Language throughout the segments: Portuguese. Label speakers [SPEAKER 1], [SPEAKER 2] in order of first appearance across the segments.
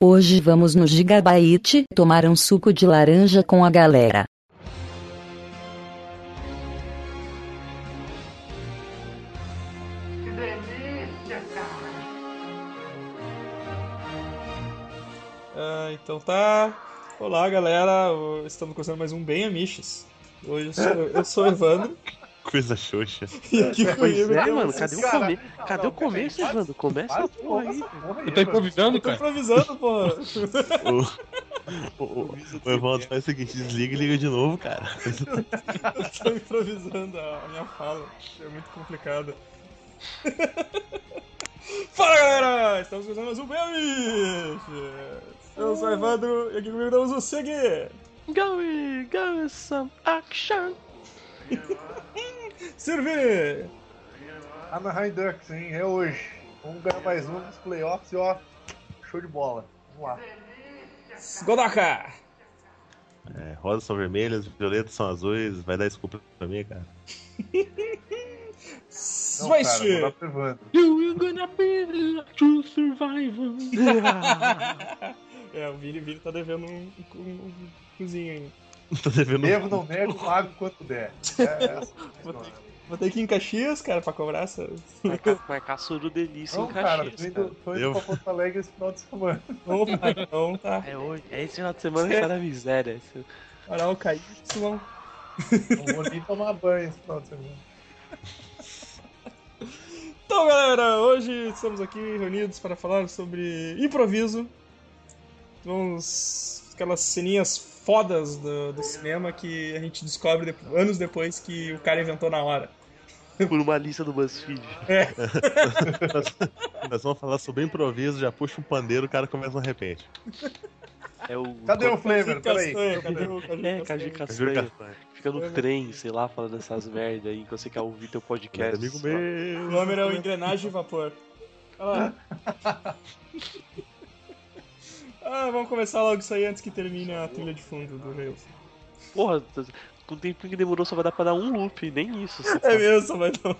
[SPEAKER 1] Hoje vamos no Gigabyte tomar um suco de laranja com a galera.
[SPEAKER 2] Que delícia, cara.
[SPEAKER 3] Ah, então tá. Olá, galera. O- Estamos começando mais um Bem Amiches. Hoje eu sou, eu sou o Evandro.
[SPEAKER 4] Coisa xoxa.
[SPEAKER 3] E aqui
[SPEAKER 5] Pois
[SPEAKER 3] comigo
[SPEAKER 5] é,
[SPEAKER 3] tem um-
[SPEAKER 5] mano,
[SPEAKER 3] vocês.
[SPEAKER 5] cadê o
[SPEAKER 6] cara?
[SPEAKER 5] começo? Cadê
[SPEAKER 6] não,
[SPEAKER 5] o começo,
[SPEAKER 6] peraí,
[SPEAKER 5] Evandro? Começa a
[SPEAKER 6] Faz
[SPEAKER 5] porra aí.
[SPEAKER 6] essa porra aí,
[SPEAKER 7] Eu tô
[SPEAKER 6] mano.
[SPEAKER 7] improvisando,
[SPEAKER 3] Eu tô
[SPEAKER 7] cara.
[SPEAKER 3] improvisando, porra.
[SPEAKER 4] O, o, o Evaldo faz o seguinte: desliga e liga de novo, cara.
[SPEAKER 3] Eu tô improvisando a a minha fala. É muito complicado. Fala, galera! Estamos começando mais um Bem Amiches. Eu sou o Evandro e aqui comigo temos o Segui.
[SPEAKER 5] Go, go, some action.
[SPEAKER 3] Servir!
[SPEAKER 6] Anaheim Tá Ducks, hein? É hoje. Vamos ganhar mais um dos playoffs e ó, show de bola. Vamos lá.
[SPEAKER 3] Godaka!
[SPEAKER 4] É, rosas são vermelhas, violetas são azuis. Vai dar desculpa pra mim, cara.
[SPEAKER 6] Não,
[SPEAKER 3] Swish!
[SPEAKER 6] cara, vou dar pro Evandro.
[SPEAKER 5] You are gonna be the true survivor.
[SPEAKER 3] É, o Vini, Vini tá devendo um, um, um cozinho aí.
[SPEAKER 4] Tô devendo.
[SPEAKER 6] Devo, não nego, pago quanto der. É essa a história.
[SPEAKER 3] Vou ter que ir em Caxias, cara, pra cobrar essa.
[SPEAKER 5] Marcar, marcar suru
[SPEAKER 3] um
[SPEAKER 5] delícia
[SPEAKER 6] Não,
[SPEAKER 5] em
[SPEAKER 6] cara,
[SPEAKER 5] Caxias, cara.
[SPEAKER 6] tô indo, tô indo
[SPEAKER 4] Eu-
[SPEAKER 6] pra Porto Alegre esse final de semana.
[SPEAKER 3] Opa, então tá.
[SPEAKER 5] É hoje, é esse final de semana que tá na miséria. esse-
[SPEAKER 3] Oral KY.
[SPEAKER 6] Não vou nem tomar banho esse final de semana.
[SPEAKER 3] Então, galera, hoje estamos aqui reunidos para falar sobre improviso. Vamos. aquelas ceninhas fodas do, do cinema que a gente descobre depo- anos depois que o cara inventou na hora.
[SPEAKER 5] Por uma lista do BuzzFeed.
[SPEAKER 4] Nós vamos falar sobre improviso, já puxa um pandeiro, o cara começa de repente.
[SPEAKER 5] É o.
[SPEAKER 6] Cadê o Flamer? Peraí.
[SPEAKER 3] Castanha, cadê o Caju
[SPEAKER 5] É,
[SPEAKER 3] Castanha?
[SPEAKER 5] Caju
[SPEAKER 4] Juro
[SPEAKER 5] Castanha.
[SPEAKER 4] que
[SPEAKER 5] Fica no trem, sei lá, falando essas merda aí, que você quer ouvir teu
[SPEAKER 4] é
[SPEAKER 5] podcast.
[SPEAKER 4] amigo
[SPEAKER 5] sei lá.
[SPEAKER 3] O
[SPEAKER 4] meu.
[SPEAKER 3] nome era o Engrenagem e Vapor. Olha lá. Ah, vamos começar logo isso aí antes que termine a trilha de fundo do Reels.
[SPEAKER 5] Porra, t- com o tempinho que demorou só vai dar pra dar um loop, nem isso. tá só.
[SPEAKER 3] É mesmo, só vai não.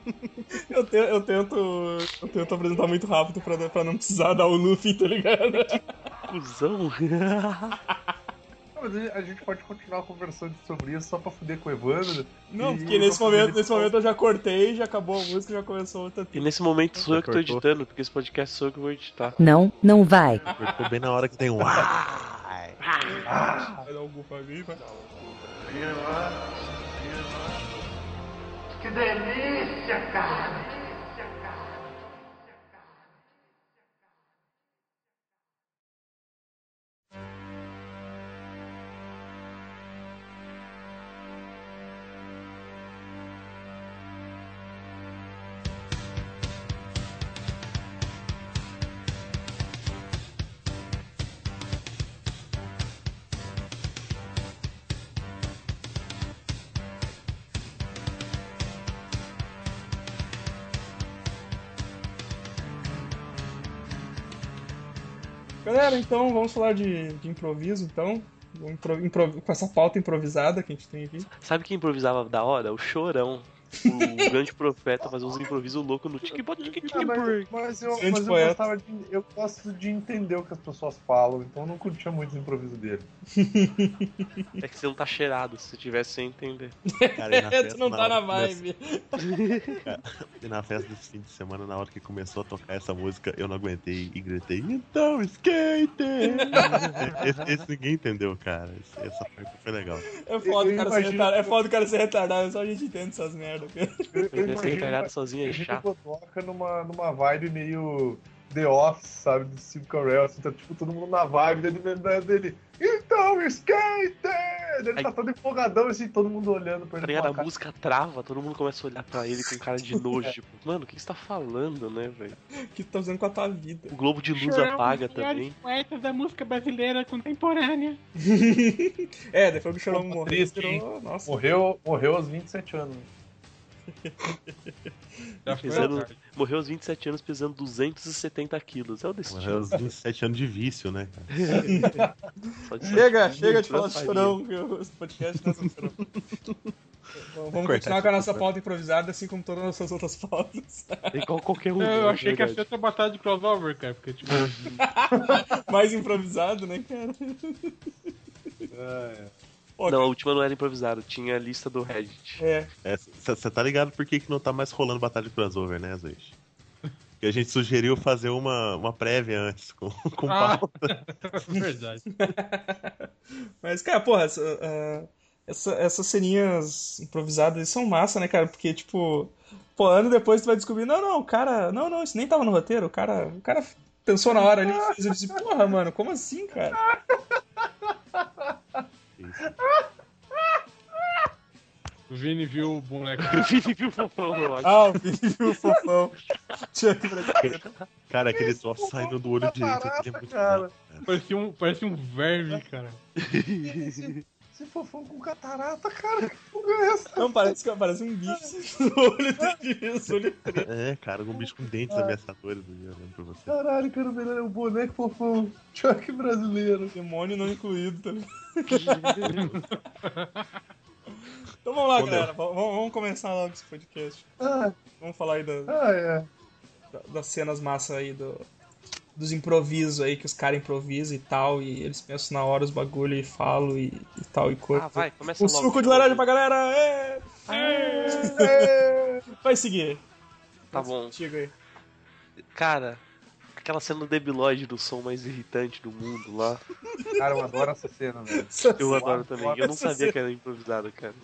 [SPEAKER 3] Eu, te- eu tento. Eu tento apresentar muito rápido pra, pra não precisar dar o looping, tá ligado?
[SPEAKER 5] um Cusão.
[SPEAKER 6] Não, mas a gente pode continuar conversando sobre isso só pra fuder com o Evandro.
[SPEAKER 3] Não,
[SPEAKER 6] E
[SPEAKER 3] porque nesse
[SPEAKER 6] vou fazer
[SPEAKER 3] momento, nesse
[SPEAKER 6] depois.
[SPEAKER 3] momento eu já cortei, já acabou a música, já começou outra
[SPEAKER 5] E
[SPEAKER 3] trilha.
[SPEAKER 5] nesse momento sou eu que tô
[SPEAKER 4] Cortou.
[SPEAKER 5] editando, porque esse podcast sou eu que vou editar.
[SPEAKER 1] Não, não vai.
[SPEAKER 4] Cortou bem na hora que tem um. Uai!
[SPEAKER 3] Vai dar um gufa aqui, vai.
[SPEAKER 2] Que delícia, cara.
[SPEAKER 3] Galera, então vamos falar de, de improviso, então. Vamos impro- impro- com essa pauta improvisada que a gente tem aqui.
[SPEAKER 5] Sabe quem improvisava da hora? O Chorão. O grande profeta fazia uns improvisos loucos no tic bota tic
[SPEAKER 6] Ah,
[SPEAKER 5] tic
[SPEAKER 6] mas, mas eu,
[SPEAKER 3] Grande
[SPEAKER 6] mas eu
[SPEAKER 3] poeta.
[SPEAKER 6] gostava de. Eu gosto de entender o que as pessoas falam, então eu não curtia muito o improviso dele.
[SPEAKER 5] É que você não tá cheirado, se tivesse sem entender.
[SPEAKER 4] Cara, e na festa,
[SPEAKER 3] tu não tá
[SPEAKER 4] hora
[SPEAKER 3] na
[SPEAKER 4] que começa-
[SPEAKER 3] vibe.
[SPEAKER 4] E na festa desse fim de semana, na hora que começou a tocar essa música, eu não aguentei e gritei, então, skate! esse, esse ninguém entendeu, cara. Esse- essa parte foi legal.
[SPEAKER 3] É foda, o
[SPEAKER 6] Eu
[SPEAKER 3] cara ser
[SPEAKER 6] imagino-
[SPEAKER 3] retardado. É foda o cara ser retardado, só a gente entende essas merdas.
[SPEAKER 6] Eu, eu
[SPEAKER 5] Esse
[SPEAKER 6] imagino-
[SPEAKER 5] recarregado sozinho é
[SPEAKER 6] Imagina
[SPEAKER 5] chato.
[SPEAKER 6] o Godoka numa, numa vibe meio The Office, sabe? Do Steve Carell, assim, tá tipo todo mundo na vibe dele, né, dele. Então, skate! Ele tá todo empolgadão, assim, todo mundo olhando pra
[SPEAKER 5] Tá
[SPEAKER 6] ele.
[SPEAKER 5] ligado?
[SPEAKER 6] falar,
[SPEAKER 5] A
[SPEAKER 6] "Cara,
[SPEAKER 5] música trava, todo mundo começa a olhar pra ele com cara de nojo. Tipo, mano, o que que você tá falando, né, velho?
[SPEAKER 3] O que tu tá fazendo com a tua vida?
[SPEAKER 5] O globo de luz
[SPEAKER 7] Chorão,
[SPEAKER 5] apaga
[SPEAKER 7] dos melhores
[SPEAKER 5] também.
[SPEAKER 7] poetas da música brasileira contemporânea.
[SPEAKER 3] é, depois que o Chorão morreu,
[SPEAKER 6] triste,
[SPEAKER 3] virou- Nossa.
[SPEAKER 6] Morreu, morreu aos 27 anos.
[SPEAKER 7] Já
[SPEAKER 5] foi, Fizeram- cara. Morreu aos 27 anos pesando 270 quilos. É o
[SPEAKER 4] Morreu
[SPEAKER 5] destino.
[SPEAKER 4] aos 27 anos de vício, né? cara?
[SPEAKER 5] Só de
[SPEAKER 3] Chega, chega de falar de
[SPEAKER 5] Transfaria.
[SPEAKER 3] é chorão, que esse podcast tá sendo chorão. Vamos
[SPEAKER 4] Cortar
[SPEAKER 3] continuar
[SPEAKER 4] essa
[SPEAKER 3] com a nossa
[SPEAKER 4] porra.
[SPEAKER 3] pauta improvisada, assim como todas as nossas outras pautas.
[SPEAKER 5] Igual qualquer um.
[SPEAKER 7] Eu
[SPEAKER 5] né,
[SPEAKER 7] achei que a
[SPEAKER 5] verdade.
[SPEAKER 7] sua tinha botado de crossover, cara, porque tipo.
[SPEAKER 3] Mais improvisado, né, cara? Pô,
[SPEAKER 5] Não, a última não era improvisada, tinha a lista do Reddit.
[SPEAKER 3] É,
[SPEAKER 4] Você tá ligado por que, que não tá mais rolando batalha de crossover, né, Azuis? Que a gente sugeriu fazer uma, uma prévia antes com, com
[SPEAKER 7] Ah.
[SPEAKER 4] pauta.
[SPEAKER 7] Verdade.
[SPEAKER 3] mas, cara, porra, essa, ah, essa- essas ceninhas improvisadas são massa, né, cara? Porque, tipo, pô, ano depois tu vai descobrir, não, não, o cara, não, não, isso nem tava no roteiro, o cara, o cara pensou na hora ali, fez, eu disse, porra, mano, como assim, cara?
[SPEAKER 7] O Vini viu o boneco.
[SPEAKER 5] Viu, fofão, eu acho.
[SPEAKER 3] Ah, o viu o fofão. Tinha que
[SPEAKER 4] Cara, aquele drop saindo do olho direito. aquele é muito
[SPEAKER 6] cara.
[SPEAKER 4] bom.
[SPEAKER 7] Parecia um, parecia um verme, cara.
[SPEAKER 6] Esse fofão com catarata, cara, que porra é essa?
[SPEAKER 3] Não, parece, que- parece um bicho no olho dele, esse olho preto.
[SPEAKER 4] É, cara, um bicho com
[SPEAKER 6] Ah.
[SPEAKER 4] dentes ameaçadores. Eu lembro pra você.
[SPEAKER 6] Caralho, cara, o melhor é o boneco fofão Chuck brasileiro.
[SPEAKER 3] Demônio não incluído tá também. Então vamos lá,
[SPEAKER 4] Ô, meu.
[SPEAKER 3] galera. Vamos, vamos começar logo esse podcast.
[SPEAKER 6] Ah,
[SPEAKER 3] Vamos falar aí da-
[SPEAKER 6] ah, é.
[SPEAKER 3] da- das cenas massa aí, do- dos improvisos aí, que os caras improvisam e tal, e eles pensam na hora os bagulho e falam e, e tal e coisa.
[SPEAKER 5] Ah, vai, começa
[SPEAKER 3] um
[SPEAKER 5] logo.
[SPEAKER 3] suco de laranja pra galera! é!
[SPEAKER 5] Ah.
[SPEAKER 3] Vai seguir.
[SPEAKER 5] Tá bom.
[SPEAKER 3] Chega aí.
[SPEAKER 5] Cara, aquela cena do debilóide do som mais irritante do mundo lá.
[SPEAKER 6] Cara, eu adoro essa cena, velho.
[SPEAKER 5] Eu adoro também. Eu não
[SPEAKER 3] essa
[SPEAKER 5] sabia que era improvisada, cara.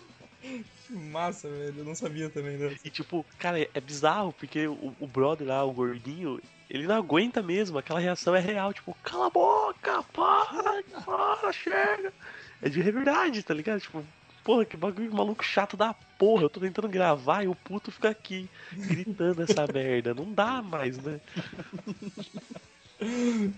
[SPEAKER 3] Que massa, velho. Eu não sabia também né? dessa.
[SPEAKER 5] E tipo, cara, é bizarro, porque o, o brother lá, o gordinho, ele não aguenta mesmo, aquela reação é real, tipo, cala a boca, para, para, chega. É de verdade, tá ligado? Tipo, porra, que bagulho maluco chato da porra, eu tô tentando gravar e o puto fica aqui, gritando essa merda. Não dá mais, né?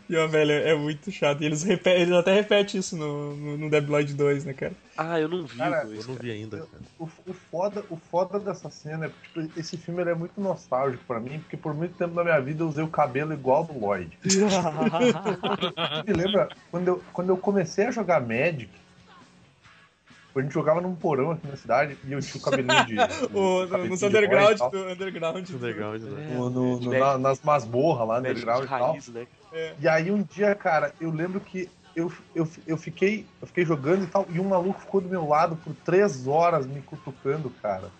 [SPEAKER 3] E, ó, velho, é muito chato. E eles, repetem, eles até repetem isso no, no, no Dead Lloyd 2, né, cara?
[SPEAKER 5] Ah, eu não vi
[SPEAKER 6] Cara,
[SPEAKER 5] o dois,
[SPEAKER 4] Eu não
[SPEAKER 5] cara.
[SPEAKER 4] vi ainda, cara.
[SPEAKER 6] O, o foda, o foda dessa cena é que tipo, esse filme ele é muito nostálgico pra mim, porque por muito tempo da minha vida eu usei o cabelo igual do Lloyd. Me lembra quando eu, quando eu comecei a jogar Magic, a gente jogava num porão aqui na cidade e eu tinha o cabelinho de.
[SPEAKER 3] O, no,
[SPEAKER 6] cabelinho
[SPEAKER 3] nos
[SPEAKER 6] de boy Hum, e
[SPEAKER 3] underground,
[SPEAKER 6] tal.
[SPEAKER 3] do, underground,
[SPEAKER 4] Muito
[SPEAKER 3] do-
[SPEAKER 4] legal isso, né?
[SPEAKER 6] No- no- no- na- nas masmorras lá,
[SPEAKER 5] Médico
[SPEAKER 6] underground
[SPEAKER 5] de
[SPEAKER 6] e tal.
[SPEAKER 5] raiz, né?
[SPEAKER 6] E aí um dia, cara, eu lembro que eu, eu, eu, fiquei, eu fiquei jogando e tal, e um maluco ficou do meu lado por três horas me cutucando, cara.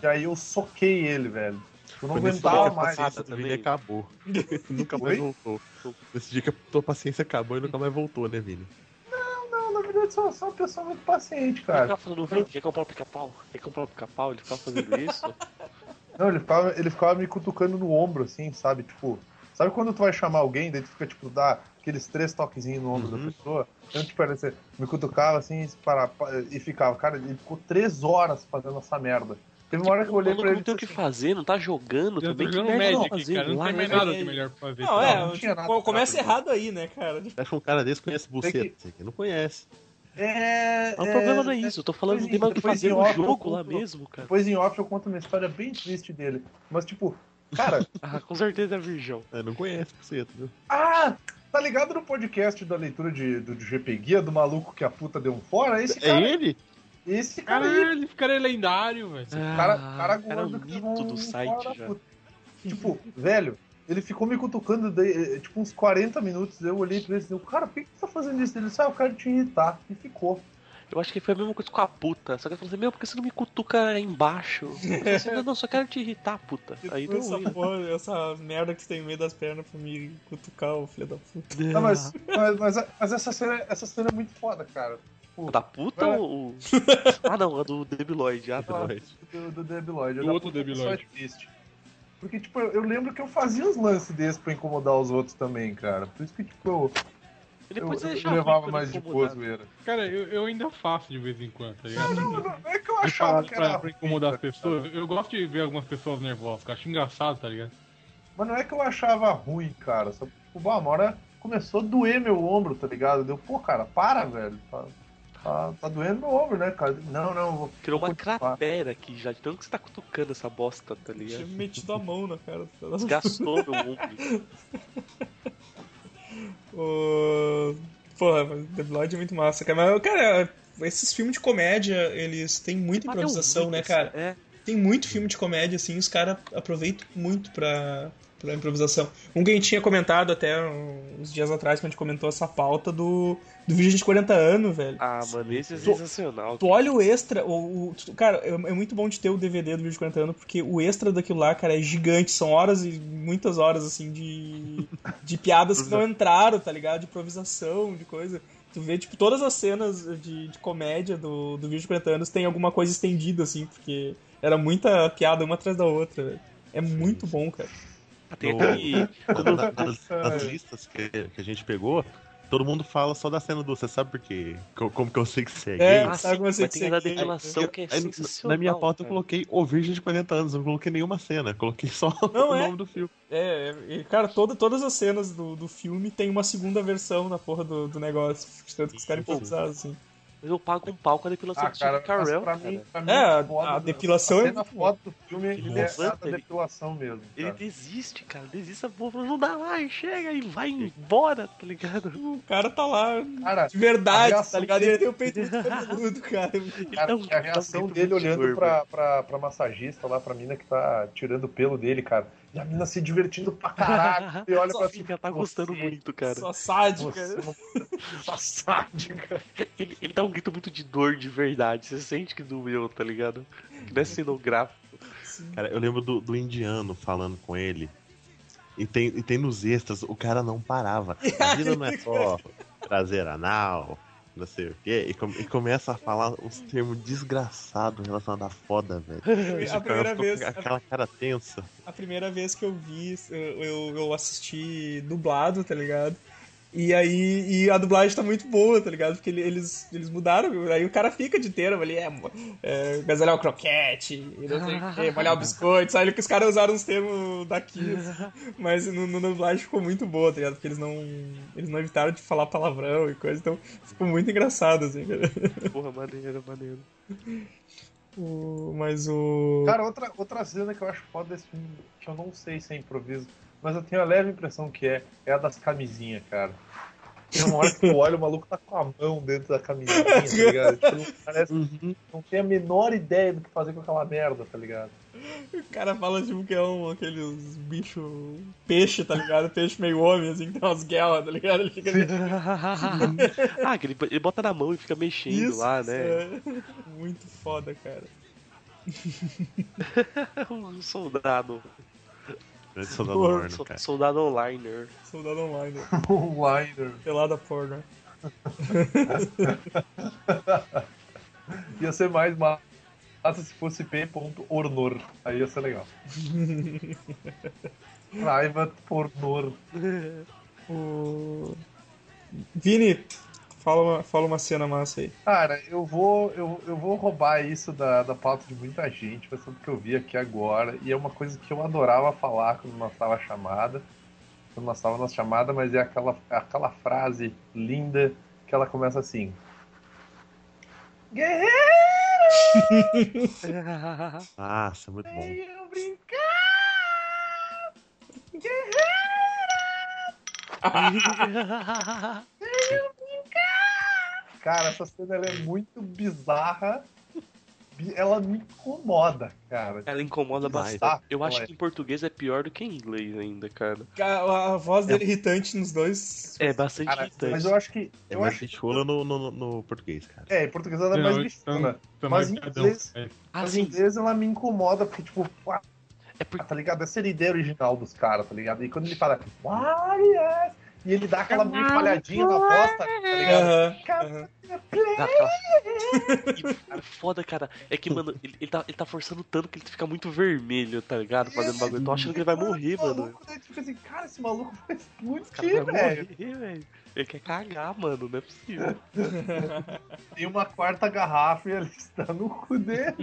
[SPEAKER 6] E aí eu soquei ele, velho. Eu não
[SPEAKER 4] Foi nesse
[SPEAKER 6] aguentava
[SPEAKER 4] dia que a
[SPEAKER 6] mais.
[SPEAKER 4] paciência do
[SPEAKER 5] também.
[SPEAKER 4] Vini acabou. nunca mais
[SPEAKER 6] Oi?
[SPEAKER 4] voltou. Nesse dia que a tua paciência acabou e nunca mais voltou, né, Vini?
[SPEAKER 6] Não, Ah, na verdade, eu sou, sou uma pessoa muito paciente,
[SPEAKER 5] Ele
[SPEAKER 6] cara.
[SPEAKER 5] ficava falando, "Vem, quer comprar o pica-pau? Quer comprar o pica-pau? Ele ficava fazendo isso?
[SPEAKER 6] Não, ele ficava, ele ficava me cutucando no ombro, assim, sabe? Tipo, sabe quando tu vai chamar alguém, daí tu fica, tipo, dá aqueles três toquezinhos no ombro
[SPEAKER 4] Uhum.
[SPEAKER 6] da pessoa? Então, tipo, ele assim, me cutucava assim e, para, e ficava. Cara, ele ficou três horas fazendo essa merda. Teve uma hora que eu olhei
[SPEAKER 5] Maluco,
[SPEAKER 6] pra ele.
[SPEAKER 5] não
[SPEAKER 6] e
[SPEAKER 5] tem o
[SPEAKER 6] disse assim,
[SPEAKER 5] que fazer, não tá jogando
[SPEAKER 7] Eu tô
[SPEAKER 5] também.
[SPEAKER 7] jogando
[SPEAKER 5] que merda
[SPEAKER 6] um
[SPEAKER 7] Magic,
[SPEAKER 5] tá fazendo
[SPEAKER 7] cara. Não
[SPEAKER 5] lá,
[SPEAKER 7] tem mais
[SPEAKER 5] né?
[SPEAKER 7] nada de melhor pra fazer.
[SPEAKER 3] Não,
[SPEAKER 7] tá?
[SPEAKER 3] é,
[SPEAKER 6] não tinha nada
[SPEAKER 3] pô,
[SPEAKER 6] pra
[SPEAKER 3] começa
[SPEAKER 6] fazer.
[SPEAKER 3] errado aí, né, cara? Tipo,
[SPEAKER 4] Você acha que um cara desse conhece buceta?
[SPEAKER 6] que-
[SPEAKER 4] Você que não conhece.
[SPEAKER 6] É,
[SPEAKER 5] Mas o
[SPEAKER 6] é,
[SPEAKER 5] problema não é isso, eu tô falando, não tem mais o que
[SPEAKER 6] depois
[SPEAKER 5] fazer
[SPEAKER 6] em
[SPEAKER 5] no
[SPEAKER 6] off eu
[SPEAKER 5] jogo lá
[SPEAKER 6] conto-
[SPEAKER 5] mesmo, cara.
[SPEAKER 6] Depois em off eu conto uma história bem triste dele. Mas, tipo, cara,
[SPEAKER 5] Ah, com certeza é virgão.
[SPEAKER 4] É, não conhece buceta, viu?
[SPEAKER 6] ah, tá ligado no podcast da leitura de, do, do GP Guia, do maluco que a puta deu um fora? Esse
[SPEAKER 4] É
[SPEAKER 6] cara,
[SPEAKER 4] ele?
[SPEAKER 6] esse cara aí,
[SPEAKER 7] Caralho, esse cara é lendário, velho.
[SPEAKER 6] cara,
[SPEAKER 5] Ah,
[SPEAKER 6] cara
[SPEAKER 5] o cara é um
[SPEAKER 6] gordo que levou
[SPEAKER 5] mito
[SPEAKER 6] um
[SPEAKER 5] do
[SPEAKER 6] fora
[SPEAKER 5] site
[SPEAKER 6] da
[SPEAKER 5] já.
[SPEAKER 6] puta. Tipo, velho, ele ficou me cutucando daí, eh, tipo uns 40 minutos. Eu olhei pra ele e disse, cara, por que, que tu tá fazendo isso? Ele disse, ah, eu quero te irritar. E ficou.
[SPEAKER 5] Eu acho que foi a mesma coisa com a puta. Só que eu falei assim, meu, por que você não me cutuca embaixo? Eu falei assim, não, não, só quero te irritar, puta. Aí deu
[SPEAKER 3] essa,
[SPEAKER 5] ruim.
[SPEAKER 3] porra, essa merda que você tem no meio das pernas pra me cutucar, ô filho da puta.
[SPEAKER 5] Ah.
[SPEAKER 6] Não, mas, mas, mas- mas essa, cena, essa cena é muito foda, cara. Tipo,
[SPEAKER 5] Da puta
[SPEAKER 6] Vai.
[SPEAKER 5] ou. ou- Ah não, a do Debiloid. Ah, tá.
[SPEAKER 6] do, do Debiloid.
[SPEAKER 7] Do
[SPEAKER 6] Da
[SPEAKER 7] outro
[SPEAKER 6] puta que
[SPEAKER 7] Debiloid.
[SPEAKER 6] só existe. Porque, tipo, eu, eu lembro que eu fazia uns lances desses pra incomodar os outros também, cara. Por isso que, tipo, eu,
[SPEAKER 5] Ele
[SPEAKER 6] eu,
[SPEAKER 5] pode
[SPEAKER 6] eu
[SPEAKER 5] deixar
[SPEAKER 6] levava mais de boa
[SPEAKER 5] coisa.
[SPEAKER 6] zoeira.
[SPEAKER 7] Cara, eu, eu ainda faço de vez em quando, tá ligado?
[SPEAKER 6] Não, não, não é que eu
[SPEAKER 7] Eu
[SPEAKER 6] achava
[SPEAKER 7] faço
[SPEAKER 6] que era
[SPEAKER 7] pra, pra incomodar as
[SPEAKER 6] ruim,
[SPEAKER 7] pessoas. Eu gosto de ver algumas pessoas nervosas, cara. Acho engraçado, tá ligado?
[SPEAKER 6] Mas não é que eu achava ruim, cara. Só que, tipo, bah, uma hora começou a doer meu ombro, tá ligado? Deu, pô, cara, para, velho. Tá, tá, tá doendo meu ombro, né, cara? Não, não, eu vou.
[SPEAKER 5] Criou uma
[SPEAKER 6] vou continuar.
[SPEAKER 5] cratera aqui já, de tanto que você tá cutucando essa bosta, tá
[SPEAKER 3] Tinha
[SPEAKER 5] ligado?
[SPEAKER 3] me metido a mão na cara do filho
[SPEAKER 6] um
[SPEAKER 3] da puta.
[SPEAKER 5] Gastou meu ombro.
[SPEAKER 3] Ô, Porra, mas The Blood é muito massa, cara. Mas, cara, esses filmes de comédia, eles têm muita
[SPEAKER 5] Mas é
[SPEAKER 3] improvisação,
[SPEAKER 5] horrível,
[SPEAKER 3] né, cara?
[SPEAKER 5] É,
[SPEAKER 3] Tem muito filme de comédia, assim, os caras aproveitam muito pra, pra improvisação. Um que a gente tinha comentado até uns dias atrás, quando a gente comentou essa pauta do, do vídeo de 40 anos, velho.
[SPEAKER 5] ah, mano, esse é
[SPEAKER 3] Tu-
[SPEAKER 5] sensacional.
[SPEAKER 3] Tu olha o extra, o, o- tu- cara, é, é muito bom de ter o DVD do vídeo de 40 anos, porque o extra daquilo lá, cara, é gigante, são horas e muitas horas, assim, de, de piadas que não entraram, tá ligado? De improvisação, de coisa. Tu vê, tipo, todas as cenas de, de comédia do, do vídeo de 40 anos tem alguma coisa estendida, assim, porque era muita piada uma atrás da outra, velho. É muito bom, cara.
[SPEAKER 5] Tem
[SPEAKER 4] No-
[SPEAKER 5] aquele.
[SPEAKER 4] Na- na- nas, nas listas que, que a gente pegou, todo mundo fala só da cena do. Você sabe por quê? Co- Como que eu sei que você é gay?
[SPEAKER 3] É,
[SPEAKER 5] Ah,
[SPEAKER 3] sabe
[SPEAKER 5] sim,
[SPEAKER 3] como você
[SPEAKER 5] mas tem a da
[SPEAKER 3] que-
[SPEAKER 5] depilação que é
[SPEAKER 4] Aí,
[SPEAKER 5] sensacional.
[SPEAKER 4] na minha pauta eu
[SPEAKER 5] cara.
[SPEAKER 4] coloquei O Virgem de 40 anos, eu não coloquei nenhuma cena, coloquei só
[SPEAKER 3] Não,
[SPEAKER 4] o
[SPEAKER 3] é.
[SPEAKER 4] nome do filme.
[SPEAKER 3] É, é, e, cara, toda, todas as cenas do, do filme tem uma segunda versão na porra do, do negócio, de tanto que os caras
[SPEAKER 4] Isso.
[SPEAKER 3] improvisaram, assim.
[SPEAKER 5] Mas eu pago um pau com a depilação
[SPEAKER 6] Ah,
[SPEAKER 5] do Steve
[SPEAKER 6] cara, mas
[SPEAKER 5] Carell.
[SPEAKER 6] pra
[SPEAKER 5] cara.
[SPEAKER 6] mim, pra mim
[SPEAKER 3] É, a-
[SPEAKER 6] foda
[SPEAKER 3] a
[SPEAKER 6] da-
[SPEAKER 3] depilação é
[SPEAKER 6] a cena
[SPEAKER 3] muito
[SPEAKER 6] foda do filme ele é a
[SPEAKER 5] levanta, ele-
[SPEAKER 6] depilação mesmo.
[SPEAKER 5] Ele
[SPEAKER 6] cara.
[SPEAKER 5] desiste, cara. Desiste, a porra falou, não dá mais, chega e vai embora, tá ligado?
[SPEAKER 3] O cara tá lá
[SPEAKER 6] Cara,
[SPEAKER 3] de verdade,
[SPEAKER 6] A reação
[SPEAKER 3] tá ligado?
[SPEAKER 6] dele-
[SPEAKER 3] Ele tem o peito muito cabeludo, cara.
[SPEAKER 6] cara, é
[SPEAKER 5] Ele dá um-
[SPEAKER 6] a reação
[SPEAKER 5] dá um
[SPEAKER 6] dele
[SPEAKER 5] grito muito
[SPEAKER 6] olhando
[SPEAKER 5] gordo.
[SPEAKER 6] pra, pra, pra massagista lá, pra mina que tá tirando o pelo dele, cara. E a mina se divertindo pra caralho. E olha
[SPEAKER 5] Só
[SPEAKER 6] pra assim, tipo,
[SPEAKER 5] que ela tá gostando muito, cara.
[SPEAKER 3] Só sádica.
[SPEAKER 6] Você não... Sua sádica.
[SPEAKER 5] Ele, ele dá um grito muito de dor de verdade. Você sente que doeu, tá ligado? Que não é cenográfico.
[SPEAKER 4] Cara, eu lembro do, do indiano falando com ele. E tem, e tem nos extras, o cara não parava. A vida não é só prazer anal, não sei o quê. E, come- e começa a falar uns termos desgraçados relacionados à foda, velho.
[SPEAKER 3] A primeira,
[SPEAKER 4] Ficou
[SPEAKER 3] vez,
[SPEAKER 4] com Aquela cara tensa.
[SPEAKER 3] a primeira vez que eu vi, eu, eu, eu assisti dublado, tá ligado? E aí, e a dublagem tá muito boa, tá ligado? Porque ele- eles, eles mudaram, aí o cara fica de termo ali, é, é gasalhar o croquete, e não sei o quê, molhar o biscoito, sabe? Que os caras usaram uns termos daqui, assim. mas no, no dublagem ficou muito boa, tá ligado? Porque eles não, eles não evitaram de falar palavrão e coisa, então ficou muito engraçado, assim, cara.
[SPEAKER 5] Porra, maneiro, maneiro.
[SPEAKER 3] O- mas o.
[SPEAKER 6] Cara, outra, outra cena que eu acho foda desse filme, que eu não sei se é improviso, mas eu tenho a leve impressão que é, é a das camisinhas, cara. Tem uma hora que tu olha, o maluco tá com a mão dentro da camisinha, tá ligado? Tipo, parece
[SPEAKER 4] Uhum.
[SPEAKER 6] que não tem a menor ideia do que fazer com aquela merda, tá ligado?
[SPEAKER 3] O cara fala tipo que é um aqueles bicho peixe, tá ligado? Peixe meio homem, assim, que tem umas guerras, tá ligado? Ele fica ali,
[SPEAKER 5] ah, que ele, ele bota na mão e fica mexendo
[SPEAKER 3] isso,
[SPEAKER 5] lá, né?
[SPEAKER 3] é. Muito foda, cara.
[SPEAKER 5] um soldado.
[SPEAKER 4] Grande soldado
[SPEAKER 3] Porra,
[SPEAKER 4] morno,
[SPEAKER 5] so-
[SPEAKER 4] cara.
[SPEAKER 5] soldado onliner.
[SPEAKER 3] Soldado online, né?
[SPEAKER 6] O liner.
[SPEAKER 3] pelada porno.
[SPEAKER 6] Ia ser mais massa se fosse p.ornor. Aí ia ser legal. Private Pornor.
[SPEAKER 3] O... Vini, fala uma, fala uma cena massa aí.
[SPEAKER 6] Cara, eu vou, eu, eu vou roubar isso da, da pauta de muita gente, mas tudo que eu vi aqui agora, e é uma coisa que eu adorava falar quando lançava a chamada, quando lançava a nossa chamada, mas é aquela, aquela frase linda que ela começa assim. Guerreiro,
[SPEAKER 4] Nossa, muito bom.
[SPEAKER 6] brincar! Cara, essa cena ela é muito bizarra, bi- ela me incomoda, cara.
[SPEAKER 5] Ela incomoda
[SPEAKER 4] Demais.
[SPEAKER 5] bastante. Eu acho
[SPEAKER 6] Ué.
[SPEAKER 5] que em português é pior do que em inglês ainda, cara.
[SPEAKER 3] Cara, A, a voz dele irritante nos dois.
[SPEAKER 5] É bastante
[SPEAKER 6] Cara, mas
[SPEAKER 5] irritante.
[SPEAKER 6] eu acho que.
[SPEAKER 4] É
[SPEAKER 6] Eu
[SPEAKER 4] mais
[SPEAKER 6] acho,
[SPEAKER 4] bichula no, no, no português, cara.
[SPEAKER 6] é, em português ela é mais
[SPEAKER 7] então-
[SPEAKER 6] bichona. Mas em inglês- Mas em
[SPEAKER 5] Assim,
[SPEAKER 6] inglês ela me incomoda, porque, tipo, ah,
[SPEAKER 5] é porque
[SPEAKER 6] tá ligado? Essa é a ideia original dos caras, tá ligado? E quando ele fala, "Why, yes", e ele dá aquela meio falhadinha na voz, tá
[SPEAKER 5] É.
[SPEAKER 6] ligado?
[SPEAKER 3] Aham.
[SPEAKER 6] Cara, Tá,
[SPEAKER 5] Dá aquela- E, o foda, cara, é que, mano, ele, ele tá, ele tá forçando tanto que ele fica muito vermelho, tá ligado? Fazendo bagulho. Eu tô achando que ele vai morrer,
[SPEAKER 6] esse
[SPEAKER 5] mano.
[SPEAKER 6] maluco, né? Tipo assim, cara, esse maluco vai
[SPEAKER 5] O cara
[SPEAKER 6] explodir,
[SPEAKER 5] vai
[SPEAKER 6] velho.
[SPEAKER 5] morrer, velho. Ele quer cagar, mano, não é possível.
[SPEAKER 6] Tem uma quarta garrafa e ele está no cu dele.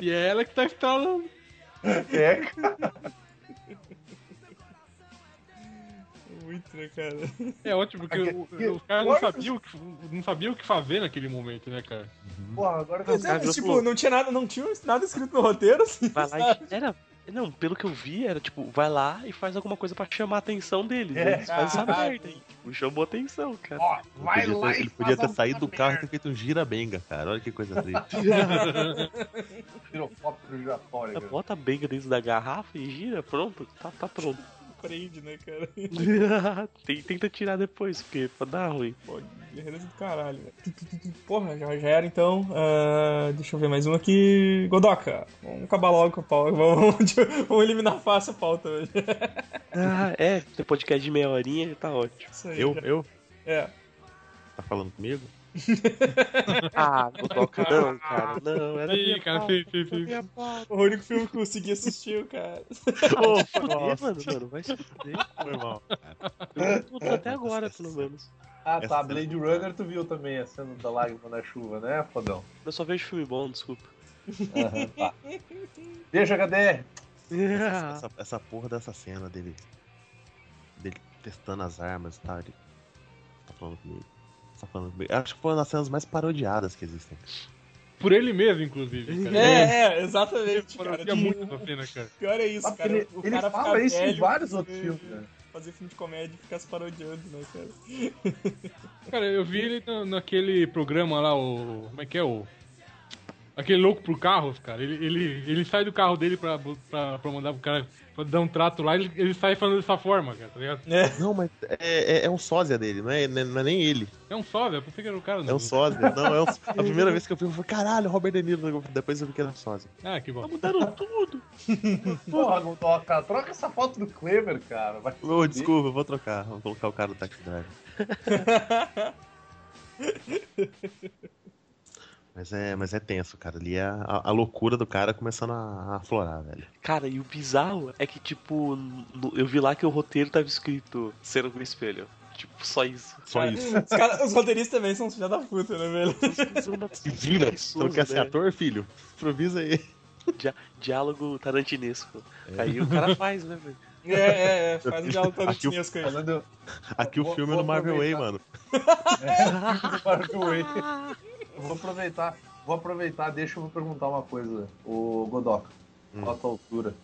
[SPEAKER 7] E é ela que tá instalando.
[SPEAKER 6] É, cara.
[SPEAKER 3] Muito, né, cara?
[SPEAKER 7] É ótimo, porque o- o- os caras não sabiam o que, não sabiam o que fazer naquele momento, né, cara?
[SPEAKER 6] Porra, agora que eu
[SPEAKER 3] Mas, é,
[SPEAKER 5] cara
[SPEAKER 3] mas,
[SPEAKER 5] já
[SPEAKER 3] tipo,
[SPEAKER 5] falou.
[SPEAKER 3] não tinha nada, não tinha nada escrito no roteiro, assim.
[SPEAKER 5] Vai lá e era. Não, pelo que eu vi, era tipo, vai lá e faz alguma coisa pra chamar a atenção deles. né?
[SPEAKER 6] É,
[SPEAKER 5] Eles
[SPEAKER 3] Ah,
[SPEAKER 5] fazem essa
[SPEAKER 6] caralho.
[SPEAKER 5] merda aí. Tipo, chamou atenção, cara.
[SPEAKER 6] Ó,
[SPEAKER 4] Ele
[SPEAKER 6] vai
[SPEAKER 4] podia ter-
[SPEAKER 6] lá e
[SPEAKER 4] ele podia ter
[SPEAKER 6] faz
[SPEAKER 4] saído do
[SPEAKER 6] alguma
[SPEAKER 4] carro e
[SPEAKER 6] merda.
[SPEAKER 4] ter feito um girabenga, cara. Olha que coisa triste.
[SPEAKER 6] Pirocóptero né? giratório. cara.
[SPEAKER 5] Bota a benga dentro da garrafa e gira, pronto, tá, tá pronto.
[SPEAKER 3] Prende, né, cara?
[SPEAKER 5] Tem- Tenta tirar depois, porque pra dar ruim.
[SPEAKER 3] Pô, guerreiros do caralho. velho. Porra, já, já era então. Ah, deixa eu ver mais um aqui. Godoka, vamos acabar logo com a pauta. Vamos, vamos eliminar fácil a pauta hoje.
[SPEAKER 5] Ah, é, tem podcast de meia horinha já tá ótimo.
[SPEAKER 3] Isso aí,
[SPEAKER 4] eu,
[SPEAKER 3] já-
[SPEAKER 4] eu?
[SPEAKER 3] É.
[SPEAKER 4] Tá falando comigo?
[SPEAKER 5] Ah, Godoka não, cara. Não, era
[SPEAKER 7] Ih,
[SPEAKER 5] minha
[SPEAKER 7] cara,
[SPEAKER 5] pauta,
[SPEAKER 7] fi- fi-
[SPEAKER 5] era
[SPEAKER 7] fi-
[SPEAKER 5] minha pauta.
[SPEAKER 3] O único filme que eu consegui assistir, cara.
[SPEAKER 5] Vai se fuder, mano, mano, vai se fuder.
[SPEAKER 4] Foi mal.
[SPEAKER 5] Eu tô puto até agora, pelo menos.
[SPEAKER 6] Ah, tá.
[SPEAKER 4] Essa-
[SPEAKER 6] Blade Runner tu viu também, tá a cena da lágrima na chuva, né, fodão?
[SPEAKER 5] Eu só vejo filme bom, desculpa.
[SPEAKER 6] Aham, tá. Deixa, HDR.
[SPEAKER 4] Essa, essa porra dessa cena dele. Dele testando as armas e tal. Ele tá falando comigo. Tá falando comigo. Acho que foi uma das cenas mais parodiadas que existem.
[SPEAKER 7] Por ele mesmo, inclusive.
[SPEAKER 3] É, um.
[SPEAKER 7] Cara.
[SPEAKER 3] é, exatamente, cara. Tipo,
[SPEAKER 7] Parodia muito essa cena, cara.
[SPEAKER 3] Pior é isso,
[SPEAKER 6] Ah,
[SPEAKER 3] cara.
[SPEAKER 6] ele
[SPEAKER 3] o
[SPEAKER 6] ele
[SPEAKER 3] cara
[SPEAKER 6] fala
[SPEAKER 3] ficar
[SPEAKER 6] isso em
[SPEAKER 3] velho,
[SPEAKER 6] vários
[SPEAKER 3] fazer-
[SPEAKER 6] outros filmes, né?
[SPEAKER 3] Fazer filme de comédia e ficar se parodiando, né, cara?
[SPEAKER 7] Cara, eu vi ele na- naquele programa lá, o. Como é que é o. Aquele louco pro carros, cara. Ele, ele, ele sai do carro dele pra, pra, pra mandar pro cara pra dar um trato lá, ele, ele sai falando dessa forma, cara, tá ligado?
[SPEAKER 3] É.
[SPEAKER 4] Não, mas é, é- é um sósia dele, não é, não é nem ele.
[SPEAKER 7] É um só, velho. Pensei que era o cara, não.
[SPEAKER 4] É um sósia. Não, é um- a primeira vez que eu vi, eu falei, caralho, Robert De Niro. Depois eu vi que era um sósia.
[SPEAKER 7] Ah, que bom.
[SPEAKER 5] Mudaram tudo.
[SPEAKER 6] Porra, não toca. Troca essa foto do Clever, cara. Vai
[SPEAKER 4] Ô, desculpa, eu vou trocar. Vou colocar o cara do Taxi Driver. Mas é, mas é tenso, cara. Ali é a, a loucura do cara começando a, a aflorar, velho.
[SPEAKER 5] Cara, e o bizarro é que, tipo, no- eu vi lá que o roteiro tava escrito cena com espelho. Tipo, só isso.
[SPEAKER 4] Só
[SPEAKER 3] Cara,
[SPEAKER 4] isso.
[SPEAKER 3] Os, cara- os roteiristas também são os filha da puta, né, velho?
[SPEAKER 4] Se vira. Você não Então,
[SPEAKER 6] né?
[SPEAKER 4] quer ser ator, filho? Improvisa aí.
[SPEAKER 5] Diálogo tarantinesco. Aí o cara faz, né, velho?
[SPEAKER 3] É, é, é. Faz um diálogo todo
[SPEAKER 4] Aqui o-
[SPEAKER 3] chinesco aí.
[SPEAKER 6] Falando
[SPEAKER 4] Aqui o
[SPEAKER 6] Vou-
[SPEAKER 4] filme é
[SPEAKER 6] vou
[SPEAKER 4] no Marvel Way,
[SPEAKER 6] aproveitar.
[SPEAKER 4] mano.
[SPEAKER 6] do Marvel Way. um Eu Vou aproveitar. Vou aproveitar. Deixa eu perguntar uma coisa. O Godoka.
[SPEAKER 4] Hum.
[SPEAKER 6] Qual a tua altura?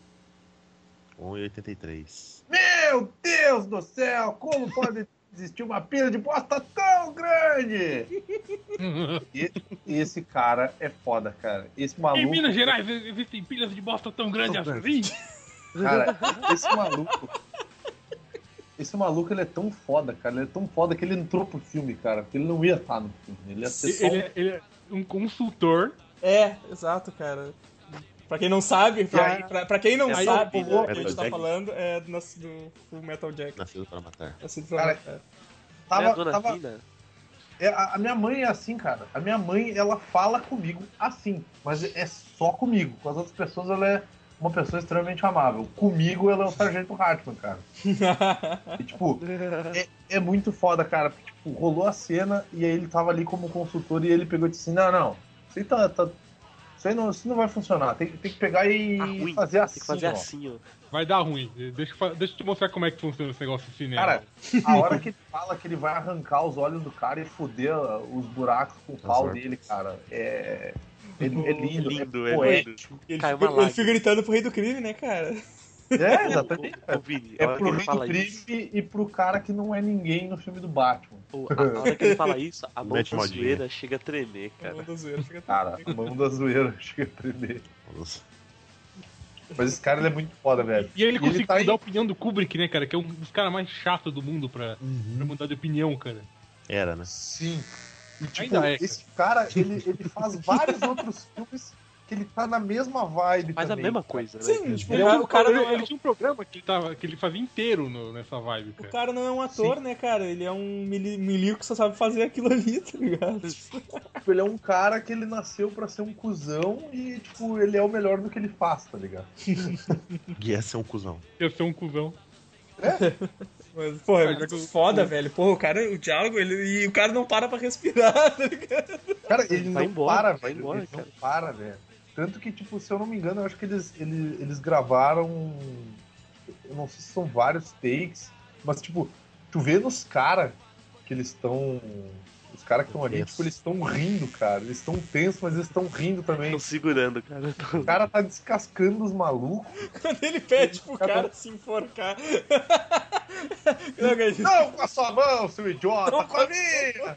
[SPEAKER 4] 1,83.
[SPEAKER 6] Meu Deus do céu! Como pode existir uma pilha de bosta tão grande?
[SPEAKER 4] Tá
[SPEAKER 6] E esse cara é foda, cara. Esse
[SPEAKER 7] Em
[SPEAKER 6] maluco.
[SPEAKER 7] Minas Gerais existem pilhas de bosta tão grandes assim.
[SPEAKER 6] Cara, esse maluco. Esse maluco ele é tão foda, cara. Ele é tão foda que ele entrou pro filme, cara. Porque ele não ia estar no filme. Ele ia ser só.
[SPEAKER 7] Ele, é- ele é um consultor.
[SPEAKER 3] É, exato, cara. Pra quem não sabe, pra,
[SPEAKER 6] aí-
[SPEAKER 3] pra, pra quem não
[SPEAKER 5] Aí
[SPEAKER 3] sabe,
[SPEAKER 5] eu
[SPEAKER 3] o
[SPEAKER 5] vou-
[SPEAKER 3] que a gente
[SPEAKER 4] Metal
[SPEAKER 3] tá
[SPEAKER 4] Jack.
[SPEAKER 3] falando é do, nosso- do Full Metal Jack.
[SPEAKER 4] Nascido para matar.
[SPEAKER 3] Assim, pra-
[SPEAKER 6] Cara,
[SPEAKER 3] é.
[SPEAKER 5] Tava,
[SPEAKER 6] um- Tava,
[SPEAKER 5] dona
[SPEAKER 6] tava-
[SPEAKER 5] Fina?
[SPEAKER 6] é, a, a minha mãe é assim, cara. A minha mãe, ela fala comigo assim. Mas é só comigo. Com as outras pessoas, ela é uma pessoa extremamente amável. Comigo, ela é o Sargento Hartman, cara. E, tipo, é, é muito foda, cara. porque, Tipo, rolou a cena e aí ele tava ali como consultor e ele pegou e disse: assim, Não, não, isso aí, tá, tá- isso aí não, isso não vai funcionar. Tem, tem que pegar e
[SPEAKER 5] Tá ruim.
[SPEAKER 6] fazer assim.
[SPEAKER 5] Tem que fazer
[SPEAKER 6] ó."
[SPEAKER 5] assim, ó.
[SPEAKER 7] Vai dar ruim. Deixa eu, fa- deixa eu te mostrar como é que funciona esse negócio de cinema.
[SPEAKER 6] Cara, a hora que ele fala que ele vai arrancar os olhos do cara e foder ah, os buracos com
[SPEAKER 5] Tá
[SPEAKER 6] o pau
[SPEAKER 4] Azor.
[SPEAKER 6] dele, cara, é. É, é lindo,
[SPEAKER 5] Lindo,
[SPEAKER 6] é
[SPEAKER 5] é
[SPEAKER 6] poético.
[SPEAKER 3] ele,
[SPEAKER 5] Caiu
[SPEAKER 3] fica,
[SPEAKER 5] uma
[SPEAKER 3] ele fica
[SPEAKER 5] lágrima.
[SPEAKER 3] gritando pro rei do crime, né, cara?
[SPEAKER 6] É, exatamente.
[SPEAKER 5] Ô, ô,
[SPEAKER 6] cara.
[SPEAKER 5] ô, Vini, a
[SPEAKER 6] É
[SPEAKER 5] hora que
[SPEAKER 6] pro
[SPEAKER 5] ele
[SPEAKER 6] Rick
[SPEAKER 5] fala isso.
[SPEAKER 6] Griffin e pro cara que não é ninguém no filme do Batman.
[SPEAKER 5] ô, a, a hora que ele fala isso, a mão
[SPEAKER 4] Mete
[SPEAKER 5] da
[SPEAKER 4] modinha.
[SPEAKER 5] zoeira chega a tremer,
[SPEAKER 3] A mão
[SPEAKER 5] cara.
[SPEAKER 3] da zoeira fica
[SPEAKER 6] Cara, a mão da zoeira chega a tremer. Mas esse cara ele é muito foda, velho.
[SPEAKER 7] E ele conseguiu
[SPEAKER 6] tá aí-
[SPEAKER 7] mudar a opinião do Kubrick, né, cara? Que é um dos caras mais chatos do mundo pra,
[SPEAKER 5] Uhum.
[SPEAKER 7] pra mudar de opinião, cara.
[SPEAKER 4] Era, né?
[SPEAKER 6] Sim. E, tipo,
[SPEAKER 7] Ainda é, cara.
[SPEAKER 6] esse cara, ele, ele faz vários outros filmes que ele tá na mesma vibe
[SPEAKER 5] Faz a
[SPEAKER 6] também.
[SPEAKER 5] mesma coisa, né?
[SPEAKER 3] Sim, tipo,
[SPEAKER 7] Ele
[SPEAKER 3] o,
[SPEAKER 7] tinha
[SPEAKER 3] cara-
[SPEAKER 7] um
[SPEAKER 3] o cara
[SPEAKER 7] pro-
[SPEAKER 3] não é,
[SPEAKER 7] ele tinha um programa que ele, tava, que ele fazia inteiro no- nessa vibe,
[SPEAKER 3] o
[SPEAKER 7] cara.
[SPEAKER 3] cara não é um ator, né, cara? Ele é um mili- milico que só sabe fazer aquilo ali, tá ligado?
[SPEAKER 6] Tipo, ele é um cara que ele nasceu pra ser um cuzão e, tipo, ele é o melhor no que ele faz, tá ligado?
[SPEAKER 4] E essa é um cuzão.
[SPEAKER 7] Ia ser um cuzão.
[SPEAKER 3] Mas, porra, é
[SPEAKER 7] Cara,
[SPEAKER 3] muito
[SPEAKER 7] já que o-
[SPEAKER 3] foda, velho. Porra, o cara, o diálogo, ele, e o cara não para pra respirar, tá ligado?
[SPEAKER 6] Cara, ele
[SPEAKER 5] Vai
[SPEAKER 6] não
[SPEAKER 5] embora,
[SPEAKER 6] para,
[SPEAKER 5] vai
[SPEAKER 6] velho.
[SPEAKER 5] embora,
[SPEAKER 6] ele
[SPEAKER 5] cara.
[SPEAKER 6] não para, velho. Tanto que, tipo, se eu não me engano, eu acho que eles, eles, eles gravaram. um, Eu não sei se são vários takes, mas, tipo, tu vê nos caras que eles estão. Os caras que estão ali,
[SPEAKER 4] Tenso.
[SPEAKER 6] tipo, eles estão rindo, cara. Eles estão tensos, mas eles estão rindo também.
[SPEAKER 5] Tô segurando, cara. Tô-
[SPEAKER 6] O cara tá descascando os malucos.
[SPEAKER 3] Quando ele pede pro cara se enforcar. Não, cara, ele-
[SPEAKER 6] Não com a sua mão, seu idiota! com a minha!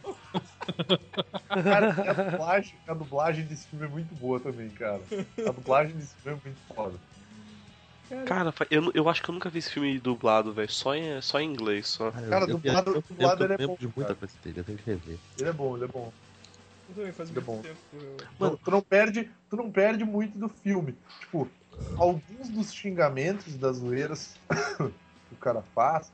[SPEAKER 6] cara, a dublagem, a dublagem desse filme é muito boa também, cara. A dublagem desse filme é muito foda.
[SPEAKER 5] Cara, fa- eu, nu- eu acho que eu nunca vi esse filme dublado, velho. Só em, só em inglês, só.
[SPEAKER 6] Cara,
[SPEAKER 4] eu- eu-
[SPEAKER 6] dublado-
[SPEAKER 4] eu- eu-
[SPEAKER 6] dublado
[SPEAKER 4] eu
[SPEAKER 6] ele é
[SPEAKER 4] lembro
[SPEAKER 6] bom,
[SPEAKER 4] de muita
[SPEAKER 6] cara.
[SPEAKER 4] coisa dele, eu tenho que rever.
[SPEAKER 6] Ele é bom, ele é bom.
[SPEAKER 3] Eu também faz
[SPEAKER 6] Tá
[SPEAKER 3] muito
[SPEAKER 6] bom.
[SPEAKER 3] tempo. que
[SPEAKER 5] né?
[SPEAKER 3] eu-
[SPEAKER 6] Mano, Então, tu não perde, tu não perde muito do filme. Tipo, alguns dos xingamentos das zoeiras que o cara faz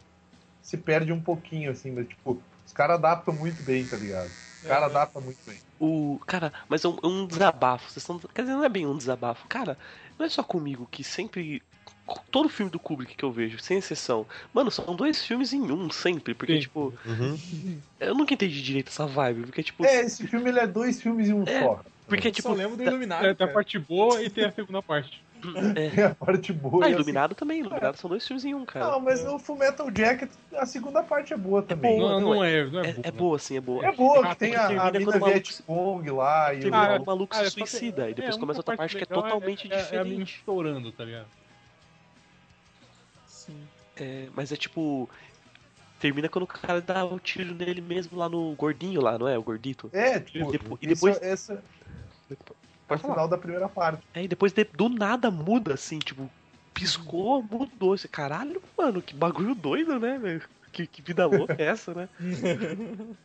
[SPEAKER 6] se perde um pouquinho, assim, mas tipo, os caras adaptam muito bem, tá ligado? Os
[SPEAKER 5] É.
[SPEAKER 6] caras adaptam muito bem.
[SPEAKER 5] O, cara, mas é um, é um desabafo. Vocês estão. Quer dizer, não é bem um desabafo. Cara, não é só comigo que sempre. Todo filme do Kubrick que eu vejo, sem exceção. Mano, são dois filmes em um, sempre. Porque,
[SPEAKER 7] Sim.
[SPEAKER 5] tipo,
[SPEAKER 4] Uhum.
[SPEAKER 5] eu nunca entendi direito essa vibe. Porque, tipo.
[SPEAKER 6] É, esse filme ele é dois filmes em um
[SPEAKER 5] É.
[SPEAKER 6] só.
[SPEAKER 5] porque,
[SPEAKER 3] Só
[SPEAKER 5] tipo.
[SPEAKER 3] lembro do Iluminado.
[SPEAKER 7] É, tem a
[SPEAKER 3] cara.
[SPEAKER 7] parte boa e tem a segunda parte.
[SPEAKER 5] é.
[SPEAKER 6] Tem a parte boa
[SPEAKER 5] Ah,
[SPEAKER 6] e a
[SPEAKER 5] Iluminado também. Iluminado são dois filmes em um,
[SPEAKER 6] segunda-
[SPEAKER 5] cara.
[SPEAKER 6] assim. Não, mas no Full Metal Jacket a segunda parte é boa também.
[SPEAKER 5] boa,
[SPEAKER 7] Não,
[SPEAKER 5] não
[SPEAKER 7] não é, não é,
[SPEAKER 5] É,
[SPEAKER 7] boa.
[SPEAKER 5] é boa, sim, é boa.
[SPEAKER 6] É boa,
[SPEAKER 7] Ah,
[SPEAKER 6] que tem
[SPEAKER 5] porque
[SPEAKER 6] a, a
[SPEAKER 5] termina quando
[SPEAKER 6] mina
[SPEAKER 5] o maluco se-
[SPEAKER 6] Vietcong lá e o
[SPEAKER 5] Termina
[SPEAKER 7] Ah,
[SPEAKER 5] o
[SPEAKER 6] maluco.
[SPEAKER 5] maluco
[SPEAKER 7] Ah,
[SPEAKER 5] se
[SPEAKER 7] é só-
[SPEAKER 5] suicida. E depois
[SPEAKER 7] a
[SPEAKER 5] começa
[SPEAKER 7] única
[SPEAKER 5] outra parte que é
[SPEAKER 7] legal
[SPEAKER 5] totalmente
[SPEAKER 7] é, é, É a mina
[SPEAKER 5] diferente.
[SPEAKER 7] estourando, tá ligado?
[SPEAKER 3] Sim.
[SPEAKER 5] É, mas é tipo. Termina quando o cara dá o tiro nele mesmo lá no gordinho lá, não é? O gordito.
[SPEAKER 6] É,
[SPEAKER 5] E
[SPEAKER 6] tipo,
[SPEAKER 5] depo- e
[SPEAKER 6] isso-
[SPEAKER 5] depois.
[SPEAKER 6] esse é o
[SPEAKER 5] Pode falar.
[SPEAKER 6] final da primeira parte.
[SPEAKER 5] É, e depois de- do nada muda, assim, tipo, piscou, mudou. Você, caralho, mano, que bagulho doido, né, velho? Que, que vida louca é essa, né?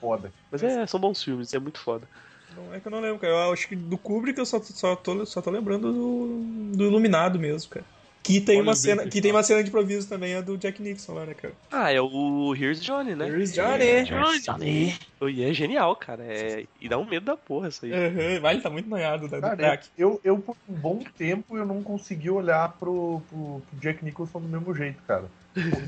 [SPEAKER 6] Foda.
[SPEAKER 5] Mas é, são bons filmes, é muito foda.
[SPEAKER 3] Não é que eu não lembro, cara. Eu acho que do Kubrick eu só, só, tô, só tô lembrando do, do Iluminado mesmo, cara. Que tem,
[SPEAKER 7] Olha
[SPEAKER 3] uma
[SPEAKER 7] o
[SPEAKER 3] cena,
[SPEAKER 7] Big
[SPEAKER 3] que tem uma cena de improviso também, a do Jack Nixon lá, né, cara?
[SPEAKER 5] Ah, é o Here's Johnny, né?
[SPEAKER 3] Here's Johnny.
[SPEAKER 6] né?
[SPEAKER 5] Johnny! E é genial, cara. É... E dá um medo da porra isso
[SPEAKER 6] É,
[SPEAKER 5] aí.
[SPEAKER 3] Uhum, vai, ele tá muito noiado da, do
[SPEAKER 6] Cara,
[SPEAKER 3] crack.
[SPEAKER 6] eu, eu, por um bom tempo, eu não consegui olhar pro, pro- pro Jack Nicholson do mesmo jeito, cara.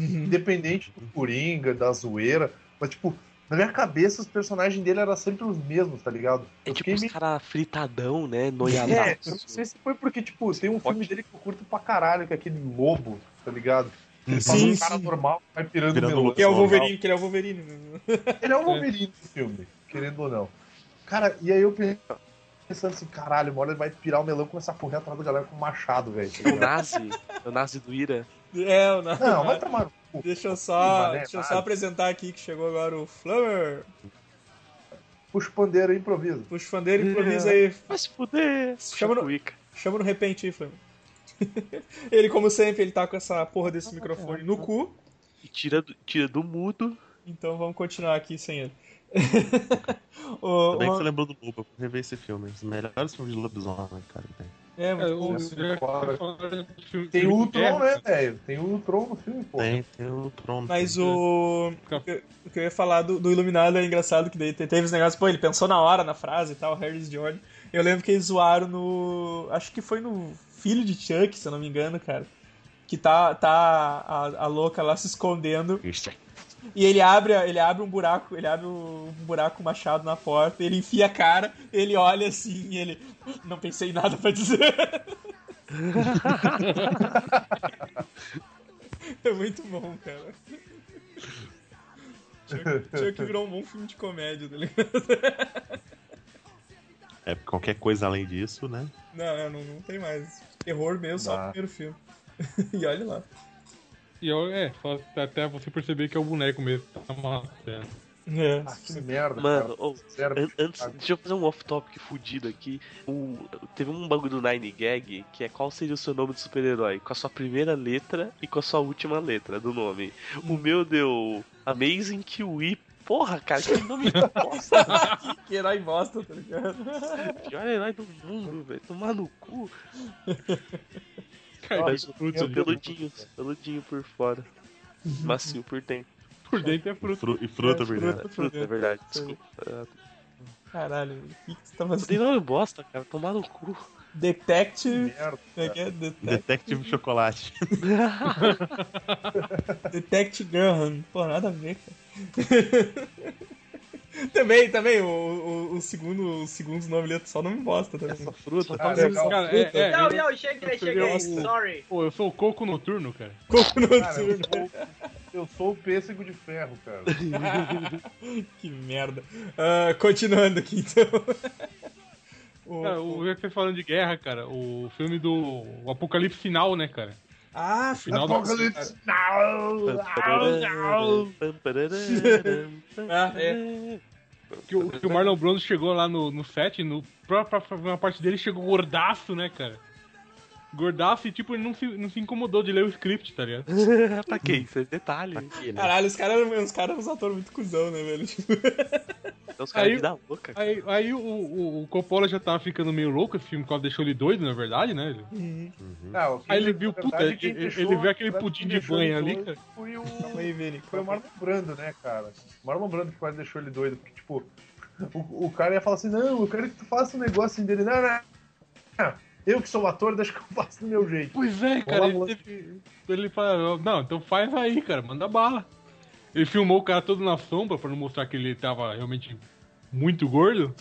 [SPEAKER 6] Independente do Coringa, da zoeira, mas, tipo, na minha cabeça, os personagens dele eram sempre os mesmos, tá ligado?
[SPEAKER 5] É
[SPEAKER 6] Eu
[SPEAKER 5] tipo
[SPEAKER 6] fiquei
[SPEAKER 5] os
[SPEAKER 6] meio-
[SPEAKER 5] caras fritadão, né?
[SPEAKER 6] É, eu não
[SPEAKER 5] Noiadaço.
[SPEAKER 6] sei se foi porque, tipo, tem um filme dele que eu curto pra caralho, que é aquele lobo, tá ligado? Ele
[SPEAKER 3] Sim,
[SPEAKER 6] faz um cara
[SPEAKER 3] sim.
[SPEAKER 6] normal, vai pirando
[SPEAKER 4] Virando
[SPEAKER 6] melão.
[SPEAKER 4] louco.
[SPEAKER 3] Que é o Wolverine, que ele é o Wolverine. né?
[SPEAKER 6] Ele é o Wolverine do filme, querendo ou não. Cara, e aí eu pensando assim, caralho, uma hora ele vai pirar o melão e começar a correr atrás da galera com machado, velho. tá
[SPEAKER 5] É o
[SPEAKER 6] ligado?
[SPEAKER 5] Nazi. É o Nazi do Ira.
[SPEAKER 3] É, o Nazi.
[SPEAKER 6] Não, vai tomar no cu.
[SPEAKER 3] Deixa eu só,
[SPEAKER 6] Mané,
[SPEAKER 3] deixa eu só
[SPEAKER 6] vale.
[SPEAKER 3] apresentar aqui que chegou agora o Flummer.
[SPEAKER 6] Puxa o pandeiro aí, improvisa.
[SPEAKER 3] Puxa o fandeiro e improvisa aí.
[SPEAKER 5] Vai se fuder.
[SPEAKER 3] Chama no-
[SPEAKER 5] Wicca.
[SPEAKER 3] Chama no repente aí, Flummer. ele, como sempre, ele tá com essa porra desse microfone no cu.
[SPEAKER 5] E tira do, tira do mudo.
[SPEAKER 3] Então vamos continuar aqui sem ele. O-
[SPEAKER 4] Ainda bem que
[SPEAKER 3] uma-
[SPEAKER 4] você lembrou do Lobo, eu vou rever esse filme. Os melhores filmes de lobisomem, cara. que tem.
[SPEAKER 3] É,
[SPEAKER 7] É,
[SPEAKER 3] muito
[SPEAKER 7] o-
[SPEAKER 3] bom.
[SPEAKER 7] já-
[SPEAKER 6] fora.
[SPEAKER 7] falando de filme-
[SPEAKER 6] Tem
[SPEAKER 7] filme
[SPEAKER 6] o
[SPEAKER 7] de
[SPEAKER 6] Ultron,
[SPEAKER 7] guerra,
[SPEAKER 6] né, velho? Tem o Ultron no filme, pô.
[SPEAKER 4] Tem, tem o Tron.
[SPEAKER 3] Mas o. o que eu- O que eu ia falar do, do Iluminado é engraçado, que daí te- teve esse negócio, pô, ele pensou na hora na frase e tal, Harris Jordan. Eu lembro que eles zoaram no. Acho que foi no Filho de Chuck, se eu não me engano, cara. Que tá, tá a, a louca lá se escondendo. E ele abre, ele abre um buraco, ele abre um buraco com machado na porta, ele enfia a cara, ele olha assim e ele. Não pensei em nada pra dizer. é muito bom, cara. Tinha que virar um bom filme de comédia, tá ligado?
[SPEAKER 4] É, qualquer coisa além disso, né?
[SPEAKER 3] Não, não, não, não tem mais. Terror mesmo, só
[SPEAKER 6] Dá.
[SPEAKER 3] o primeiro filme. e olha lá.
[SPEAKER 7] E eu, é, só até você perceber que é o boneco mesmo. que Tá amarrado, é.
[SPEAKER 3] É.
[SPEAKER 6] Ah, que merda,
[SPEAKER 5] Mano,
[SPEAKER 6] cara.
[SPEAKER 5] ô,
[SPEAKER 6] Sério,
[SPEAKER 5] an- antes,
[SPEAKER 6] sabe?
[SPEAKER 5] deixa eu fazer um off-topic fudido aqui. O, teve um bagulho do Nine Gag que é qual seria o seu nome de super-herói? Com a sua primeira letra e com a sua última letra do nome. O meu deu Amazing Kiwi. Porra, cara, que nome bosta.
[SPEAKER 3] que herói bosta, tá ligado?
[SPEAKER 5] Pior herói do mundo, velho. Tomar no cu.
[SPEAKER 7] Cara,
[SPEAKER 5] Mas
[SPEAKER 7] que
[SPEAKER 5] o
[SPEAKER 7] fruto
[SPEAKER 5] meu
[SPEAKER 7] ali.
[SPEAKER 5] peludinho, peludinho por fora. Macio por dentro.
[SPEAKER 7] Por dentro é
[SPEAKER 4] E,
[SPEAKER 7] fruto.
[SPEAKER 4] fru- e fruta, brilhante.
[SPEAKER 5] É fruta, é verdade. Desculpa.
[SPEAKER 3] tá Caralho, o que, que você tá
[SPEAKER 5] Eu dei
[SPEAKER 3] fazendo?
[SPEAKER 5] nome bosta, cara. Tomar no cu.
[SPEAKER 6] Que
[SPEAKER 3] Detective.
[SPEAKER 6] merda.
[SPEAKER 3] Como é que é? Detec-
[SPEAKER 4] Detective Chocolate.
[SPEAKER 3] Detective Graham. Pô, nada a ver, cara. também, também, o, o, o segundo, o segundo nome ali é só nome bosta também.
[SPEAKER 5] Essa fruta.
[SPEAKER 6] Ah,
[SPEAKER 5] tomar no
[SPEAKER 6] legal.
[SPEAKER 7] Cara, é, é,
[SPEAKER 8] Não,
[SPEAKER 7] eu-
[SPEAKER 8] não, cheguei,
[SPEAKER 7] eu seria
[SPEAKER 8] cheguei.
[SPEAKER 7] um-
[SPEAKER 8] Sorry.
[SPEAKER 7] Pô, eu sou o coco noturno, cara.
[SPEAKER 3] Coco
[SPEAKER 6] Cara,
[SPEAKER 3] noturno.
[SPEAKER 6] o- Eu sou o pêssego de ferro, cara.
[SPEAKER 3] Que merda. Ah, continuando aqui, então. O-
[SPEAKER 7] Cara, o já que você falando de guerra, cara, o filme do o Apocalipse Final, né, cara?
[SPEAKER 3] Ah,
[SPEAKER 7] final da-
[SPEAKER 6] Apocalipse Now!
[SPEAKER 3] Ah,
[SPEAKER 7] Que, o- que o Marlon Brando chegou lá no, no set, no, pra, pra fazer uma parte dele, chegou gordaço, né, cara? Gordaço e, tipo, ele não se, não se incomodou de ler o script, tá ligado?
[SPEAKER 5] pra que isso? É
[SPEAKER 4] Tá
[SPEAKER 5] detalhe.
[SPEAKER 4] né?
[SPEAKER 3] Caralho, os caras eram uns caras uns atores muito cuzão, né, velho?
[SPEAKER 5] Então
[SPEAKER 3] Tipo,
[SPEAKER 5] os
[SPEAKER 7] Aí-
[SPEAKER 5] caras da boca. cara.
[SPEAKER 7] Aí, aí o, o, o Coppola já tava ficando meio louco, esse filme quase deixou ele doido, na verdade, né? Ele-
[SPEAKER 6] Não, quem-
[SPEAKER 7] Aí ele viu,
[SPEAKER 6] na
[SPEAKER 7] puta,
[SPEAKER 6] verdade, quem
[SPEAKER 7] ele-
[SPEAKER 6] deixou-
[SPEAKER 7] ele viu aquele
[SPEAKER 6] na verdade,
[SPEAKER 7] pudim
[SPEAKER 6] quem
[SPEAKER 7] de
[SPEAKER 6] deixou
[SPEAKER 7] banha
[SPEAKER 6] ele
[SPEAKER 7] ali,
[SPEAKER 6] doido
[SPEAKER 7] cara.
[SPEAKER 6] Foi o,
[SPEAKER 3] aí, Vini.
[SPEAKER 6] foi o Marlon Brando, né, cara? O Marlon Brando que quase deixou ele doido, porque, tipo, o, o cara ia falar assim: não, eu quero que tu faça um negócio assim dele. Não, não, não. Eu que sou o ator, deixa que eu faço do meu jeito.
[SPEAKER 7] Pois é, cara, ele, teve- ele fala, não, então faz aí, cara, manda bala. Ele filmou o cara todo na sombra pra não mostrar que ele tava realmente muito gordo.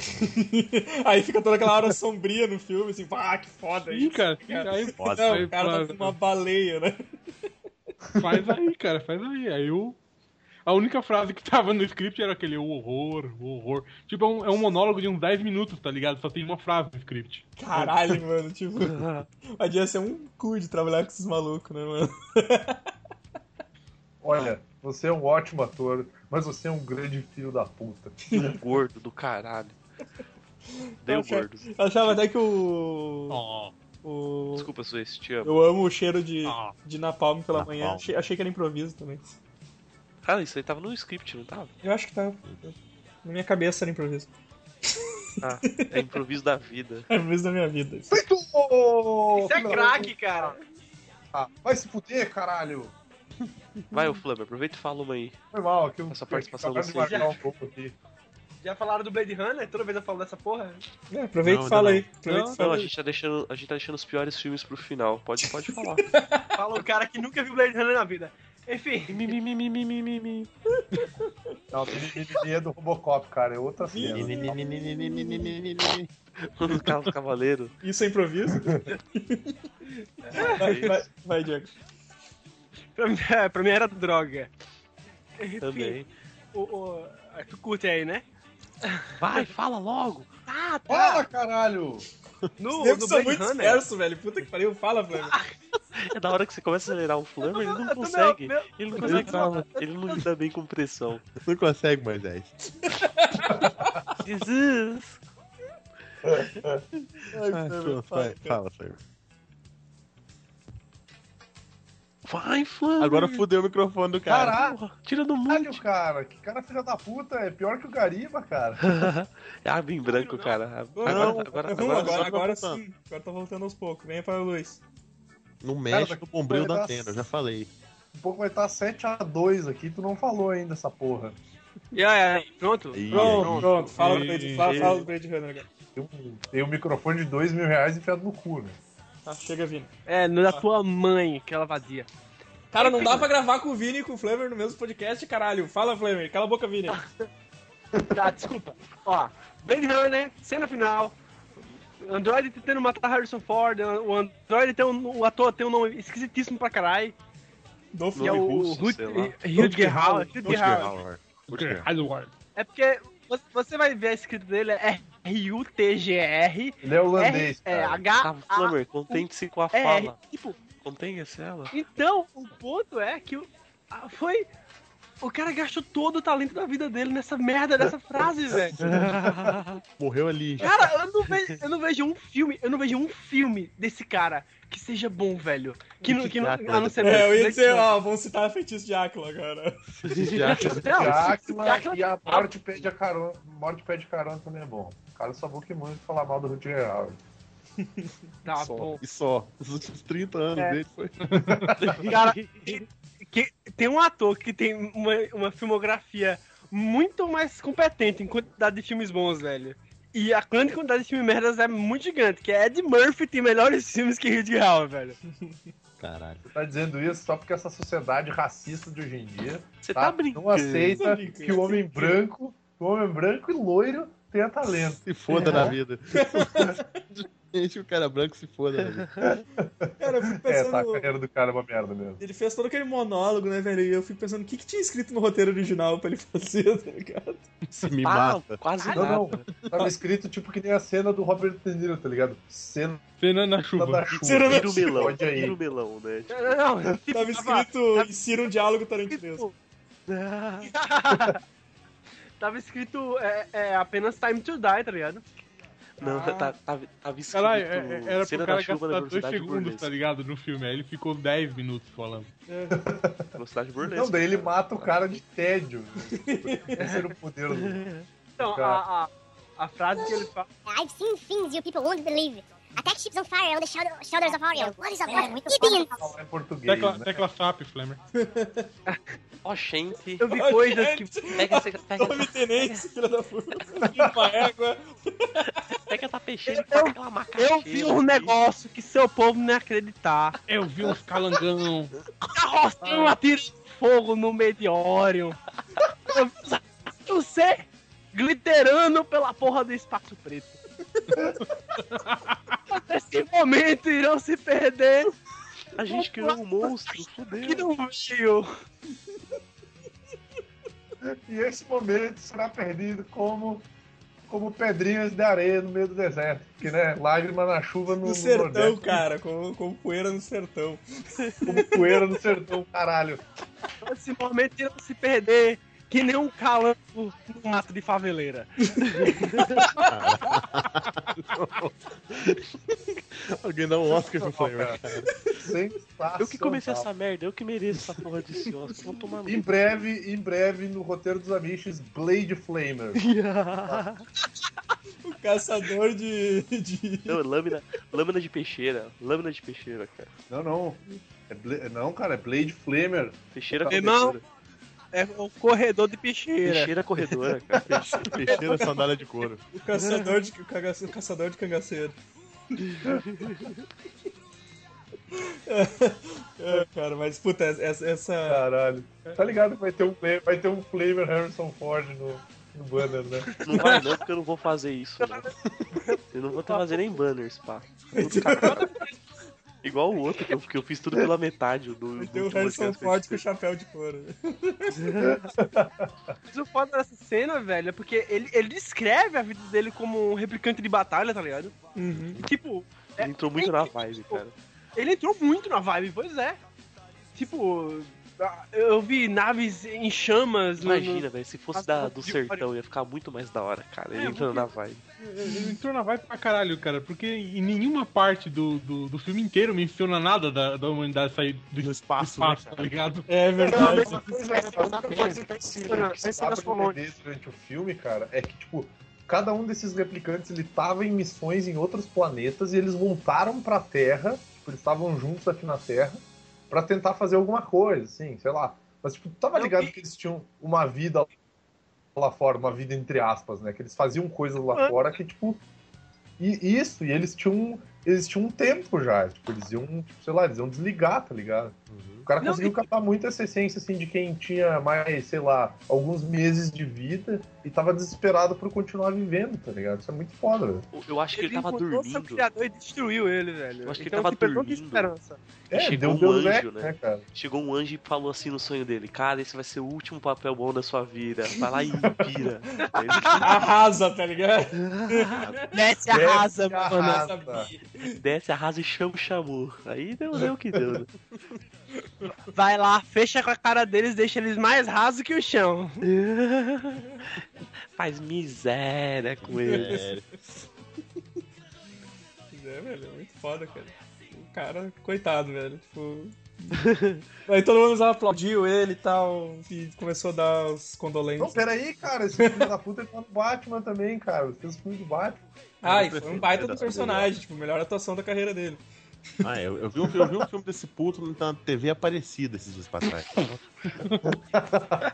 [SPEAKER 3] Aí fica toda aquela hora sombria no filme, assim, ah, que foda
[SPEAKER 7] Ih,
[SPEAKER 3] isso.
[SPEAKER 7] cara, aí,
[SPEAKER 4] Foda.
[SPEAKER 3] Não,
[SPEAKER 7] aí
[SPEAKER 3] o cara tá com
[SPEAKER 7] fala,
[SPEAKER 3] uma baleia, né?
[SPEAKER 7] faz aí, cara, faz aí. Aí eu... A única frase que tava no script era aquele "O horror, o horror. Tipo, é um, é um monólogo de uns 10 minutos, tá ligado? Só tem uma frase no script.
[SPEAKER 3] Caralho, mano, tipo. Mas ia ser um cu de trabalhar com esses malucos, né, mano?
[SPEAKER 6] Olha, você é um ótimo ator, mas você é um grande filho da puta.
[SPEAKER 5] Um gordo do caralho. Deu gordo.
[SPEAKER 3] Eu achava até que o.
[SPEAKER 7] Ó,
[SPEAKER 3] o...
[SPEAKER 5] Desculpa, Suez, te amo.
[SPEAKER 3] Eu amo o cheiro de,
[SPEAKER 7] Ah.
[SPEAKER 3] de napalm pela manhã.
[SPEAKER 4] Napalm.
[SPEAKER 3] Achei, achei que era improviso também.
[SPEAKER 5] Cara, isso aí tava no script, não tava?
[SPEAKER 3] Eu acho que tá. Na minha cabeça era improviso.
[SPEAKER 5] Ah, é improviso da vida.
[SPEAKER 3] É improviso da minha vida.
[SPEAKER 6] Feito! Isso
[SPEAKER 8] é
[SPEAKER 5] cara.
[SPEAKER 6] Ah, vai se fuder, caralho!
[SPEAKER 5] Vai, ô Flamengo, aproveita e fala uma aí.
[SPEAKER 6] Foi mal, que eu
[SPEAKER 5] Essa participação
[SPEAKER 6] acabei de
[SPEAKER 5] do
[SPEAKER 6] guardar um pouco aqui.
[SPEAKER 8] Já falaram do Blade Runner? Toda vez eu falo dessa porra.
[SPEAKER 3] É, aproveita
[SPEAKER 4] Não,
[SPEAKER 3] e fala
[SPEAKER 4] não.
[SPEAKER 3] aí. Aproveita
[SPEAKER 7] Não,
[SPEAKER 3] e
[SPEAKER 5] Não,
[SPEAKER 3] fala
[SPEAKER 5] a
[SPEAKER 3] aí.
[SPEAKER 5] gente tá deixando, a gente tá deixando os piores filmes pro final. Pode, pode falar.
[SPEAKER 8] Fala o cara que nunca viu Blade Runner na vida. Enfim,
[SPEAKER 5] Mi, mi, mi, mi, mi, mi, mi, mi.
[SPEAKER 6] Não, Mimimi é do Robocop, cara, é outra cena.
[SPEAKER 5] Os caras do cavaleiro.
[SPEAKER 3] Isso é improviso? vai, vai, vai, Diego.
[SPEAKER 8] pra mim, é, pra mim era droga. Enfim,
[SPEAKER 5] Também.
[SPEAKER 8] O, o- ah, tu curte aí, né?
[SPEAKER 5] Vai, fala logo.
[SPEAKER 8] Tá,
[SPEAKER 6] Fala, caralho!
[SPEAKER 8] No,
[SPEAKER 3] Eu
[SPEAKER 8] no
[SPEAKER 3] sou
[SPEAKER 8] Blade
[SPEAKER 3] é muito
[SPEAKER 8] Runner.
[SPEAKER 3] disperso, velho. Puta que pariu. Fala, Flamengo.
[SPEAKER 5] É da hora que você começa a acelerar o Flammer, ele não
[SPEAKER 8] Eu tô-
[SPEAKER 5] consegue.
[SPEAKER 8] meu- meu-
[SPEAKER 5] Ele não
[SPEAKER 8] eu
[SPEAKER 5] consegue
[SPEAKER 8] tô-
[SPEAKER 5] falar. Ele não lida bem com pressão.
[SPEAKER 4] Não consegue, é Moisés.
[SPEAKER 5] Jesus!
[SPEAKER 4] Ah, fala, fala, fala, Flamengo.
[SPEAKER 5] Vai, Flammer!
[SPEAKER 4] Agora fudeu o microfone do cara.
[SPEAKER 6] Caralho,
[SPEAKER 5] Tira do mundo.
[SPEAKER 6] caralho, cara! Que cara filha da puta, é pior que o Gariba, cara.
[SPEAKER 5] Ah, bem branco, cara.
[SPEAKER 3] Não,
[SPEAKER 5] Agora, agora,
[SPEAKER 3] não,
[SPEAKER 5] agora,
[SPEAKER 3] agora,
[SPEAKER 4] agora
[SPEAKER 3] agora
[SPEAKER 4] tá voltando.
[SPEAKER 3] sim. Agora tá voltando aos poucos. Vem para Luiz.
[SPEAKER 4] Não
[SPEAKER 6] Cara,
[SPEAKER 4] mexe
[SPEAKER 6] daqui
[SPEAKER 4] no
[SPEAKER 6] a
[SPEAKER 4] bombril
[SPEAKER 6] pouco vai
[SPEAKER 4] da
[SPEAKER 6] dar-
[SPEAKER 4] tenda, eu já falei.
[SPEAKER 6] Um pouco vai estar 7x2 aqui, tu não falou ainda essa porra.
[SPEAKER 8] E aí, pronto?
[SPEAKER 4] Ih,
[SPEAKER 3] Pronto,
[SPEAKER 4] aí.
[SPEAKER 3] pronto. Fala do
[SPEAKER 7] E-
[SPEAKER 3] Blade, fala, fala do Blade Runner agora.
[SPEAKER 6] Tem um, tem um microfone de 2 mil reais enfiado no cu, né?
[SPEAKER 3] Tá, chega, Vini.
[SPEAKER 8] É, no da tua mãe, que ela vadia.
[SPEAKER 3] Cara, não dá pra gravar com o Vini e com o Flamer no mesmo podcast, caralho. Fala, Flamer. Cala a boca, Vini.
[SPEAKER 6] Ah,
[SPEAKER 8] Tá, desculpa. Ó, Blade Runner, cena final. Android tentando matar Harrison Ford. O Android tem um, o ator tem um nome esquisitíssimo pra caralho.
[SPEAKER 3] Do
[SPEAKER 8] Que é
[SPEAKER 3] Flamer.
[SPEAKER 8] o
[SPEAKER 5] russo,
[SPEAKER 8] Ruth-
[SPEAKER 5] sei lá.
[SPEAKER 8] Rutger Hauer. Rutger Hauer.
[SPEAKER 4] Rutger
[SPEAKER 7] Halloween.
[SPEAKER 8] É porque vo- você vai ver a escrita dele é R-U-T-G-R.
[SPEAKER 6] Ele é holandês,
[SPEAKER 8] R- é
[SPEAKER 6] cara.
[SPEAKER 5] Ah,
[SPEAKER 8] H. A,
[SPEAKER 5] Flammer, contente-se com a
[SPEAKER 8] é, R.
[SPEAKER 5] fala.
[SPEAKER 8] Tipo,
[SPEAKER 5] Contenha-se ela.
[SPEAKER 8] então, o ponto é que o- ah, foi. O cara gastou todo o talento da vida dele nessa merda dessa frase, velho.
[SPEAKER 4] Morreu ali.
[SPEAKER 8] Cara, eu não, vejo, eu não vejo um filme, eu não vejo um filme desse cara que seja bom, velho. Que não, que não, a não ser
[SPEAKER 3] É, eu ia dizer,
[SPEAKER 6] né?
[SPEAKER 3] ó, vamos citar feitiço de Áquila agora.
[SPEAKER 4] Já achou
[SPEAKER 8] ah, Não,
[SPEAKER 6] Jackman e a Morte Pede a Carona. Morte Pede Carona também é bom. O cara só boca muito falar mal do Rutger Hauer.
[SPEAKER 8] tá
[SPEAKER 4] só.
[SPEAKER 8] bom.
[SPEAKER 4] E só. Os últimos 30 anos
[SPEAKER 8] É.
[SPEAKER 4] dele foi.
[SPEAKER 8] Cara, que, tem um ator que tem uma, uma filmografia muito mais competente em quantidade de filmes bons, velho. E a grande quantidade de filmes merdas é muito gigante, que é Ed Murphy tem melhores filmes que Ridley Hall, velho.
[SPEAKER 4] Caralho.
[SPEAKER 6] Você tá dizendo isso só porque essa sociedade racista de hoje em dia
[SPEAKER 5] Você
[SPEAKER 6] tá?
[SPEAKER 5] tá brincando.
[SPEAKER 6] Não aceita
[SPEAKER 3] brincando.
[SPEAKER 6] que o homem branco, que o homem branco e loiro tenha talento.
[SPEAKER 4] Se foda na vida. Deixa o cara branco se foda, velho.
[SPEAKER 3] Cara, eu fico
[SPEAKER 6] É, tá, a
[SPEAKER 3] pensando.
[SPEAKER 6] carreira do cara é uma merda mesmo.
[SPEAKER 3] Ele fez todo aquele monólogo, né, velho? E eu fico pensando o que, que tinha escrito no roteiro original pra ele fazer, tá ligado?
[SPEAKER 4] Se me
[SPEAKER 5] Ah,
[SPEAKER 4] mata.
[SPEAKER 5] quase
[SPEAKER 6] Não,
[SPEAKER 5] nada.
[SPEAKER 6] não. Tava escrito tipo que nem a cena do Robert De Niro, tá ligado? Cena
[SPEAKER 7] Fernando na chuva.
[SPEAKER 6] da chuva.
[SPEAKER 3] Cena da
[SPEAKER 5] Tira o melão,
[SPEAKER 6] Pode aí.
[SPEAKER 5] tira o melão, né? Tipo,
[SPEAKER 8] Não, não, tipo,
[SPEAKER 3] Tava
[SPEAKER 8] tava-
[SPEAKER 3] escrito insira um diálogo tarantinês.
[SPEAKER 8] Tava escrito é, é, apenas Time to Die, tá ligado?
[SPEAKER 5] Não, tá, tá, tava- tava escrito
[SPEAKER 7] Caralho, é- é- era
[SPEAKER 5] cena
[SPEAKER 7] pro
[SPEAKER 5] da
[SPEAKER 7] cara
[SPEAKER 5] chuva da
[SPEAKER 7] gastar dois
[SPEAKER 5] velocidade
[SPEAKER 7] segundos, tá
[SPEAKER 5] burlesca.
[SPEAKER 7] ligado? No filme. Aí ele ficou 10 minutos falando.
[SPEAKER 5] Velocidade né? burlesca.
[SPEAKER 6] Não, daí ele mata o cara de tédio. Esse era o poder do.
[SPEAKER 8] Então, a, a, a frase que ele fala.
[SPEAKER 9] I've seen things you people won't believe. Attack ships on fire on the shoulder- shoulders of Orion. What is a Gideon?
[SPEAKER 6] Falar em português,
[SPEAKER 7] Tecla,
[SPEAKER 6] né?
[SPEAKER 7] tecla SAP, Flamer.
[SPEAKER 5] Ó, gente.
[SPEAKER 8] Eu vi coisas que.
[SPEAKER 5] Pega essa, pega
[SPEAKER 3] Tome
[SPEAKER 5] essa,
[SPEAKER 3] tenência, filha da puta. Limpa a égua.
[SPEAKER 5] pega essa peixeira que
[SPEAKER 8] Eu-
[SPEAKER 5] tá aquela macaxeira.
[SPEAKER 8] Eu vi um negócio que seu povo não ia acreditar.
[SPEAKER 7] Eu vi uns calangão.
[SPEAKER 8] Tá Carrocinho atira fogo no meio de Orion. Eu vi os arqueiros C glitterando pela porra do espaço preto. Mas Nesse momento irão se perder
[SPEAKER 5] A gente criou um monstro,
[SPEAKER 8] aqui
[SPEAKER 5] fudeu.
[SPEAKER 8] no meio.
[SPEAKER 6] E esse momento será perdido como, como pedrinhas de areia no meio do deserto. Que, né? Lágrima na chuva no,
[SPEAKER 3] No
[SPEAKER 6] no
[SPEAKER 3] sertão,
[SPEAKER 6] Nordeste,
[SPEAKER 3] cara. Com, com poeira no sertão.
[SPEAKER 6] como poeira no sertão, caralho.
[SPEAKER 8] Nesse momento irão se perder que nem um calango no mato de faveleira.
[SPEAKER 4] Alguém dá um Oscar pro Flamer.
[SPEAKER 6] Sensacional.
[SPEAKER 5] Eu que comecei essa merda, eu que mereço essa porra desse Oscar. Vou tomar no
[SPEAKER 6] Em breve, em breve, no roteiro dos Amish, Blade Flamer.
[SPEAKER 3] O caçador de. de...
[SPEAKER 5] Não, lâmina, lâmina de peixeira. Lâmina de peixeira, cara.
[SPEAKER 6] Não, não. É Bla- Não, cara, é Blade Flamer.
[SPEAKER 5] Peixeira
[SPEAKER 8] Irmão.
[SPEAKER 5] corredora.
[SPEAKER 8] É o corredor de peixeira.
[SPEAKER 5] Peixeira corredora, cara.
[SPEAKER 4] Peixeira, sandália de couro.
[SPEAKER 3] O caçador de. O caga- o caçador de cangaceiro. É, cara, mas puta, essa. essa...
[SPEAKER 6] Caralho. Tá ligado? que Vai ter um, Fla- vai ter um Flamer Harrison Ford no, no banner, né?
[SPEAKER 5] Não vai não, porque eu não vou fazer isso. Né? Eu não vou ter fazer nem banners, pá. Igual o outro, que eu, que eu fiz tudo pela metade do, do
[SPEAKER 3] Tem o
[SPEAKER 5] último
[SPEAKER 3] Harrison
[SPEAKER 5] podcast que eu
[SPEAKER 3] Ford com
[SPEAKER 5] escutei.
[SPEAKER 3] chapéu de couro.
[SPEAKER 8] Mas o foda dessa cena, velho, é porque ele, ele descreve a vida dele como um replicante de batalha, tá ligado? Tipo,
[SPEAKER 5] Ele entrou muito na vibe, cara.
[SPEAKER 8] Ele entrou muito na vibe, pois é. Tipo, ah, eu vi naves em chamas. no-
[SPEAKER 5] Imagina, velho, se fosse da, do
[SPEAKER 8] Nossa, que
[SPEAKER 5] sertão, ia ficar muito mais da hora, cara. Ele
[SPEAKER 8] É,
[SPEAKER 5] entrando
[SPEAKER 8] porque-
[SPEAKER 5] na vibe.
[SPEAKER 7] Ele entrou na vibe pra caralho, cara. Porque em nenhuma parte do, do, do filme inteiro menciona nada da, da humanidade sair do
[SPEAKER 4] No
[SPEAKER 7] espaço,
[SPEAKER 4] espaço,
[SPEAKER 7] tá ligado?
[SPEAKER 3] É verdade.
[SPEAKER 8] Esse das
[SPEAKER 6] sabe
[SPEAKER 8] colônias.
[SPEAKER 6] entender durante o filme, cara, é que, tipo, cada um desses replicantes, ele tava em missões em outros planetas e eles voltaram pra Terra, tipo, eles estavam juntos aqui na Terra, pra tentar fazer alguma coisa, assim, sei lá. Mas, tipo, tu tava
[SPEAKER 8] Não,
[SPEAKER 6] ligado
[SPEAKER 8] e-
[SPEAKER 6] que eles tinham uma vida lá fora, uma vida entre aspas, né? Que eles faziam coisas lá fora que, tipo... E isso, e eles tinham... Eles tinham um tempo já, tipo, eles iam, tipo, sei lá, eles iam desligar, tá ligado? O cara
[SPEAKER 8] Não,
[SPEAKER 6] conseguiu
[SPEAKER 8] e-
[SPEAKER 6] captar muito essa essência, assim, de quem tinha mais, sei lá, alguns meses de vida e tava desesperado por continuar vivendo, tá ligado? Isso é muito foda, velho.
[SPEAKER 5] Eu- Eu acho que ele tava
[SPEAKER 8] encontrou seu
[SPEAKER 5] dormindo.
[SPEAKER 8] criador e destruiu ele, velho.
[SPEAKER 5] Eu acho que ele
[SPEAKER 8] Então,
[SPEAKER 5] tava
[SPEAKER 8] tipo, não tem
[SPEAKER 5] dormindo.
[SPEAKER 8] esperança.
[SPEAKER 6] É,
[SPEAKER 5] Chegou
[SPEAKER 6] deu
[SPEAKER 5] um
[SPEAKER 6] Deus
[SPEAKER 5] anjo,
[SPEAKER 6] Ex,
[SPEAKER 5] né?
[SPEAKER 6] né, cara?
[SPEAKER 5] Chegou um anjo e falou assim no sonho dele: Cara, esse vai ser o último papel bom da sua vida. Vai lá e pira. Aí ele
[SPEAKER 3] Arrasa, tá ligado?
[SPEAKER 8] Desce
[SPEAKER 5] É.
[SPEAKER 6] Desce,
[SPEAKER 8] arrasa, mano.
[SPEAKER 6] arrasa.
[SPEAKER 5] desce, arrasa e chama o chamu. Aí deu, deu o que deu. Né?
[SPEAKER 8] Vai lá, fecha com a cara deles, deixa eles mais rasos que o chão.
[SPEAKER 5] Faz miséria com ele.
[SPEAKER 3] É, velho, é muito foda, cara. O cara, coitado, velho, tipo... Aí todo mundo já aplaudiu ele e tal, e começou a dar os
[SPEAKER 6] Não,
[SPEAKER 3] condolências.
[SPEAKER 6] peraí, cara, esse filho da puta tá no Batman também, cara. Ele fez filme do Batman.
[SPEAKER 3] Ah, e foi um baita do personagem, tipo, melhor atuação da carreira dele.
[SPEAKER 4] Ah, eu, eu vi um, eu vi um filme desse puto na TV Aparecida esses dias pra trás.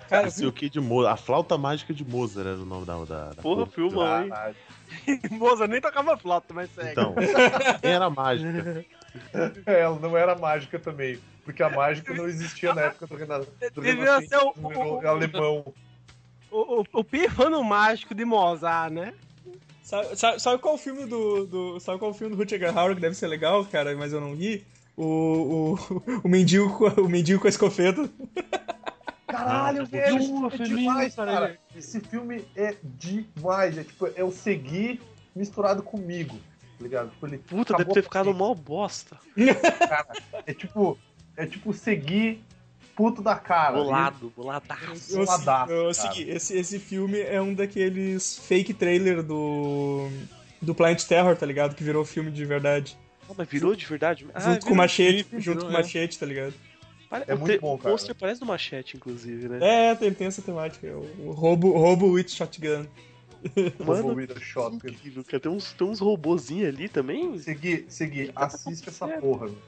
[SPEAKER 3] Cara,
[SPEAKER 4] Esse é o que de Mozart. A Flauta Mágica de Mozart era o nome da. da, da
[SPEAKER 5] Porra, filmão, hein?
[SPEAKER 6] Caralho.
[SPEAKER 8] Moza nem tocava flauta, mas segue.
[SPEAKER 4] Então, quem era a mágica?
[SPEAKER 6] É, ela não era mágica também. Porque a mágica não existia na época do né, Renato. do
[SPEAKER 8] Devia ser o-
[SPEAKER 6] Renascentismo alemão.
[SPEAKER 8] O, o, o pifano mágico de Mozart, né?
[SPEAKER 3] Sabe, sabe- sabe qual o filme do, do. Sabe qual o filme do Rutger Hauer que deve ser legal, cara, mas eu não vi? O. O, o mendigo, com- o mendigo com a escofeta.
[SPEAKER 6] Caralho,
[SPEAKER 4] Ah,
[SPEAKER 6] velho,
[SPEAKER 7] Boa,
[SPEAKER 6] é
[SPEAKER 7] Firmino,
[SPEAKER 6] demais,
[SPEAKER 7] cara.
[SPEAKER 6] cara. Esse filme é demais. É tipo, é o seguir misturado comigo, tá ligado? Tipo, ele
[SPEAKER 5] Puta,
[SPEAKER 6] acabou
[SPEAKER 5] deve ter ficado
[SPEAKER 6] comigo,
[SPEAKER 5] mó bosta.
[SPEAKER 6] cara. É tipo, é tipo seguir puto da cara.
[SPEAKER 5] Bolado, boladaço.
[SPEAKER 3] Eu,
[SPEAKER 6] Ladaço,
[SPEAKER 3] eu,
[SPEAKER 6] cara.
[SPEAKER 3] segui, esse, esse filme é um daqueles fake trailer do. Do Planet Terror, tá ligado? Que virou filme de verdade.
[SPEAKER 5] Ah, mas virou de verdade? Ah,
[SPEAKER 3] junto com
[SPEAKER 5] virou.
[SPEAKER 3] o Machete,
[SPEAKER 5] Virou,
[SPEAKER 3] junto com
[SPEAKER 5] é.
[SPEAKER 3] o Machete, tá ligado?
[SPEAKER 5] Pare-
[SPEAKER 6] É
[SPEAKER 5] o
[SPEAKER 6] muito
[SPEAKER 5] te-
[SPEAKER 6] bom,
[SPEAKER 5] O
[SPEAKER 6] cara.
[SPEAKER 5] pôster parece do Machete, inclusive, né?
[SPEAKER 3] É, tem, tem essa temática. O o roubo, roubo with shotgun.
[SPEAKER 6] Mano,
[SPEAKER 5] Mano,
[SPEAKER 6] Shotgun.
[SPEAKER 5] incrível, cara. Tem uns, tem uns robozinhos ali também.
[SPEAKER 6] Segui, segui, assiste essa porra, velho.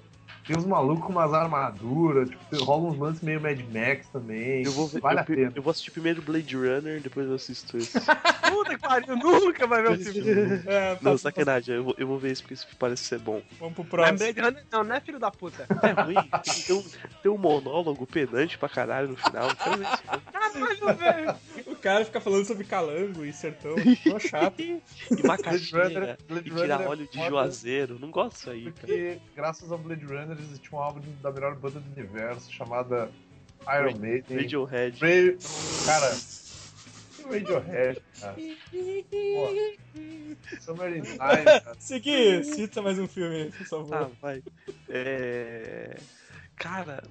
[SPEAKER 6] Tem uns malucos com umas armaduras, tipo, rola uns lances meio Mad Max também.
[SPEAKER 5] Eu vou, ver-
[SPEAKER 6] vale
[SPEAKER 5] eu,
[SPEAKER 6] a pena.
[SPEAKER 5] eu vou assistir primeiro Blade Runner, depois eu assisto esse.
[SPEAKER 8] Puta que pariu, nunca vai ver o filme.
[SPEAKER 3] É,
[SPEAKER 5] Não,
[SPEAKER 3] vamos,
[SPEAKER 5] sacanagem, eu vou, eu vou ver esse porque esse parece ser bom.
[SPEAKER 3] vamos pro
[SPEAKER 8] Mas
[SPEAKER 3] próximo.
[SPEAKER 8] Blade Runner, não, não é filho da puta.
[SPEAKER 5] É ruim, tem- tem um, tem um monólogo pedante pra caralho no final. um não quero ver isso, não.
[SPEAKER 8] Caralho, velho.
[SPEAKER 3] O cara fica falando sobre calango e sertão. Mó chato.
[SPEAKER 5] E macaxeira,
[SPEAKER 6] Blade
[SPEAKER 5] né? e tirar
[SPEAKER 6] Runner é
[SPEAKER 5] óleo de
[SPEAKER 6] foda
[SPEAKER 5] juazeiro, não gosto disso aí, cara.
[SPEAKER 6] Porque, graças ao Blade Runner, existe um álbum da melhor banda do universo chamada Iron Maiden.
[SPEAKER 5] Radiohead.
[SPEAKER 6] Brave... Cara, que Radiohead, cara. Pô, Summer in Time, cara.
[SPEAKER 3] Segui, cita mais um filme, aí, por favor.
[SPEAKER 5] Ah, vai. É... Cara.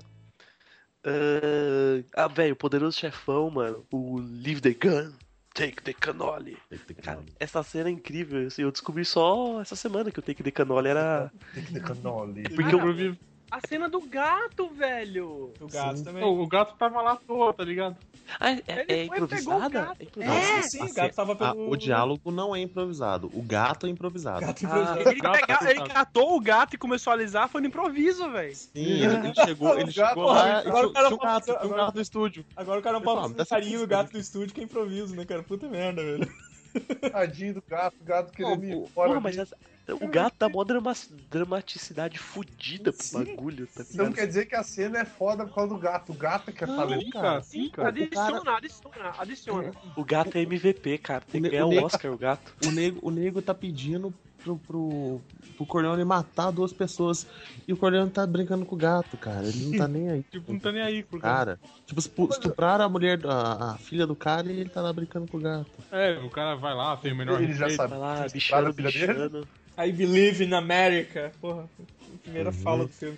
[SPEAKER 5] ahn, Ah, velho, o poderoso chefão, mano. O Leave the Gun, Take the Cannoli. Cara, essa cena é incrível. assim, Eu descobri só essa semana que o Take the Cannoli era.
[SPEAKER 6] Tem que ter canole.
[SPEAKER 5] Porque
[SPEAKER 7] Eu
[SPEAKER 5] eu.
[SPEAKER 7] vi-
[SPEAKER 8] A cena do gato, velho.
[SPEAKER 3] O gato também.
[SPEAKER 7] Então, o gato tava lá à toa, tá ligado?
[SPEAKER 5] Ah, é, é
[SPEAKER 8] Ele foi, pegou o
[SPEAKER 5] improvisada?
[SPEAKER 8] gato.
[SPEAKER 5] É
[SPEAKER 3] Não,
[SPEAKER 5] improvisada?
[SPEAKER 3] sim, sim,
[SPEAKER 4] assim,
[SPEAKER 3] o gato tava pelo.
[SPEAKER 4] Ah, o diálogo não é improvisado, o gato é improvisado.
[SPEAKER 3] Gato
[SPEAKER 5] Ah.
[SPEAKER 8] Ele,
[SPEAKER 7] Gato,
[SPEAKER 8] pega-
[SPEAKER 7] gato.
[SPEAKER 8] ele catou o gato e começou a alisar, foi no improviso, velho.
[SPEAKER 4] Sim, ele, ele chegou, ele
[SPEAKER 6] O gato-
[SPEAKER 4] chegou lá
[SPEAKER 3] Agora
[SPEAKER 4] e
[SPEAKER 3] o
[SPEAKER 4] tinha,
[SPEAKER 3] cara
[SPEAKER 4] tinha um gato,
[SPEAKER 3] fala-
[SPEAKER 4] tinha um gato no estúdio.
[SPEAKER 3] Agora o cara é não
[SPEAKER 4] Eu
[SPEAKER 3] pode
[SPEAKER 4] falo,
[SPEAKER 3] fazer
[SPEAKER 4] dessa
[SPEAKER 3] carinho o
[SPEAKER 4] música,
[SPEAKER 3] gato do estúdio que é improviso, né, cara? Puta merda, velho.
[SPEAKER 6] Tadinho do gato, o gato
[SPEAKER 5] Pô,
[SPEAKER 6] querendo ir
[SPEAKER 5] pô,
[SPEAKER 6] embora.
[SPEAKER 5] porra, mas é essa- o gato dá mó drama- dramaticidade fudida pro
[SPEAKER 3] Sim,
[SPEAKER 5] bagulho, tá
[SPEAKER 6] Então
[SPEAKER 5] ligado?
[SPEAKER 6] quer dizer que a cena é foda por causa do gato. O gato que é
[SPEAKER 7] Sim,
[SPEAKER 4] um
[SPEAKER 6] talento.
[SPEAKER 7] cara, sim, cara.
[SPEAKER 8] adiciona, adiciona, adiciona.
[SPEAKER 5] O gato é MVP, cara. Tem que
[SPEAKER 4] O
[SPEAKER 5] ganhar o
[SPEAKER 4] ne-
[SPEAKER 5] Oscar, o gato.
[SPEAKER 4] O nego, o nego tá pedindo pro, pro, pro Corleone matar duas pessoas. E o Corleone tá brincando com o gato, cara. Ele não tá nem aí.
[SPEAKER 7] Tipo, não tá nem aí, porque.
[SPEAKER 4] Cara, tipo, estu- estupraram a mulher, a, a filha do cara e ele tá lá brincando com o gato.
[SPEAKER 7] É, o cara vai lá, tem o melhor
[SPEAKER 6] Ele já
[SPEAKER 7] respeito.
[SPEAKER 6] sabe.
[SPEAKER 5] Vai lá,
[SPEAKER 6] Estuprado
[SPEAKER 5] bichano,
[SPEAKER 6] a filha dele?
[SPEAKER 5] bichano.
[SPEAKER 3] I believe in America. Porra, primeira
[SPEAKER 4] Uhum.
[SPEAKER 3] fala do filme.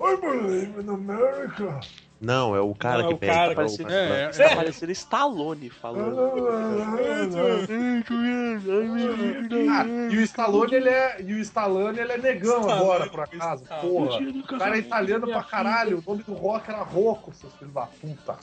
[SPEAKER 6] I believe in America.
[SPEAKER 4] Não, é o cara
[SPEAKER 3] Não, é
[SPEAKER 4] que
[SPEAKER 3] o
[SPEAKER 4] pega.
[SPEAKER 3] cara
[SPEAKER 4] é
[SPEAKER 3] que
[SPEAKER 4] o
[SPEAKER 5] se-
[SPEAKER 4] cara que-
[SPEAKER 7] É, é,
[SPEAKER 5] Tá parecendo Stallone falando.
[SPEAKER 6] Ah, e o Stallone, ele é, e o Stallone, ele é negão
[SPEAKER 3] Stallone,
[SPEAKER 6] agora, por acaso.
[SPEAKER 3] Stallone.
[SPEAKER 6] Porra. O cara é italiano pra caralho. O nome do rock era Rocco, seus filhos da puta.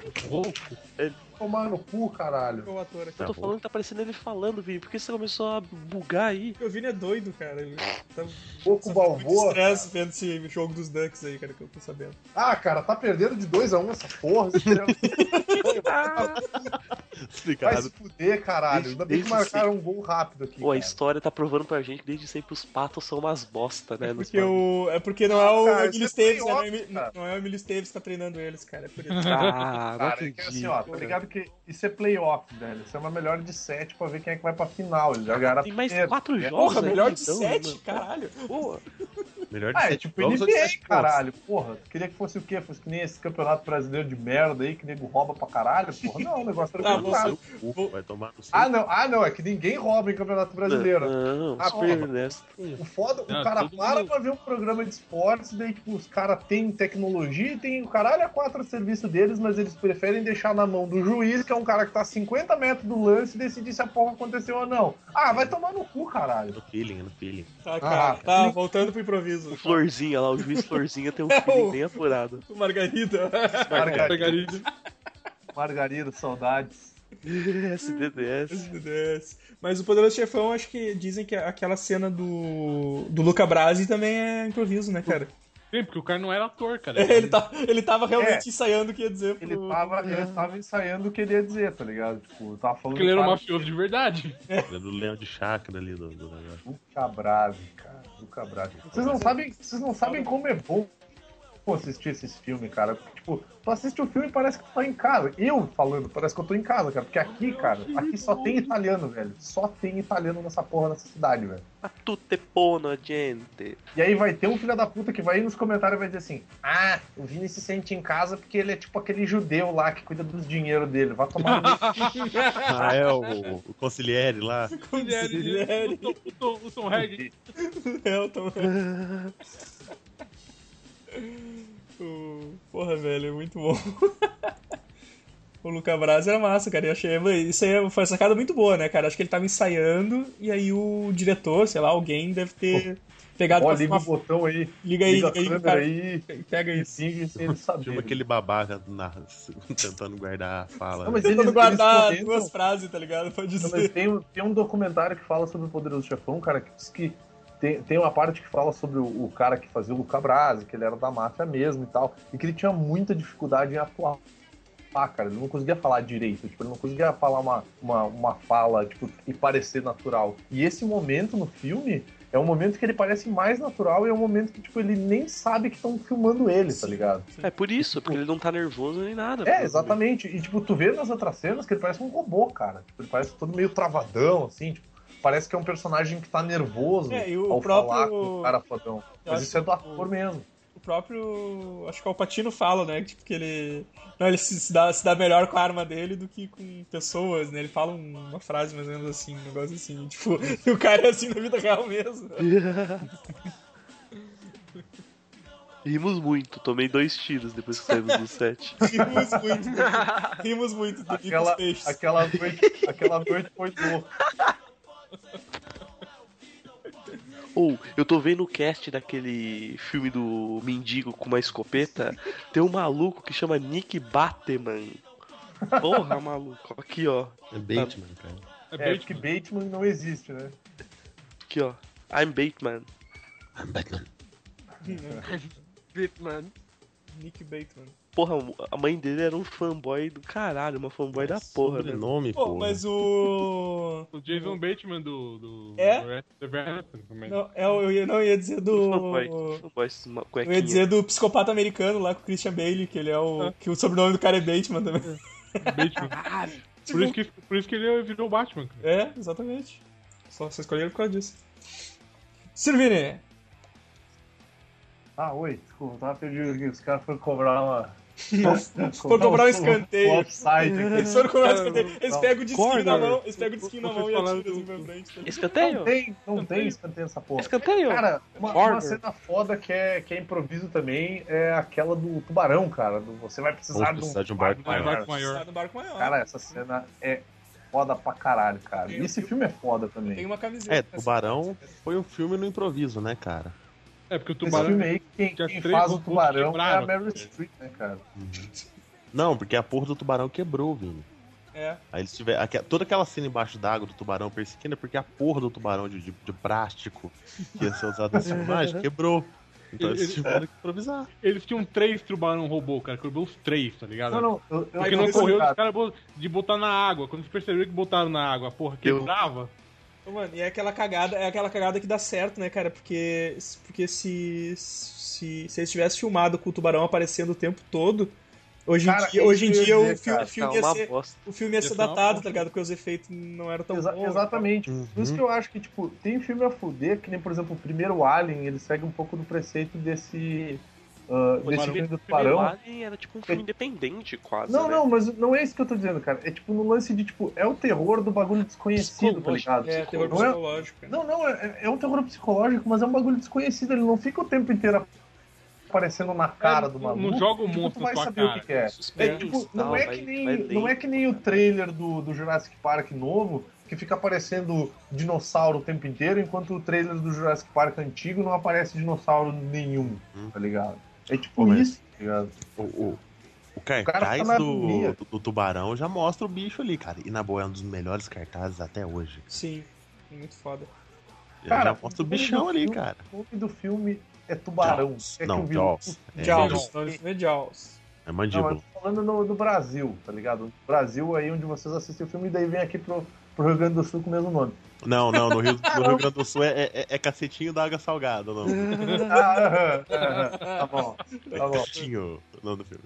[SPEAKER 5] Ele-
[SPEAKER 6] Rocco? Tomar no cu, caralho.
[SPEAKER 3] O ator aqui.
[SPEAKER 5] Eu tô falando que tá parecendo ele falando, Vini. Por que você começou a bugar aí?
[SPEAKER 3] O Vini é doido, cara. Ele tá
[SPEAKER 6] Rocco
[SPEAKER 3] muito
[SPEAKER 6] Balboa.
[SPEAKER 3] estresse vendo esse jogo dos Ducks aí, cara, que eu tô sabendo.
[SPEAKER 6] Ah, cara, tá perdendo de 2 a 1 um essa porra. Esse filho da- um Vai se
[SPEAKER 4] Explicado.
[SPEAKER 6] fuder, caralho. Ainda bem que
[SPEAKER 5] Esse-
[SPEAKER 6] marcaram um gol rápido aqui.
[SPEAKER 5] Pô, a
[SPEAKER 6] cara.
[SPEAKER 5] história tá provando pra gente que desde sempre os patos são umas bosta, né? nos
[SPEAKER 3] Porque o... É porque não é o
[SPEAKER 6] Cara,
[SPEAKER 3] Emílio
[SPEAKER 6] isso é
[SPEAKER 3] Esteves, né? Não é o Emí-
[SPEAKER 6] óbvio, cara.
[SPEAKER 3] Não é o Emílio Esteves que tá treinando eles, cara. É por isso.
[SPEAKER 5] Ah, não
[SPEAKER 6] Cara, é que é assim,
[SPEAKER 5] acredito.
[SPEAKER 6] ó, tá ligado que isso é playoff, velho. Isso é uma melhor de 7 pra ver quem é que vai pra final. Eles já ganharam
[SPEAKER 5] Tem
[SPEAKER 6] a
[SPEAKER 5] mais
[SPEAKER 6] primeira.
[SPEAKER 5] quatro
[SPEAKER 6] né?
[SPEAKER 5] jogos
[SPEAKER 3] Porra,
[SPEAKER 5] ainda,
[SPEAKER 3] melhor de
[SPEAKER 5] então,
[SPEAKER 3] sete,
[SPEAKER 5] mano.
[SPEAKER 3] caralho.
[SPEAKER 5] Pô,
[SPEAKER 4] Melhor de
[SPEAKER 6] Ah, é
[SPEAKER 4] sete
[SPEAKER 6] tipo
[SPEAKER 4] jogos ou de
[SPEAKER 6] NBA,
[SPEAKER 4] sete pontos?
[SPEAKER 6] caralho, porra. Queria que fosse o quê? Fosse que nem esse campeonato brasileiro de merda aí, que nego rouba pra caralho, porra. Não, o negócio era
[SPEAKER 3] Tá,
[SPEAKER 6] campeonato.
[SPEAKER 3] você-
[SPEAKER 4] O cu Vai tomar no seu
[SPEAKER 6] Ah, não, ah, não, é que ninguém rouba em campeonato brasileiro.
[SPEAKER 5] Não, né?
[SPEAKER 6] Ah,
[SPEAKER 5] super
[SPEAKER 6] porra.
[SPEAKER 5] honesto.
[SPEAKER 6] O foda,
[SPEAKER 7] Não,
[SPEAKER 6] o cara
[SPEAKER 7] todo
[SPEAKER 6] para
[SPEAKER 7] mundo-
[SPEAKER 6] pra ver um programa de esportes, daí, tipo, os caras têm tecnologia e tem o caralho a quatro a serviço deles, mas eles preferem deixar na mão do juiz, que é um cara que tá a 50 metros do lance, e decidir se a porra aconteceu ou não. Ah, vai tomar no cu, caralho.
[SPEAKER 4] No feeling, no feeling.
[SPEAKER 3] Tá, cara.
[SPEAKER 6] Ah,
[SPEAKER 3] tá, voltando pro improviso.
[SPEAKER 5] O Florzinha lá, o juiz Florzinha tem um filho bem apurado.
[SPEAKER 3] O Margarida.
[SPEAKER 7] é,
[SPEAKER 6] Margarida,
[SPEAKER 7] Margarida.
[SPEAKER 6] Margarida, saudades.
[SPEAKER 5] SDDS.
[SPEAKER 3] Meu Deus. Mas o Poderoso Chefão, acho que dizem que aquela cena do, do Luca Brasi também é improviso, né, cara?
[SPEAKER 7] Sim, porque o cara não era ator, cara.
[SPEAKER 3] Ele, tá, ele tava realmente
[SPEAKER 6] É.
[SPEAKER 3] ensaiando o que ia dizer pro...
[SPEAKER 6] Ele tava, ele tava ensaiando o que ele ia dizer, tá ligado? Tipo, tava falando
[SPEAKER 7] Porque ele era um
[SPEAKER 6] cara,
[SPEAKER 7] mafioso de verdade.
[SPEAKER 4] Era É do leão de chakra ali do, do negócio.
[SPEAKER 6] Luca Brasi, cara. Luca Brasi. Vocês não sabem, vocês não sabem como é bom bom assistir esses filmes, cara. Porque, tipo, tu assiste o filme e parece que tu tá em casa. Eu falando, parece que eu tô em casa, cara. Porque aqui, cara, aqui só tem italiano, velho. Só tem italiano nessa porra dessa cidade, velho.
[SPEAKER 5] A tutte pono, né? gente.
[SPEAKER 6] E aí vai ter um filho da puta que vai ir nos comentários e vai dizer assim: Ah, o Vini se sente em casa porque ele é tipo aquele judeu lá que cuida dos dinheiro dele. Vai tomar no
[SPEAKER 4] Ah, é o, o conciliere lá.
[SPEAKER 3] né?
[SPEAKER 7] Mulher, o Tom- o Tom- o Tom Hanks.
[SPEAKER 3] Elton. O- Porra, velho, é muito bom. O Luca Braz era massa, cara. Eu achei. Isso aí foi uma sacada muito boa, né, cara? Acho que ele tava ensaiando e aí o diretor, sei lá, alguém deve ter pegado
[SPEAKER 6] Ó,
[SPEAKER 3] pra
[SPEAKER 6] liga
[SPEAKER 3] filmar-
[SPEAKER 6] o botão aí,
[SPEAKER 3] Liga aí,
[SPEAKER 6] liga a
[SPEAKER 3] liga aí,
[SPEAKER 6] câmera
[SPEAKER 3] cara.
[SPEAKER 6] aí,
[SPEAKER 3] Pega
[SPEAKER 6] e
[SPEAKER 3] isso.
[SPEAKER 6] finge sem ele saber.
[SPEAKER 4] Tinha aquele babaca na- tentando guardar a fala.
[SPEAKER 6] Não, mas
[SPEAKER 4] né?
[SPEAKER 6] eles-
[SPEAKER 3] Tentando guardar
[SPEAKER 6] eles comentam-
[SPEAKER 3] duas frases, tá ligado? Pode
[SPEAKER 6] Não, mas
[SPEAKER 3] dizer.
[SPEAKER 6] tem, um- tem um documentário que fala sobre o Poderoso Chefão, cara, que diz que tem, tem uma parte que fala sobre o, o cara que fazia o Luca Brasi, que ele era da máfia mesmo e tal, e que ele tinha muita dificuldade em atuar. Ah, cara, ele não conseguia falar direito, tipo, ele não conseguia falar uma, uma, uma fala tipo, e parecer natural. E esse momento no filme é um momento que ele parece mais natural e é um momento que, tipo, ele nem sabe que estão filmando ele, tá ligado?
[SPEAKER 5] É por isso, porque ele não tá nervoso nem nada.
[SPEAKER 6] É, exatamente. E, tipo, tu vê nas outras cenas que ele parece um robô, cara. Tipo, ele parece todo meio travadão, assim. Tipo, parece que é um personagem que tá nervoso
[SPEAKER 3] É, e o
[SPEAKER 6] ao
[SPEAKER 3] próprio-
[SPEAKER 6] falar com o cara fodão.
[SPEAKER 3] Eu
[SPEAKER 6] Mas
[SPEAKER 3] acho
[SPEAKER 6] isso é do
[SPEAKER 3] que o-
[SPEAKER 6] ator mesmo.
[SPEAKER 3] O próprio. Acho que o Alpatino fala, né? Tipo, que ele. Não, ele se, se dá, se dá melhor com a arma dele do que com pessoas, né? Ele fala um- uma frase mais ou menos assim, um negócio assim. Tipo, e o cara é assim na vida real mesmo.
[SPEAKER 5] Rimos muito, tomei dois tiros depois que saímos do set.
[SPEAKER 3] Rimos muito. Rimos muito do Nico
[SPEAKER 6] Aquela,
[SPEAKER 3] Peixes.
[SPEAKER 6] aquela, noite, aquela noite foi louca.
[SPEAKER 5] Ou, eu tô vendo o cast daquele filme do mendigo com uma escopeta, tem um maluco que chama Nick Batman. Porra, maluco. Aqui, ó.
[SPEAKER 4] É Bateman, cara.
[SPEAKER 7] É
[SPEAKER 6] É,
[SPEAKER 7] bait,
[SPEAKER 6] porque Bateman não existe, né?
[SPEAKER 5] Aqui, ó. I'm Batman.
[SPEAKER 8] Batman.
[SPEAKER 3] Nick Bateman.
[SPEAKER 5] Porra, a mãe dele era um fanboy do caralho, uma fanboy da porra, né?
[SPEAKER 4] Sobrenome,
[SPEAKER 3] Pô,
[SPEAKER 4] pô.
[SPEAKER 3] mas o.
[SPEAKER 7] o Jason Bateman do. do
[SPEAKER 3] É?
[SPEAKER 7] do Arrested Development também.
[SPEAKER 3] Não, é, eu ia, não, eu ia dizer
[SPEAKER 5] Fanboy,
[SPEAKER 3] do.
[SPEAKER 5] fanboy, uma
[SPEAKER 3] Eu
[SPEAKER 5] cuequinha.
[SPEAKER 3] ia dizer do psicopata americano lá com o Christian Bailey, que ele é o. Que o sobrenome do cara é Bateman também.
[SPEAKER 7] Bateman. Por isso, que, por isso que ele virou o Batman. cara.
[SPEAKER 3] É, exatamente. Só vocês escolheram por causa disso. Sirvini,
[SPEAKER 6] Ah, oi, desculpa, eu tava perdido aqui. Os caras foram cobrar uma.
[SPEAKER 3] Foram cobrar um escanteio. é
[SPEAKER 6] Um offside
[SPEAKER 3] eles
[SPEAKER 7] Uhum.
[SPEAKER 6] aqui.
[SPEAKER 3] foram cobrar esse escanteio. Eles
[SPEAKER 6] não.
[SPEAKER 3] pegam o disquinho na
[SPEAKER 7] Corner.
[SPEAKER 3] mão, eles pegam o disquinho na
[SPEAKER 7] né? Vocês
[SPEAKER 3] mão e
[SPEAKER 7] falaram
[SPEAKER 3] atiram assim
[SPEAKER 7] do-
[SPEAKER 3] pra frente. tá ligado?
[SPEAKER 6] Não
[SPEAKER 5] Escanteio?
[SPEAKER 6] tem,
[SPEAKER 3] é
[SPEAKER 6] não tem escanteio nessa porra.
[SPEAKER 5] Escanteio?
[SPEAKER 6] Cara, uma,
[SPEAKER 5] Order.
[SPEAKER 6] uma cena foda que é, que é improviso também é aquela do tubarão, cara. do você vai
[SPEAKER 4] Vamos
[SPEAKER 6] precisar de um.
[SPEAKER 4] precisar de um barco
[SPEAKER 7] Vai,
[SPEAKER 4] maior.
[SPEAKER 7] Marco Maior.
[SPEAKER 3] Tá no barco maior.
[SPEAKER 6] Cara, essa cena é foda pra caralho, cara. E esse filme é foda
[SPEAKER 3] Tem
[SPEAKER 6] também.
[SPEAKER 3] uma assim. camiseta.
[SPEAKER 4] É,
[SPEAKER 3] nessa
[SPEAKER 4] Tubarão
[SPEAKER 3] casa.
[SPEAKER 4] foi um filme no improviso, né, cara?
[SPEAKER 7] É, porque o
[SPEAKER 6] Esse
[SPEAKER 7] tubarão.
[SPEAKER 6] filme aí, quem,
[SPEAKER 7] tinha
[SPEAKER 6] quem
[SPEAKER 7] três
[SPEAKER 6] faz o
[SPEAKER 7] robôs
[SPEAKER 6] tubarão é a
[SPEAKER 7] quebraram.
[SPEAKER 6] Meryl Streep, né, cara?
[SPEAKER 4] Não, porque a porra do tubarão quebrou, Vini.
[SPEAKER 3] É.
[SPEAKER 4] Aí eles tiveram. aque- toda aquela cena embaixo d'água do tubarão perseguindo é porque a porra do tubarão de, de, de plástico que ia ser usado nessa filmagem quebrou. Então
[SPEAKER 7] Ele-
[SPEAKER 4] eles
[SPEAKER 7] ele-
[SPEAKER 4] tiveram que improvisar.
[SPEAKER 7] Eles tinham três tubarão robô, cara. Quebrou os três, tá ligado?
[SPEAKER 6] é- Não, não, eu, eu,
[SPEAKER 7] Porque
[SPEAKER 6] eu
[SPEAKER 7] não
[SPEAKER 6] tô
[SPEAKER 7] correu os
[SPEAKER 6] ligado.
[SPEAKER 7] caras bot- de botar na água. Quando eles perceberam que botaram na água, porra, quebrava.
[SPEAKER 3] Ô, Mano, e é aquela cagada, é aquela cagada que dá certo, né, cara? Porque, porque se, se, se eles tivessem filmado com o tubarão aparecendo o tempo todo, hoje em
[SPEAKER 6] Cara,
[SPEAKER 3] dia, hoje em
[SPEAKER 6] isso eu ia
[SPEAKER 3] dia o,
[SPEAKER 6] dizer,
[SPEAKER 3] filme,
[SPEAKER 5] Tá
[SPEAKER 3] o
[SPEAKER 6] cara.
[SPEAKER 3] filme ia
[SPEAKER 5] uma
[SPEAKER 3] ser,
[SPEAKER 5] bosta.
[SPEAKER 3] o filme ia
[SPEAKER 7] Ia
[SPEAKER 3] ser
[SPEAKER 7] ficar uma
[SPEAKER 3] datado,
[SPEAKER 7] bosta.
[SPEAKER 3] tá ligado? Porque os efeitos não eram tão
[SPEAKER 6] Exa-
[SPEAKER 3] bons.
[SPEAKER 6] exatamente. Por isso
[SPEAKER 4] Uhum.
[SPEAKER 6] que eu acho que, tipo, tem filme a fuder, que nem, por exemplo, o primeiro Alien, ele segue um pouco do preceito desse, ah,
[SPEAKER 5] Tubarão.
[SPEAKER 6] desse filme
[SPEAKER 5] Primeiro
[SPEAKER 6] do tubarão.
[SPEAKER 5] Alien era tipo um filme independente, quase.
[SPEAKER 6] Não,
[SPEAKER 5] né?
[SPEAKER 6] não, mas não é isso que eu tô dizendo, cara. É tipo no lance de, tipo, é o terror do bagulho desconhecido,
[SPEAKER 5] Psicológico,
[SPEAKER 6] tá ligado?
[SPEAKER 3] É, terror
[SPEAKER 6] Não é-
[SPEAKER 3] psicológico. cara.
[SPEAKER 6] Não, não, é, é um terror psicológico, mas é um bagulho desconhecido. Ele não fica o tempo inteiro aparecendo na cara do
[SPEAKER 7] É, não
[SPEAKER 6] maluco.
[SPEAKER 7] joga o
[SPEAKER 6] tipo, tu
[SPEAKER 7] monstro na
[SPEAKER 6] vai
[SPEAKER 7] tua
[SPEAKER 6] saber o
[SPEAKER 7] cara. né?
[SPEAKER 6] que, que é.
[SPEAKER 5] Suspense,
[SPEAKER 6] É, tipo,
[SPEAKER 5] tal,
[SPEAKER 6] não, é
[SPEAKER 5] vai-
[SPEAKER 6] que nem,
[SPEAKER 5] vai
[SPEAKER 6] não é
[SPEAKER 5] lento.
[SPEAKER 6] que nem o trailer do, do Jurassic Park novo, que fica aparecendo dinossauro o tempo inteiro, enquanto o trailer do Jurassic Park antigo não aparece dinossauro nenhum,
[SPEAKER 4] Hum.
[SPEAKER 6] tá ligado? É tipo
[SPEAKER 4] Pô, mas-
[SPEAKER 6] isso, tá ligado?
[SPEAKER 4] O, o, o
[SPEAKER 6] cara
[SPEAKER 4] cartaz
[SPEAKER 6] tá na
[SPEAKER 4] do,
[SPEAKER 6] agonia.
[SPEAKER 4] do, tubarão já mostra o bicho ali, cara. E na boa é um dos melhores cartazes até hoje.
[SPEAKER 3] Sim, muito foda.
[SPEAKER 4] Cara,
[SPEAKER 6] Cara,
[SPEAKER 4] já mostra o bichão ali, cara.
[SPEAKER 6] O nome do filme é Tubarão.
[SPEAKER 4] Jaws.
[SPEAKER 6] É que
[SPEAKER 4] Não,
[SPEAKER 6] o vilão-
[SPEAKER 4] Jaws. É,
[SPEAKER 3] Jaws, não, isso não é Jaws.
[SPEAKER 4] É
[SPEAKER 6] Não, eu
[SPEAKER 4] mandíbula.
[SPEAKER 6] tô falando no, do Brasil, tá ligado? No Brasil aí onde vocês assistem o filme e daí vem aqui pro, pro Rio Grande do Sul com o mesmo nome.
[SPEAKER 4] Não, não, no Rio, no Rio Grande do Sul é, é, é cacetinho da água salgada, não.
[SPEAKER 6] É. Ah, aham, aham, tá bom, tá bom.
[SPEAKER 4] Cacetinho, o nome do filme.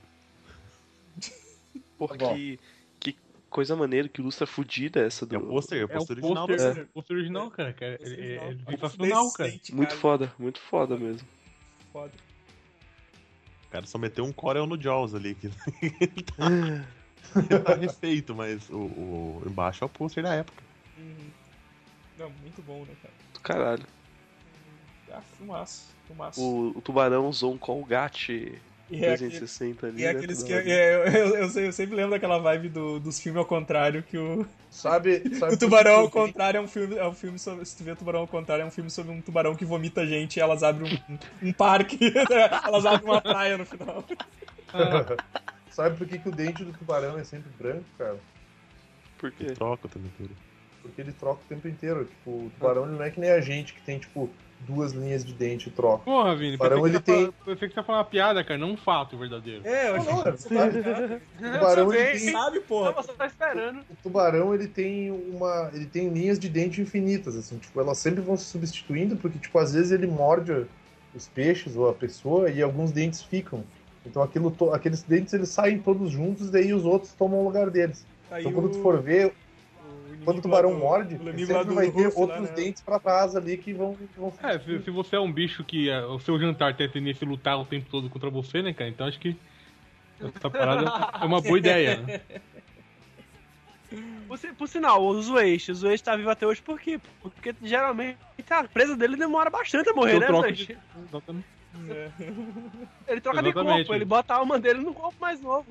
[SPEAKER 5] Porra,
[SPEAKER 6] Bom.
[SPEAKER 5] que, que coisa maneira, que lustra fudida essa do.
[SPEAKER 4] É
[SPEAKER 3] um
[SPEAKER 4] o pôster, é o
[SPEAKER 7] É o
[SPEAKER 4] pôster original.
[SPEAKER 7] pôster-
[SPEAKER 4] do-
[SPEAKER 7] o pôster original, cara. cara. Ele- ele- ele É sensacional, cara.
[SPEAKER 3] Decente,
[SPEAKER 5] Muito
[SPEAKER 3] cara.
[SPEAKER 5] foda, muito foda mesmo.
[SPEAKER 3] Foda.
[SPEAKER 4] O cara só meteu um Corel no Jaws ali. Que ele tá, ele tá refeito, mas o, o- embaixo é o pôster da época.
[SPEAKER 3] Uhum. Não, muito bom, né, cara?
[SPEAKER 5] Do caralho.
[SPEAKER 3] Ah, fumaço, fumaço.
[SPEAKER 5] O, o tubarão usou um Colgate
[SPEAKER 3] e é aquele-
[SPEAKER 5] 360 ali.
[SPEAKER 3] e é
[SPEAKER 5] né,
[SPEAKER 3] aqueles que.
[SPEAKER 5] tudo ali.
[SPEAKER 3] é, eu, eu, eu sei- eu sempre lembro daquela vibe do- dos filmes ao contrário que o.
[SPEAKER 6] Sabe, sabe
[SPEAKER 3] O Tubarão ao contrário é um filme, é um filme sobre. Se tu vê o Tubarão ao contrário, é um filme sobre um tubarão que vomita gente e elas abrem um, um parque. elas abrem uma praia no final.
[SPEAKER 6] Sabe por que, que o dente do tubarão é sempre branco, cara?
[SPEAKER 5] Por quê?
[SPEAKER 4] Ele troca o tempo inteiro.
[SPEAKER 6] Porque ele troca o tempo inteiro. Tipo, o tubarão ele não é que nem a gente que tem, tipo, duas linhas de dente e troca.
[SPEAKER 7] Porra, Vini,
[SPEAKER 6] Tubarão,
[SPEAKER 7] pensei
[SPEAKER 6] ele
[SPEAKER 7] que, você
[SPEAKER 6] tem-
[SPEAKER 7] fala- pensei que você ia falar uma piada, cara, não um fato verdadeiro.
[SPEAKER 3] É, eu achei
[SPEAKER 6] Não,
[SPEAKER 3] que
[SPEAKER 6] não,
[SPEAKER 3] você sabe, cara.
[SPEAKER 6] O tubarão, ele
[SPEAKER 3] Quem
[SPEAKER 6] tem,
[SPEAKER 3] sabe, porra.
[SPEAKER 8] Tava só esperando.
[SPEAKER 6] o tubarão ele tem uma. Ele tem linhas de dente infinitas, assim, tipo, elas sempre vão se substituindo, porque, tipo, às vezes ele morde os peixes ou a pessoa e alguns dentes ficam. Então aquilo to- aqueles dentes eles saem todos juntos, daí os outros tomam o lugar deles.
[SPEAKER 3] Aí
[SPEAKER 6] Então quando
[SPEAKER 3] o-
[SPEAKER 6] tu for ver,
[SPEAKER 3] inimigo
[SPEAKER 6] quando o
[SPEAKER 3] lá
[SPEAKER 6] tubarão
[SPEAKER 3] do-
[SPEAKER 6] morde,
[SPEAKER 3] o
[SPEAKER 6] ele
[SPEAKER 3] inimigo lá
[SPEAKER 6] sempre
[SPEAKER 3] do
[SPEAKER 6] vai ter
[SPEAKER 3] Ruff lá,
[SPEAKER 6] outros
[SPEAKER 3] né?
[SPEAKER 6] dentes pra trás ali que vão, que vão
[SPEAKER 7] É, se, se você é um bicho que é, o seu jantar tem a tendência a lutar o tempo todo contra você, né, cara? Então acho que essa parada é uma boa ideia, né?
[SPEAKER 8] Por, si- por sinal, o Zueish. O Zueish tá vivo até hoje por quê? Porque geralmente a presa dele demora bastante a morrer,
[SPEAKER 7] Eu
[SPEAKER 8] né,
[SPEAKER 7] um troco
[SPEAKER 8] Zueish?
[SPEAKER 7] de- Exatamente.
[SPEAKER 8] Ele troca de
[SPEAKER 7] Exatamente.
[SPEAKER 8] corpo, ele bota a alma dele num corpo mais novo.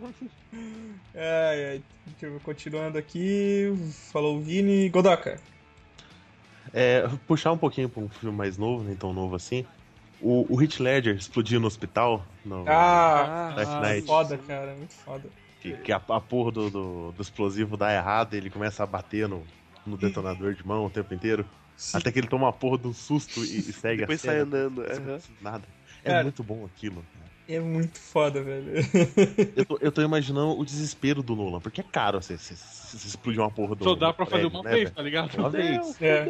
[SPEAKER 3] Ai, ai, deixa eu ver, continuando aqui. Falou o Vini. Godoka.
[SPEAKER 4] É, puxar um pouquinho pra um filme mais novo, nem tão novo assim. O, o Hit Ledger explodiu no hospital. No,
[SPEAKER 3] Ah,
[SPEAKER 4] Dark
[SPEAKER 3] ah,
[SPEAKER 4] Knight.
[SPEAKER 3] foda, cara. Muito foda.
[SPEAKER 4] que que a, a porra do, do, do explosivo dá errado e ele começa a bater no, no detonador de mão o tempo inteiro.
[SPEAKER 3] Sim.
[SPEAKER 4] Até que ele toma uma porra de um susto e, e segue
[SPEAKER 5] Depois
[SPEAKER 4] a
[SPEAKER 5] sai
[SPEAKER 4] cena.
[SPEAKER 5] andando.
[SPEAKER 4] Não
[SPEAKER 5] aham.
[SPEAKER 4] acontece Nada. É
[SPEAKER 3] Cara.
[SPEAKER 4] muito bom aquilo. cara.
[SPEAKER 3] É muito foda, velho.
[SPEAKER 4] Eu tô, eu tô imaginando o desespero do Nolan, porque é caro você, você, você você explodir uma porra do
[SPEAKER 7] Só dá pra fazer
[SPEAKER 4] prédio,
[SPEAKER 7] uma
[SPEAKER 4] né,
[SPEAKER 7] vez,
[SPEAKER 4] velho?
[SPEAKER 7] tá ligado?
[SPEAKER 4] Uma vez.
[SPEAKER 3] É.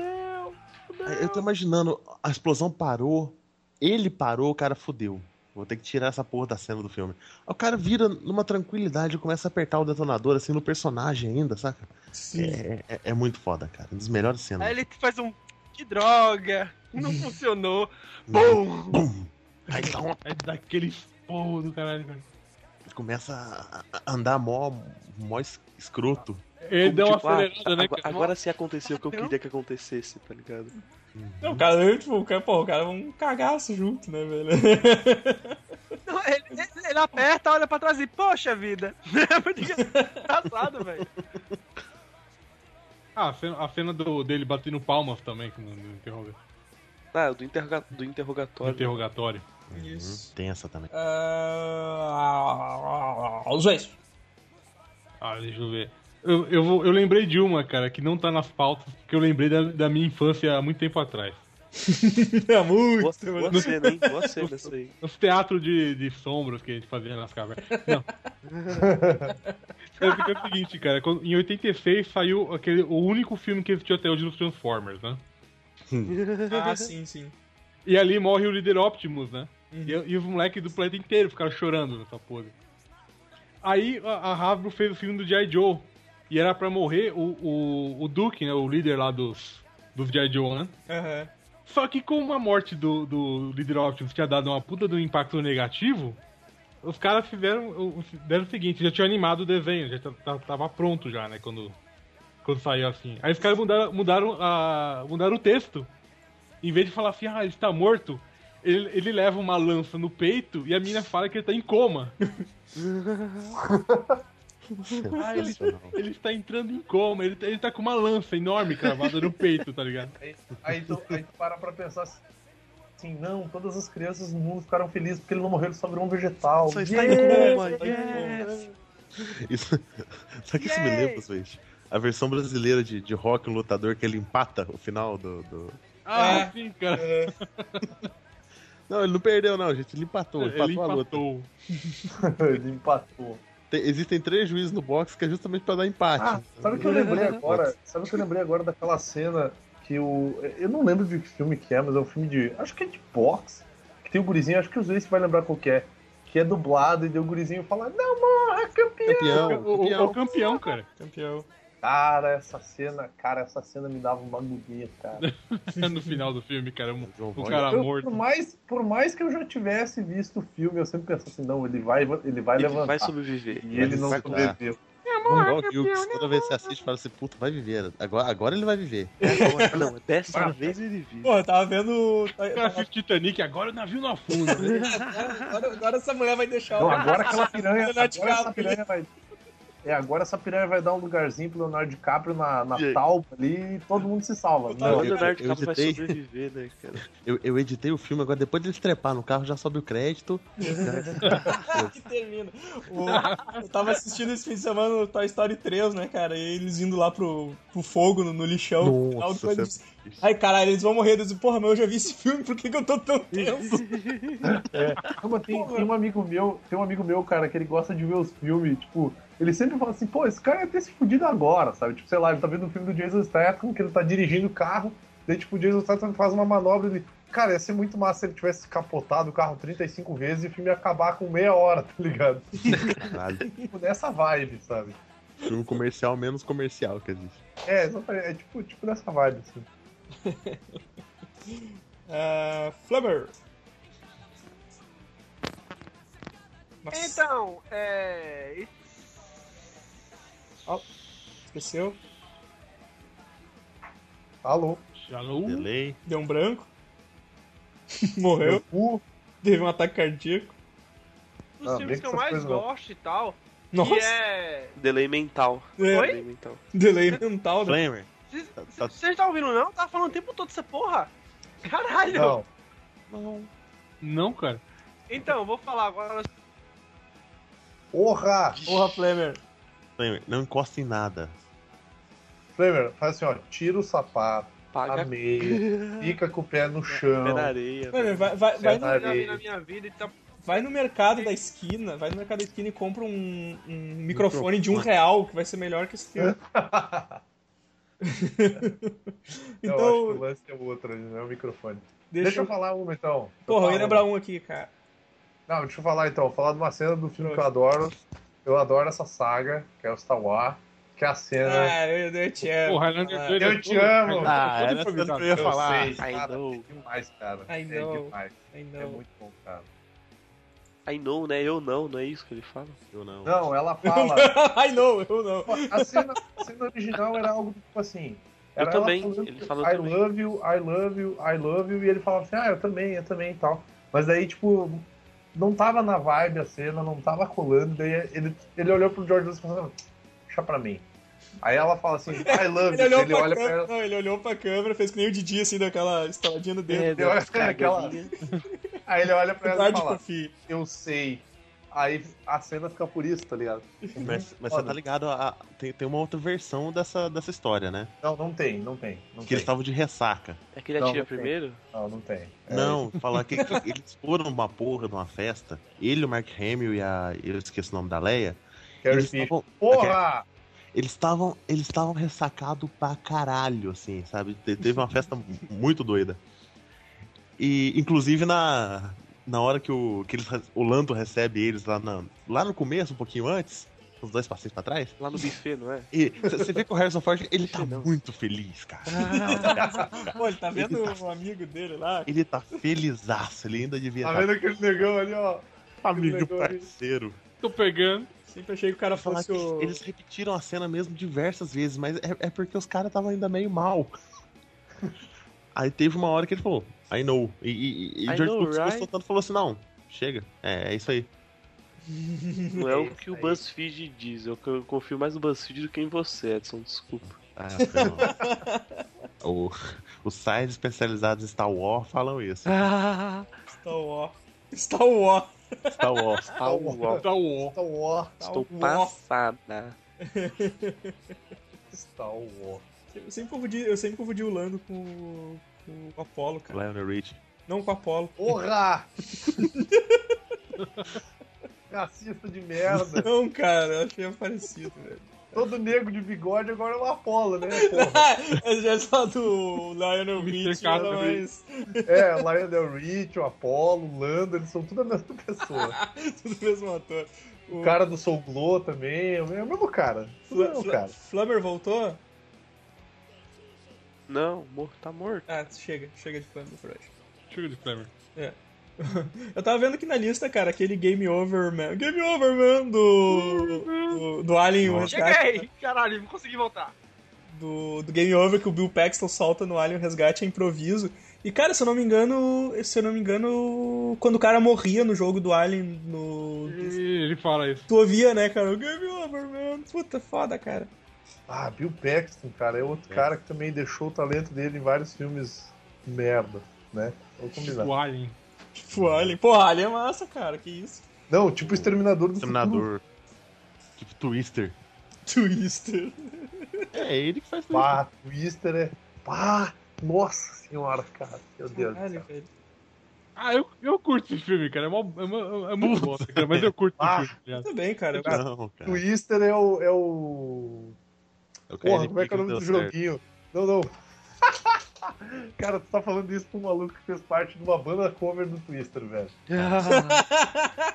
[SPEAKER 4] Aí Eu tô imaginando, a explosão parou, ele parou, o cara fudeu. Vou ter que tirar essa porra da cena do filme. Aí O cara vira numa tranquilidade e começa a apertar o detonador, assim, no personagem ainda, saca?
[SPEAKER 3] Sim.
[SPEAKER 4] É, é- é muito foda, cara. Um dos melhores cenas.
[SPEAKER 8] Aí ele faz um. Que droga! Não funcionou.
[SPEAKER 4] Né? Bum! Bum! Aí dá um-
[SPEAKER 7] É daquele esporro do caralho, cara.
[SPEAKER 4] ele começa a- a andar mó, mó es- escroto.
[SPEAKER 7] Ele deu uma
[SPEAKER 5] Tipo, ah,
[SPEAKER 7] acelerada, né,
[SPEAKER 5] agora,
[SPEAKER 7] cara?
[SPEAKER 5] agora sim aconteceu o que eu queria que acontecesse, tá ligado?
[SPEAKER 3] Não, cara, eu, tipo, o cara, pô, o cara é um cagaço junto, né, velho?
[SPEAKER 8] Não, ele, ele- ele aperta, olha pra trás e, poxa vida! É muito engraçado, velho.
[SPEAKER 7] Ah, a cena, a cena do, dele batendo palmas também que no, no interroga-
[SPEAKER 5] Ah, do, interroga do
[SPEAKER 7] no
[SPEAKER 5] interrogatório.
[SPEAKER 7] interrogatório.
[SPEAKER 3] Isso.
[SPEAKER 4] Tem essa também.
[SPEAKER 3] Ah, os dois.
[SPEAKER 7] Ah, deixa eu ver. Eu, eu, vou- eu lembrei de uma, cara, que não tá nas pautas, porque eu lembrei da, da minha infância há muito tempo atrás.
[SPEAKER 3] É muito.
[SPEAKER 5] Boa, boa cena, hein? Boa cena essa aí.
[SPEAKER 7] Nos teatros de, de sombras que a gente fazia nas cavernas. Não. é porque é o seguinte, cara. quando- Em 86 saiu aquele, o único filme que existiu até hoje dos Transformers, né?
[SPEAKER 3] Ah, sim, sim.
[SPEAKER 7] E ali morre o líder Optimus, né? E, e os moleques do planeta inteiro ficaram chorando nessa porra. Aí a, a Hasbro fez o filme do G.I. Joe. E era pra morrer o, o, o Duke, né? O líder lá dos, dos G.I. Joe, né?
[SPEAKER 3] Aham.
[SPEAKER 7] Só que como a morte do, do líder Optimus tinha dado uma puta de um impacto negativo, os caras fizeram o- o- deram o seguinte, já tinham animado o desenho, já ta- ta- tava pronto já, né, quando, quando saiu assim. Aí os caras mudaram, mudaram, a, mudaram o texto. Em vez de falar assim, ah, ele está morto, ele, ele leva uma lança no peito e a mina fala que ele tá em coma.
[SPEAKER 8] Ah,
[SPEAKER 4] Sensacional.
[SPEAKER 7] Ele está entrando em coma, ele, tá- ele tá com uma lança enorme cravada no peito, tá ligado?
[SPEAKER 6] Aí, aí, tu, aí tu para pra pensar assim, assim, não, todas as crianças no mundo ficaram felizes porque ele não morreu, ele só virou um vegetal.
[SPEAKER 5] Só está
[SPEAKER 6] Yeah!
[SPEAKER 5] em coma,
[SPEAKER 3] yes.
[SPEAKER 5] yes!
[SPEAKER 4] Isso... Sabe o que isso me lembra, gente? A versão brasileira de, de rock, o lutador, que ele empata o final do. do-
[SPEAKER 7] Ah,
[SPEAKER 3] É.
[SPEAKER 7] sim, cara.
[SPEAKER 4] Não, ele não perdeu, não, gente. Ele empatou. Ele empatou
[SPEAKER 7] Ele
[SPEAKER 4] a luta.
[SPEAKER 7] empatou.
[SPEAKER 6] Ele empatou.
[SPEAKER 4] Tem- existem três juízes no boxe que é justamente pra dar empate.
[SPEAKER 6] Ah, sabe o que eu lembrei agora? Sabe o que eu lembrei agora daquela cena que o. Eu não lembro de que filme que é, mas é um filme de. Acho que é de boxe. Que tem o gurizinho, acho que o Zuiz vai lembrar qual que é. Que é dublado e deu o gurizinho fala, não, morra, campeão!
[SPEAKER 4] é Campeão,
[SPEAKER 7] O, o-
[SPEAKER 4] campeão.
[SPEAKER 7] o campeão, cara.
[SPEAKER 3] Campeão.
[SPEAKER 6] Cara, essa cena, cara, essa cena me dava uma agonia, cara.
[SPEAKER 7] no final do filme, cara. O,
[SPEAKER 4] John
[SPEAKER 7] o
[SPEAKER 4] Voight.
[SPEAKER 7] cara
[SPEAKER 6] Eu,
[SPEAKER 7] morto.
[SPEAKER 6] por, mais, por mais que eu já tivesse visto o filme, eu sempre penso assim, não, ele vai, ele vai
[SPEAKER 5] Ele
[SPEAKER 6] levantar.
[SPEAKER 5] vai sobreviver.
[SPEAKER 6] E ele não
[SPEAKER 4] Vai
[SPEAKER 6] sobreviveu.
[SPEAKER 4] Não, igual o Hughes, é né? toda vez que você assiste, fala assim, puta, vai viver. Agora, agora ele vai viver.
[SPEAKER 5] Agora, não, dessa vez ele vive.
[SPEAKER 3] Porra, eu tava vendo. tá,
[SPEAKER 7] O cara assiste Titanic, agora o navio não afunda.
[SPEAKER 3] Agora, agora essa mulher vai deixar
[SPEAKER 6] Não,
[SPEAKER 3] o.
[SPEAKER 6] agora aquela piranha, agora
[SPEAKER 3] Leonardo
[SPEAKER 6] essa
[SPEAKER 3] DiCaprio.
[SPEAKER 6] piranha vai. É, agora essa piranha vai dar um lugarzinho pro Leonardo DiCaprio na, na
[SPEAKER 4] E aí?
[SPEAKER 6] talpa ali e todo mundo se salva.
[SPEAKER 5] Agora
[SPEAKER 4] Não,
[SPEAKER 5] o
[SPEAKER 4] eu-
[SPEAKER 5] Leonardo
[SPEAKER 4] eu
[SPEAKER 5] DiCaprio vai
[SPEAKER 4] editei.
[SPEAKER 5] sobreviver, né, cara?
[SPEAKER 4] Eu, eu editei o filme, agora depois deles trepar no carro, já sobe o crédito.
[SPEAKER 3] que termina. O- eu tava assistindo esse fim de semana o Toy Story 3, né, cara? E eles indo lá pro, pro fogo, no, no lixão. no final,
[SPEAKER 4] Nossa,
[SPEAKER 3] depois
[SPEAKER 4] você-
[SPEAKER 3] eles- Ai, caralho, eles vão morrer. Eu disse, porra, mas eu já vi esse filme, por que, que eu tô tão tenso?
[SPEAKER 6] Não, mas tem, tem um amigo meu, tem um amigo meu, cara, que ele gosta de ver os filmes, tipo, ele sempre fala assim, pô, esse cara ia ter se fudido agora, sabe? Tipo, sei lá, ele tá vendo um filme do Jason Statham, que ele tá dirigindo o carro, daí, tipo, o Jason Statham faz uma manobra ele. Cara, ia ser muito massa se ele tivesse capotado o carro 35 vezes e o filme ia acabar com meia hora, tá ligado?
[SPEAKER 4] Caralho,
[SPEAKER 6] Tipo, nessa vibe, sabe?
[SPEAKER 4] filme comercial menos comercial que existe.
[SPEAKER 6] É, exatamente, é tipo, tipo nessa vibe, assim.
[SPEAKER 3] Ah, Flubber. Nossa,
[SPEAKER 8] Então, é.
[SPEAKER 3] esqueceu.
[SPEAKER 6] Alô? Hum.
[SPEAKER 7] Shalom.
[SPEAKER 6] Tá
[SPEAKER 4] Delay.
[SPEAKER 3] Deu um branco. Morreu.
[SPEAKER 6] Cu?
[SPEAKER 3] Teve um ataque cardíaco.
[SPEAKER 8] Um dos
[SPEAKER 6] Ah, bem
[SPEAKER 8] filmes
[SPEAKER 6] que
[SPEAKER 8] que eu
[SPEAKER 6] essas
[SPEAKER 8] mais
[SPEAKER 6] coisas não.
[SPEAKER 8] gosto e tal,
[SPEAKER 3] Nossa,
[SPEAKER 8] que é.
[SPEAKER 5] Delay mental.
[SPEAKER 3] É.
[SPEAKER 5] Delay mental.
[SPEAKER 3] delay mental. Né?
[SPEAKER 4] Flamer.
[SPEAKER 8] Vocês
[SPEAKER 4] Tá- tá-
[SPEAKER 8] vocês não tá ouvindo, não? Tá falando o tempo todo essa porra? Caralho!
[SPEAKER 6] Não.
[SPEAKER 7] Não, cara.
[SPEAKER 8] Então, eu vou falar agora.
[SPEAKER 6] Porra!
[SPEAKER 3] Porra, Flamer.
[SPEAKER 4] Flamer, não encosta em nada.
[SPEAKER 6] Flamer, faz assim, ó, tira o sapato,
[SPEAKER 5] Paga
[SPEAKER 6] a meia, fica com o pé no
[SPEAKER 5] pé na
[SPEAKER 6] chão.
[SPEAKER 5] areia.
[SPEAKER 3] Flamer, vai, vai, vai, no,
[SPEAKER 8] Eu
[SPEAKER 6] Caralho.
[SPEAKER 8] já vi na minha vida e tá.
[SPEAKER 3] vai no mercado da esquina. Vai no mercado da esquina e compra um, um microfone de um real, que vai ser melhor que esse filme.
[SPEAKER 6] É. Eu acho que o
[SPEAKER 3] então,
[SPEAKER 6] lance é o outro ali, não é o microfone. Deixa,
[SPEAKER 3] deixa
[SPEAKER 6] eu
[SPEAKER 3] eu.
[SPEAKER 6] falar uma então. Deixa
[SPEAKER 3] Porra, eu ia
[SPEAKER 6] falar
[SPEAKER 3] lembrar
[SPEAKER 6] uma.
[SPEAKER 3] um aqui, cara.
[SPEAKER 6] Não, deixa eu falar então. Falar de uma cena do filme que eu adoro. Eu adoro essa saga, que é o Star Wars, que é a cena.
[SPEAKER 3] Ah, eu, eu te amo.
[SPEAKER 7] O Highlander
[SPEAKER 3] Ah,
[SPEAKER 7] 2
[SPEAKER 6] eu
[SPEAKER 7] é
[SPEAKER 6] te
[SPEAKER 7] todo-
[SPEAKER 6] amo.
[SPEAKER 7] Ah,
[SPEAKER 4] Ah,
[SPEAKER 7] todo
[SPEAKER 4] era tudo
[SPEAKER 7] improvisado.
[SPEAKER 4] que eu ia
[SPEAKER 6] eu
[SPEAKER 4] falar.
[SPEAKER 6] sei,
[SPEAKER 5] I
[SPEAKER 6] cara,
[SPEAKER 5] know.
[SPEAKER 6] é demais, cara.
[SPEAKER 3] I
[SPEAKER 6] É
[SPEAKER 3] know.
[SPEAKER 6] demais.
[SPEAKER 3] Ai, não.
[SPEAKER 6] É muito bom, cara.
[SPEAKER 5] I know, né? Eu não, não é isso que ele fala?
[SPEAKER 4] Eu não.
[SPEAKER 6] Não, ela fala.
[SPEAKER 3] Ai, não, eu não.
[SPEAKER 6] A cena, a cena original era algo tipo assim. Era
[SPEAKER 5] Eu
[SPEAKER 6] ela
[SPEAKER 5] também,
[SPEAKER 6] falando,
[SPEAKER 5] ele falou
[SPEAKER 6] I
[SPEAKER 5] também.
[SPEAKER 6] love you, I love you, I love you. E ele falava assim, ah, eu também, eu também e tal. Mas daí, tipo, não tava na vibe a cena, não tava colando. Daí ele, ele olhou pro George Lucas e falou, "Não, deixa pra mim. Aí ela fala assim, I love
[SPEAKER 3] Ele
[SPEAKER 6] you.
[SPEAKER 3] olhou,
[SPEAKER 6] Ele
[SPEAKER 3] pra
[SPEAKER 6] olha pra
[SPEAKER 3] câmera,
[SPEAKER 6] ela.
[SPEAKER 3] não, ele olhou pra câmera, fez que nem o Didi, assim, daquela estaladinha no dedo.
[SPEAKER 6] Deu
[SPEAKER 5] da
[SPEAKER 6] aquela-
[SPEAKER 5] caganinha.
[SPEAKER 6] Aí ele olha É, pra ela e
[SPEAKER 3] Tarde,
[SPEAKER 6] fala,
[SPEAKER 3] Fofi.
[SPEAKER 6] eu sei. Aí a cena fica por isso, tá ligado?
[SPEAKER 4] Mas, mas você tá ligado, a, a- tem, tem uma outra versão dessa, dessa história, né?
[SPEAKER 6] Não, não tem, não tem.
[SPEAKER 4] Que
[SPEAKER 6] Não
[SPEAKER 4] tá- eles
[SPEAKER 6] tem.
[SPEAKER 4] estavam de ressaca.
[SPEAKER 5] É que ele
[SPEAKER 6] Não,
[SPEAKER 5] atira
[SPEAKER 6] não tem.
[SPEAKER 5] primeiro?
[SPEAKER 6] Não, não tem. É,
[SPEAKER 4] Não, falar que, que eles foram numa porra numa festa. Ele, o Mark Hamill e a. Eu esqueci o nome da Leia.
[SPEAKER 6] É, Carrie
[SPEAKER 4] eles
[SPEAKER 6] Fisher.
[SPEAKER 4] estavam.
[SPEAKER 6] Porra!
[SPEAKER 4] Eles estavam. Eles estavam ressacados pra caralho, assim, sabe? Te- Teve uma festa muito doida. E, inclusive, na. Na hora que o, que eles, o Lando recebe eles lá, na, lá no começo, um pouquinho antes, uns dois passinhos pra trás,
[SPEAKER 5] Lá no buffet, não é?
[SPEAKER 4] E você vê que o Harrison Ford, ele tá muito feliz, cara.
[SPEAKER 3] Pô, ele tá vendo o amigo dele lá?
[SPEAKER 4] Ele tá felizaço, ele ainda devia
[SPEAKER 6] Tá
[SPEAKER 4] estar
[SPEAKER 6] vendo aquele negão ali, ó?
[SPEAKER 4] amigo
[SPEAKER 6] legal, hein?
[SPEAKER 4] parceiro.
[SPEAKER 7] Tô pegando.
[SPEAKER 3] Sempre achei que o cara
[SPEAKER 4] Falar
[SPEAKER 3] fosse
[SPEAKER 4] que
[SPEAKER 3] o.
[SPEAKER 4] eles repetiram a cena mesmo diversas vezes, mas é, é porque os caras estavam ainda meio mal. Aí teve uma hora que ele falou, I know. E, e, e
[SPEAKER 5] I
[SPEAKER 4] George
[SPEAKER 5] know,
[SPEAKER 4] Lucas ficou
[SPEAKER 5] right?
[SPEAKER 4] soltando e falou assim, não, chega, é, é isso aí.
[SPEAKER 5] Não é o que o BuzzFeed diz. Eu, eu confio mais no BuzzFeed do que em você, Edson. Desculpa.
[SPEAKER 4] Ah, não. o, os sites especializados em Star Wars falam isso.
[SPEAKER 3] Star Wars. Star Wars.
[SPEAKER 4] Star Wars.
[SPEAKER 6] Au, au,
[SPEAKER 7] Tá o ó.
[SPEAKER 6] Star Wars,
[SPEAKER 3] Tá
[SPEAKER 5] Estou
[SPEAKER 3] Wars.
[SPEAKER 5] passada.
[SPEAKER 6] Star Wars.
[SPEAKER 3] Eu sempre confundi, eu sempre confundi o Lando com, o- com o Apollo, cara.
[SPEAKER 4] Lionel Rich.
[SPEAKER 3] Não com a Apollo.
[SPEAKER 6] Porra! Racista de merda.
[SPEAKER 3] Não, cara, eu achei parecido, velho.
[SPEAKER 6] Todo negro de bigode agora é uma Apollo, né? Porra?
[SPEAKER 3] Esse já é só do Lionel
[SPEAKER 7] Mr.
[SPEAKER 3] Rich,
[SPEAKER 7] Carter.
[SPEAKER 3] mas
[SPEAKER 6] É, Lionel Rich, o Apollo, o Lando, eles são tudo a mesma pessoa.
[SPEAKER 3] tudo mesmo ator.
[SPEAKER 6] O cara do Soul Glow também, é o mesmo cara. Tudo é o
[SPEAKER 3] Fla-
[SPEAKER 6] mesmo
[SPEAKER 3] Fla-
[SPEAKER 6] cara.
[SPEAKER 3] Flubber voltou?
[SPEAKER 5] Não, morto, tá morto.
[SPEAKER 3] Ah, chega, chega de Flubber por hoje.
[SPEAKER 7] Chega de Flamengo.
[SPEAKER 3] Eu tava vendo aqui na lista, cara, aquele Game Over Man. Game Over Man do. do, do Alien o
[SPEAKER 4] Nossa.
[SPEAKER 3] Resgate. né?
[SPEAKER 8] Cheguei! Caralho, não consegui voltar.
[SPEAKER 3] Do, do Game Over que o Bill Paxton solta no Alien o Resgate é improviso. E, cara, se eu não me engano. Se eu não me engano. Quando o cara morria no jogo do Alien no.
[SPEAKER 7] E ele fala isso.
[SPEAKER 3] Tu ouvia, né, cara? O Game Over, Man. Puta foda, cara.
[SPEAKER 6] Ah, Bill Paxton, cara, é outro cara que também deixou o talento dele em vários filmes merda, né? Vamos combinar.
[SPEAKER 7] O Alien.
[SPEAKER 3] Tipo, Alien. Porra, Alien é massa, cara. Que isso?
[SPEAKER 6] Não, tipo o Exterminador do Futuro.
[SPEAKER 4] Exterminador. Tipo Twister.
[SPEAKER 3] Twister.
[SPEAKER 4] É ele que faz Twister.
[SPEAKER 6] Pá, Twister é... Pá, nossa senhora, cara. Meu Deus do
[SPEAKER 3] Caralho,
[SPEAKER 6] céu.
[SPEAKER 3] velho.
[SPEAKER 7] Ah, eu, eu curto esse filme, cara. É, mó, é, mó- é muito bosta, cara. Mas eu curto
[SPEAKER 6] Ah.
[SPEAKER 7] esse filme. tá ligado?
[SPEAKER 3] Tudo bem, cara.
[SPEAKER 4] Não, cara.
[SPEAKER 6] Twister é o... É o...
[SPEAKER 4] Eu caí
[SPEAKER 6] Porra,
[SPEAKER 4] de
[SPEAKER 6] como é que é o
[SPEAKER 4] pique,
[SPEAKER 6] nome do
[SPEAKER 4] não deu certo.
[SPEAKER 6] joguinho? Não, não. Cara, tu tá falando isso pra um maluco que fez parte de uma banda cover do Twister, velho.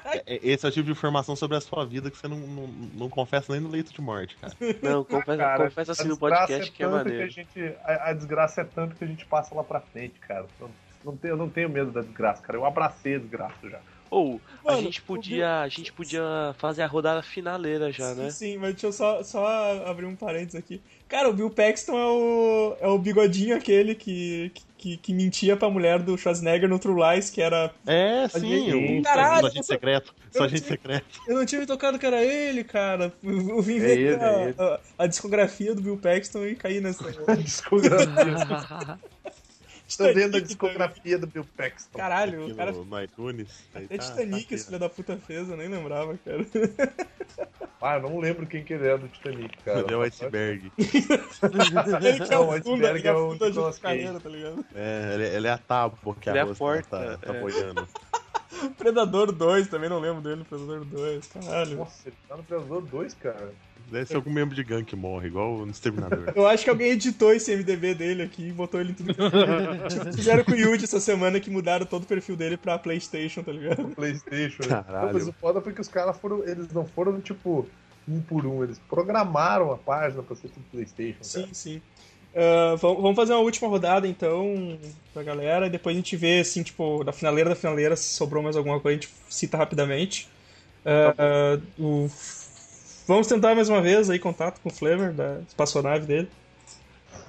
[SPEAKER 4] É- é- Esse é o tipo de informação sobre a sua vida que você não, não, não confessa nem no leito de morte, cara.
[SPEAKER 5] Não, confessa,
[SPEAKER 6] Cara,
[SPEAKER 5] confessa assim
[SPEAKER 6] a
[SPEAKER 5] no
[SPEAKER 6] desgraça
[SPEAKER 5] podcast
[SPEAKER 6] é
[SPEAKER 5] que é
[SPEAKER 6] tanta
[SPEAKER 5] maneiro.
[SPEAKER 6] a, gente, a, a desgraça é tanto que a gente passa lá pra frente, cara. Eu não tenho, eu não tenho medo da desgraça, cara. Eu abracei a desgraça já.
[SPEAKER 5] Ou, a
[SPEAKER 3] Mano,
[SPEAKER 5] gente podia. A gente podia fazer a rodada finaleira já, né?
[SPEAKER 3] Sim, mas deixa eu só, só abrir um parênteses aqui. Cara, o Bill Paxton é o, é o bigodinho aquele que, que, que mentia pra mulher do Schwarzenegger no True Lies, que era.
[SPEAKER 4] É, sim.
[SPEAKER 6] gente-
[SPEAKER 4] o-
[SPEAKER 3] Caralho,
[SPEAKER 4] só gente
[SPEAKER 3] você-
[SPEAKER 4] secreto. Só
[SPEAKER 3] eu
[SPEAKER 4] gente
[SPEAKER 3] tinha-
[SPEAKER 4] secreto.
[SPEAKER 3] Eu não tinha me tocado que era ele, cara. Eu eu vim
[SPEAKER 6] É
[SPEAKER 3] ver
[SPEAKER 6] ele,
[SPEAKER 3] aqui
[SPEAKER 6] é
[SPEAKER 3] a, a- a discografia do Bill Paxton e caí nessa.
[SPEAKER 6] discografia. Tô vendo a discografia do Bill Paxton.
[SPEAKER 3] Caralho,
[SPEAKER 4] Aqui
[SPEAKER 3] o cara.
[SPEAKER 4] no, no iTunes. Aí
[SPEAKER 3] Até
[SPEAKER 4] tá-
[SPEAKER 3] Titanic
[SPEAKER 4] tá
[SPEAKER 3] esse
[SPEAKER 4] aqui,
[SPEAKER 3] filho da puta fez, eu nem lembrava, cara.
[SPEAKER 6] Ah, eu não lembro quem que ele é do Titanic,
[SPEAKER 4] ó.
[SPEAKER 6] cara.
[SPEAKER 4] Cadê o iceberg?
[SPEAKER 3] Ele que é
[SPEAKER 6] Não,
[SPEAKER 3] o
[SPEAKER 6] esse
[SPEAKER 3] funda,
[SPEAKER 6] Berg
[SPEAKER 3] ele
[SPEAKER 6] é
[SPEAKER 3] é
[SPEAKER 6] o
[SPEAKER 3] o funda
[SPEAKER 6] Nicolas
[SPEAKER 3] de carreira, tá ligado?
[SPEAKER 4] É, ele, ele é a tábua que
[SPEAKER 5] Ele é
[SPEAKER 4] a
[SPEAKER 5] a
[SPEAKER 4] moça
[SPEAKER 5] porta,
[SPEAKER 4] tá, tá
[SPEAKER 5] é.
[SPEAKER 4] boiando.
[SPEAKER 3] Predador 2, também não lembro dele, Predador 2, caralho.
[SPEAKER 6] Nossa, ele tá no Predador 2, cara.
[SPEAKER 4] Deve ser algum membro de gangue que morre, igual no Exterminador.
[SPEAKER 3] Eu acho que alguém editou esse MDB dele aqui e botou ele em tudo. Tipo, Fizeram com o Yuji essa semana que mudaram todo o perfil dele pra Playstation, tá ligado?
[SPEAKER 6] Playstation. né?
[SPEAKER 4] Caralho.
[SPEAKER 6] Não, mas o foda foi que os caras foram. Eles não foram, tipo, um por um. Eles programaram a página pra ser tudo Playstation. Sim.
[SPEAKER 3] Sim, sim. Ah, vamos vamos fazer uma última rodada, então, pra galera, e depois a gente vê, assim, tipo, da finaleira da finaleira, se sobrou mais alguma coisa, a gente cita rapidamente. Ah, o- Vamos tentar mais uma vez aí contato com o Flavor, da espaçonave dele.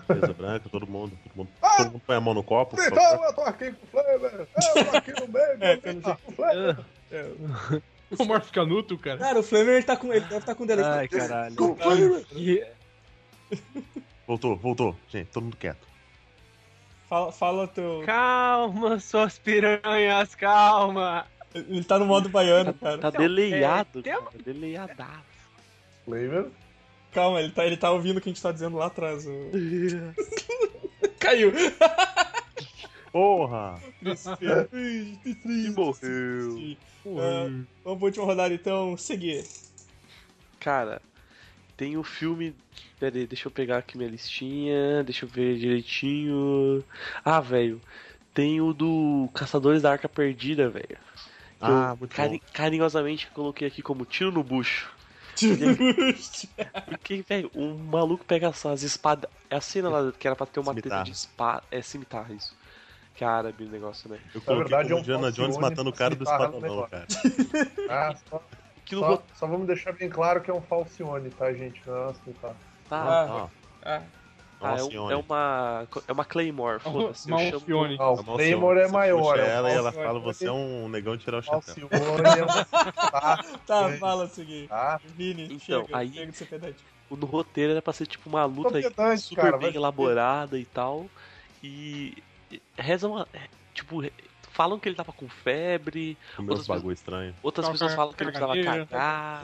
[SPEAKER 4] Mesa branca, todo mundo. Todo mundo, todo mundo põe a mão no copo. por favor.
[SPEAKER 6] Então, eu tô aqui com o Flamer! Eu tô aqui no meio!
[SPEAKER 3] É,
[SPEAKER 6] eu
[SPEAKER 3] pelo
[SPEAKER 6] tô com o Flamer.
[SPEAKER 3] É,
[SPEAKER 7] O Morph Canuto, cara.
[SPEAKER 3] Cara, o Flamer ele tá com, ele deve estar com delay.
[SPEAKER 5] Ai, caralho.
[SPEAKER 4] Voltou, voltou. Gente, todo mundo quieto.
[SPEAKER 3] Fala, fala teu.
[SPEAKER 8] Calma, suas piranhas, calma.
[SPEAKER 3] Ele tá no modo baiano, cara.
[SPEAKER 5] Tá deleiado,
[SPEAKER 8] é, tem
[SPEAKER 5] cara. Deleiadado.
[SPEAKER 6] Flamer.
[SPEAKER 3] Calma, ele tá, ele tá ouvindo o que a gente tá dizendo lá atrás. o- Caiu.
[SPEAKER 4] Porra!
[SPEAKER 3] Tristeza. Ih, que triste.
[SPEAKER 5] E morreu.
[SPEAKER 3] Ah, vamos pra última rodada então. Seguir.
[SPEAKER 5] Cara, tem o filme. Pera aí, deixa eu pegar aqui minha listinha. Deixa eu ver direitinho. Ah, velho. Tem o do Caçadores da Arca Perdida, velho. Que eu
[SPEAKER 4] Ah, muito
[SPEAKER 5] cari-
[SPEAKER 4] bom.
[SPEAKER 5] Carinhosamente coloquei aqui como tiro no bucho. Porque, velho, o maluco pega essas espadas. É a cena lá que era pra ter uma
[SPEAKER 4] Cimitarra.
[SPEAKER 5] treta de espada. É cimitarra, isso. Que é árabe o negócio, né?
[SPEAKER 4] Eu
[SPEAKER 6] Na
[SPEAKER 4] coloquei
[SPEAKER 6] verdade, é
[SPEAKER 4] como
[SPEAKER 6] um
[SPEAKER 4] Diana Jones
[SPEAKER 6] falcione
[SPEAKER 4] matando o cara do
[SPEAKER 6] esfarrado
[SPEAKER 4] espadão,
[SPEAKER 6] negócio.
[SPEAKER 4] cara.
[SPEAKER 6] Ah, só,
[SPEAKER 5] Que no
[SPEAKER 6] só, só vamos deixar bem claro que é um falcione, tá, gente? Nossa, tá.
[SPEAKER 5] tá.
[SPEAKER 3] Ah,
[SPEAKER 4] Ah,
[SPEAKER 3] ah.
[SPEAKER 5] Ah, é,
[SPEAKER 4] nossa,
[SPEAKER 5] um- é uma. É uma Claymore,
[SPEAKER 7] um
[SPEAKER 5] foda-se. Eu chamo-
[SPEAKER 7] Malcione.
[SPEAKER 6] Ah,
[SPEAKER 4] tá
[SPEAKER 6] o Claymore é maior.
[SPEAKER 4] Puxa
[SPEAKER 6] É um
[SPEAKER 4] ela e ela
[SPEAKER 6] falcione.
[SPEAKER 4] fala, você é um negão de tirar o chapéu.
[SPEAKER 6] Falcione é um
[SPEAKER 3] Tá,
[SPEAKER 6] É.
[SPEAKER 3] fala, seguir.
[SPEAKER 6] tá?
[SPEAKER 3] Vini,
[SPEAKER 5] Então,
[SPEAKER 3] chega,
[SPEAKER 5] aí-
[SPEAKER 3] chega de ser pedante.
[SPEAKER 5] no roteiro era pra ser tipo uma luta
[SPEAKER 6] Competente,
[SPEAKER 5] super
[SPEAKER 6] cara, vai
[SPEAKER 5] bem
[SPEAKER 6] se
[SPEAKER 5] elaborada e tal. E e rezam, a- é, tipo, re- falam que ele tava com febre,
[SPEAKER 4] Comeu uns
[SPEAKER 5] Outras
[SPEAKER 4] bagulho estranho.
[SPEAKER 5] outras
[SPEAKER 7] Tava
[SPEAKER 5] pessoas falam que ele precisava
[SPEAKER 7] caganeira.
[SPEAKER 5] cagar.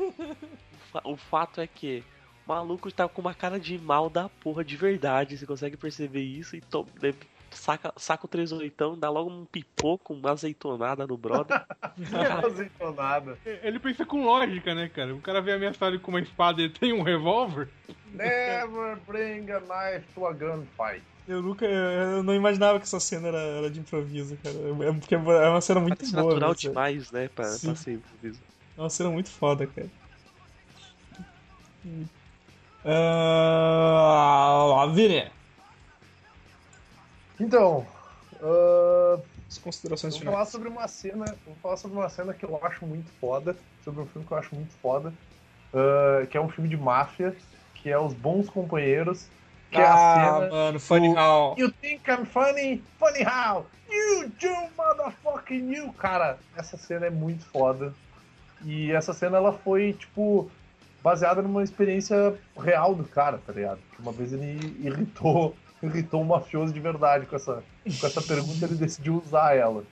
[SPEAKER 5] O fa- O fato é que o maluco tá com uma cara de mal da porra de verdade, você consegue perceber isso e to- de- saca, saca o 38, dá logo um pipoco, uma azeitonada no brother.
[SPEAKER 6] Não aceitou nada.
[SPEAKER 7] Ele pensa com lógica, né, cara? O cara vem ameaçado com uma espada e tem um revólver.
[SPEAKER 6] Never bring a knife to a gunfight.
[SPEAKER 3] Eu nunca. Eu não imaginava que essa cena era, era de improviso, cara. É, porque é uma cena muito
[SPEAKER 5] Parece
[SPEAKER 3] boa.
[SPEAKER 5] natural
[SPEAKER 3] né, cara?
[SPEAKER 5] demais, né? Pra,
[SPEAKER 3] Sim.
[SPEAKER 5] pra ser improviso.
[SPEAKER 3] É uma cena muito foda, cara. Ah, Vini,
[SPEAKER 6] Então, ahn,
[SPEAKER 3] as considerações
[SPEAKER 6] Eu Vou falar
[SPEAKER 3] finais.
[SPEAKER 6] sobre uma cena, eu vou falar sobre uma cena que eu acho muito foda, sobre um filme que eu acho muito foda, ah, que é um filme de máfia, que é Os Bons Companheiros, que é a
[SPEAKER 3] ah,
[SPEAKER 6] cena
[SPEAKER 3] mano, funny
[SPEAKER 6] do-
[SPEAKER 3] how.
[SPEAKER 6] You think I'm funny? Funny how? You do motherfucking you! Cara, essa cena é muito foda. E essa cena, ela foi, tipo, baseada numa experiência real do cara, tá ligado? Que uma vez ele irritou, irritou um mafioso de verdade com essa, com essa pergunta, ele decidiu usar ela.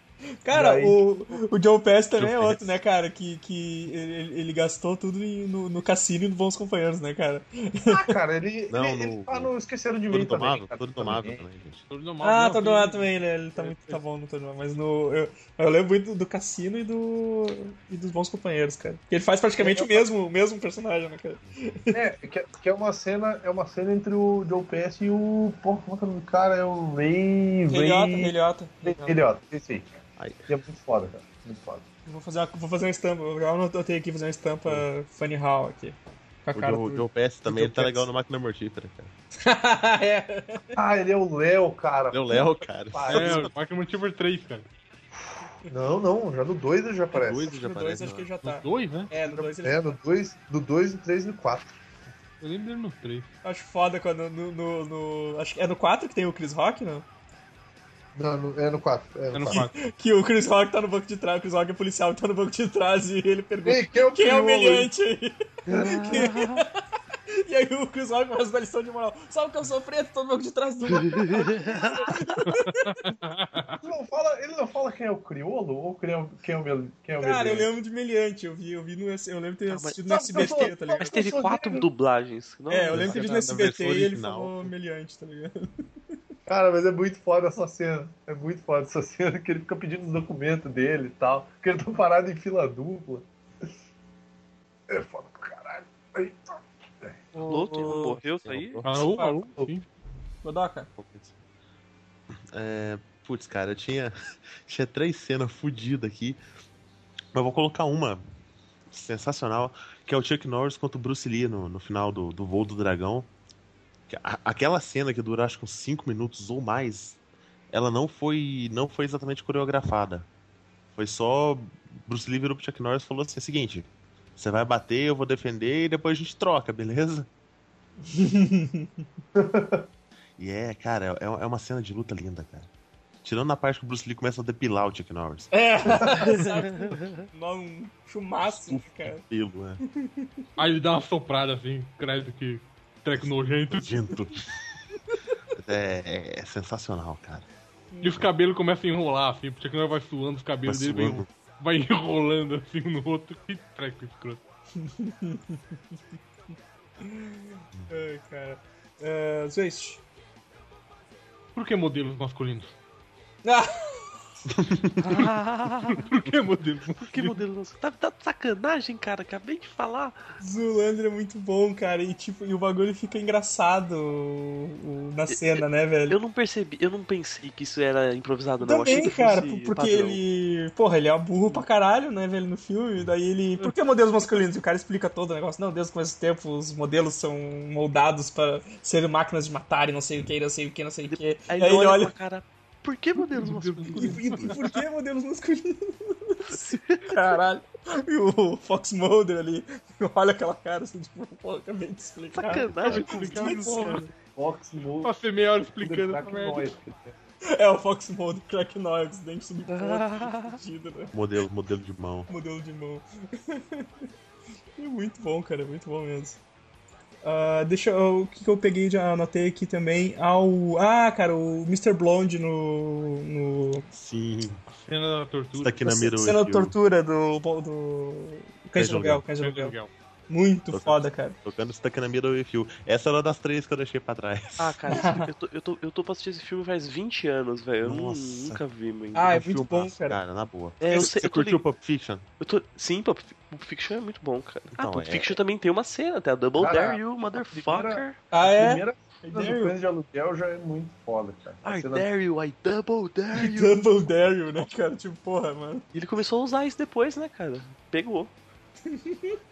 [SPEAKER 3] Cara,
[SPEAKER 6] Daí,
[SPEAKER 3] o, o John Pass também
[SPEAKER 4] John
[SPEAKER 3] é
[SPEAKER 4] Pass.
[SPEAKER 3] outro, né, cara? Que, que ele, ele gastou tudo em- no, no cassino e nos bons companheiros, né, cara?
[SPEAKER 6] Ah, cara, ele,
[SPEAKER 4] Não,
[SPEAKER 6] ele, ele
[SPEAKER 4] no-
[SPEAKER 6] tá no Esqueceram de Mim
[SPEAKER 4] Todo
[SPEAKER 6] também.
[SPEAKER 4] domável,
[SPEAKER 6] cara.
[SPEAKER 4] todo domável também, gente.
[SPEAKER 7] Todo é normal,
[SPEAKER 3] Ah,
[SPEAKER 7] não,
[SPEAKER 3] Todo
[SPEAKER 7] tem-
[SPEAKER 3] Lado também, né? Ele tá muito tá bom no Todo Lado, mas no. Eu, eu lembro muito do cassino e do. e dos bons companheiros, cara. Porque ele faz praticamente o mesmo, o mesmo personagem, né, cara?
[SPEAKER 6] É, que, que é uma cena, é uma cena entre o Joe Pass e o. Porra, como é que é o nome do cara? É o Ray.
[SPEAKER 3] Reliota,
[SPEAKER 6] Ray...
[SPEAKER 3] reliota.
[SPEAKER 6] Eliota, esse aí.
[SPEAKER 4] Aí.
[SPEAKER 6] E é muito foda, cara. Muito foda.
[SPEAKER 3] Eu Vou fazer, uma, vou fazer uma estampa. Eu anotei aqui fazer uma estampa Funny Hall aqui. Com a
[SPEAKER 4] O
[SPEAKER 3] cara
[SPEAKER 4] Joe, o
[SPEAKER 3] do.
[SPEAKER 4] Joe Pass também,
[SPEAKER 3] Joe
[SPEAKER 4] ele tá
[SPEAKER 3] Pass.
[SPEAKER 4] legal no Máquina Mortífera, cara.
[SPEAKER 3] é.
[SPEAKER 6] Ah, ele é o Léo, cara.
[SPEAKER 4] Deu Léo, cara.
[SPEAKER 7] É, o Máquina Mortífera 3, cara.
[SPEAKER 6] Não, não, já no 2 ele já aparece.
[SPEAKER 4] Dois já
[SPEAKER 3] No 2
[SPEAKER 4] aparece.
[SPEAKER 3] acho que ele já
[SPEAKER 7] Tá.
[SPEAKER 3] tá.
[SPEAKER 7] Dois, né?
[SPEAKER 3] É, no 2 ele
[SPEAKER 6] É, no 2, do 2, no 3 e no 4.
[SPEAKER 7] Eu lembro dele no 3.
[SPEAKER 3] Acho foda quando no, no, no- acho que é no 4 que tem o Chris Rock, não?
[SPEAKER 6] Não, no- é no 4. É
[SPEAKER 7] É
[SPEAKER 6] no
[SPEAKER 7] no
[SPEAKER 6] 4.
[SPEAKER 7] 4.
[SPEAKER 3] Que o Chris Rock tá no banco de trás, o Chris Rock é policial e tá no banco de trás e ele pergunta
[SPEAKER 6] Ei, quem é o
[SPEAKER 3] quem é o
[SPEAKER 6] crioulo aí?"
[SPEAKER 3] humilhante aí? Que- E aí o Chris Rock faz uma lição de moral. Sabe que eu sou preto, tô no banco de trás do
[SPEAKER 6] Ele não fala, ele não fala quem é o crioulo ou quem é o quem é o mel- quem é o
[SPEAKER 3] Cara, eu
[SPEAKER 6] melhor.
[SPEAKER 3] lembro de Meliante, eu vi, eu vi no S- eu lembro de ter
[SPEAKER 5] Ah, mas-
[SPEAKER 3] assistido
[SPEAKER 6] Sabe
[SPEAKER 3] no
[SPEAKER 6] que eu sou-
[SPEAKER 3] SBT, tá ligado?
[SPEAKER 5] Mas teve
[SPEAKER 6] sou
[SPEAKER 5] quatro
[SPEAKER 6] negro.
[SPEAKER 5] dublagens. Não,
[SPEAKER 3] É, eu
[SPEAKER 5] mas
[SPEAKER 3] lembro que eu vi no
[SPEAKER 4] na- na
[SPEAKER 3] SBT
[SPEAKER 4] versão
[SPEAKER 3] e ele
[SPEAKER 4] original.
[SPEAKER 3] falou Meliante, tá ligado?
[SPEAKER 6] Cara, mas é muito foda essa cena. É muito foda essa cena que ele fica pedindo os documentos dele e tal. Que ele tá parado em fila dupla. É foda pra caralho. Eita.
[SPEAKER 5] o Louco, não morreu isso aí?
[SPEAKER 7] Falou, falou. Sim.
[SPEAKER 3] Godoka.
[SPEAKER 4] É, putz, cara, eu tinha, tinha três cenas fodidas aqui. Mas eu vou colocar uma sensacional, que é o Chuck Norris contra o Bruce Lee no, no final do, do Voo do Dragão. Que a- aquela cena que dura acho que uns 5 minutos ou mais, ela não foi, não foi exatamente coreografada. Foi só. Bruce Lee virou pro Chuck Norris e falou assim: é o seguinte, você vai bater, eu vou defender e depois a gente troca, beleza? E é, cara, é, é uma cena de luta linda, cara. Tirando a parte que o Bruce Lee começa a depilar o Chuck Norris.
[SPEAKER 3] É, sabe? Um chumaço, cara.
[SPEAKER 4] Pelo, é.
[SPEAKER 7] Aí ele dá uma soprada assim, credo que treco nojento.
[SPEAKER 4] Nojento. É, é sensacional, cara.
[SPEAKER 7] E os cabelos começam a enrolar assim, porque quando vai suando, os cabelos
[SPEAKER 4] Mas
[SPEAKER 7] dele vem-
[SPEAKER 4] suando.
[SPEAKER 7] vai enrolando assim um no outro. Que treco escroto.
[SPEAKER 3] Ai, cara. É, Zwist.
[SPEAKER 7] Por que modelos masculinos?
[SPEAKER 3] Ah,
[SPEAKER 7] Por que modelos masculinos?
[SPEAKER 5] Que modelo nosso? Tá, tá de sacanagem, cara. Acabei de falar.
[SPEAKER 3] Zoolander é muito bom, cara. E tipo, e o bagulho fica engraçado o- o- na cena, né, velho?
[SPEAKER 5] Eu não percebi, eu não pensei que isso era improvisado, não. Eu achei
[SPEAKER 3] Também,
[SPEAKER 5] que
[SPEAKER 3] cara,
[SPEAKER 5] fosse
[SPEAKER 3] por- porque
[SPEAKER 5] padrão.
[SPEAKER 3] ele. Porra, ele é um burro pra caralho, né, velho, no filme. Daí ele. Por que modelos masculinos? E o cara explica todo o negócio. Não, desde o começo do tempo, os modelos são moldados para serem máquinas de matar e não sei o que, não sei o que, não sei o que.
[SPEAKER 5] Aí
[SPEAKER 3] Aí
[SPEAKER 5] ele olha,
[SPEAKER 3] olha.
[SPEAKER 5] pra cara. Por que modelos masculinos?
[SPEAKER 3] E, e- e por que modelos masculinos? Caralho. E o Fox Mulder ali olha aquela cara assim, tipo, pô, acabei de explicar.
[SPEAKER 5] Sacanagem
[SPEAKER 3] Explicar
[SPEAKER 5] comigo,
[SPEAKER 3] isso,
[SPEAKER 5] porra.
[SPEAKER 3] cara.
[SPEAKER 6] Fox Mulder,
[SPEAKER 7] Passei meia hora
[SPEAKER 6] Crack
[SPEAKER 7] explicando essa merda.
[SPEAKER 6] Noise.
[SPEAKER 3] É o Fox Mulder, Crack Norris, dente subposto,
[SPEAKER 5] Ah.
[SPEAKER 3] fudido, né?
[SPEAKER 4] Modelo, modelo de mão.
[SPEAKER 3] Modelo de mão. é muito bom, cara, é muito bom mesmo. Ah, deixa eu. O que, que eu peguei já anotei aqui também? Ao. Ah, cara, o Mr. Blonde no. no
[SPEAKER 4] Sim.
[SPEAKER 7] Cena da
[SPEAKER 4] Isso
[SPEAKER 7] tortura.
[SPEAKER 4] daqui na mira
[SPEAKER 3] cena
[SPEAKER 4] hoje,
[SPEAKER 3] da tortura do. do... Cães de
[SPEAKER 4] de
[SPEAKER 3] aluguel,
[SPEAKER 4] aluguel.
[SPEAKER 3] cães de aluguel.
[SPEAKER 7] Legal.
[SPEAKER 3] Muito
[SPEAKER 4] Tô-
[SPEAKER 3] foda, cara.
[SPEAKER 4] Tocando Stuck na Middle with You. Essa era das três que eu deixei pra trás.
[SPEAKER 5] Ah, cara, esse- eu tô, eu, tô, eu tô pra assistir esse filme faz 20 anos, velho. Eu nu-
[SPEAKER 4] Nossa.
[SPEAKER 5] nunca vi, mano.
[SPEAKER 3] Ah, é
[SPEAKER 4] um
[SPEAKER 3] muito bom,
[SPEAKER 4] filmaço,
[SPEAKER 3] cara.
[SPEAKER 4] na boa.
[SPEAKER 5] É, eu sei-
[SPEAKER 4] Você
[SPEAKER 5] eu tô
[SPEAKER 4] curtiu
[SPEAKER 5] lig-
[SPEAKER 4] Pulp Fiction?
[SPEAKER 3] Ah,
[SPEAKER 5] Eu tô... Sim, Pulp Fi- Pulp Fiction é muito bom, cara.
[SPEAKER 4] Então,
[SPEAKER 5] ah, Pulp
[SPEAKER 4] é-
[SPEAKER 5] Fiction também tem uma cena, até a Double
[SPEAKER 6] Cara,
[SPEAKER 5] Dare You, Motherfucker.
[SPEAKER 3] Ah,
[SPEAKER 6] A
[SPEAKER 3] é?
[SPEAKER 6] primeira cena do Cães de Aluguel já é muito foda, cara. A
[SPEAKER 5] I
[SPEAKER 6] cena-
[SPEAKER 5] dare you, I double dare you.
[SPEAKER 3] Double Daryl, né, cara? Tipo, porra, mano.
[SPEAKER 5] E ele começou a usar isso depois, né, cara? Pegou.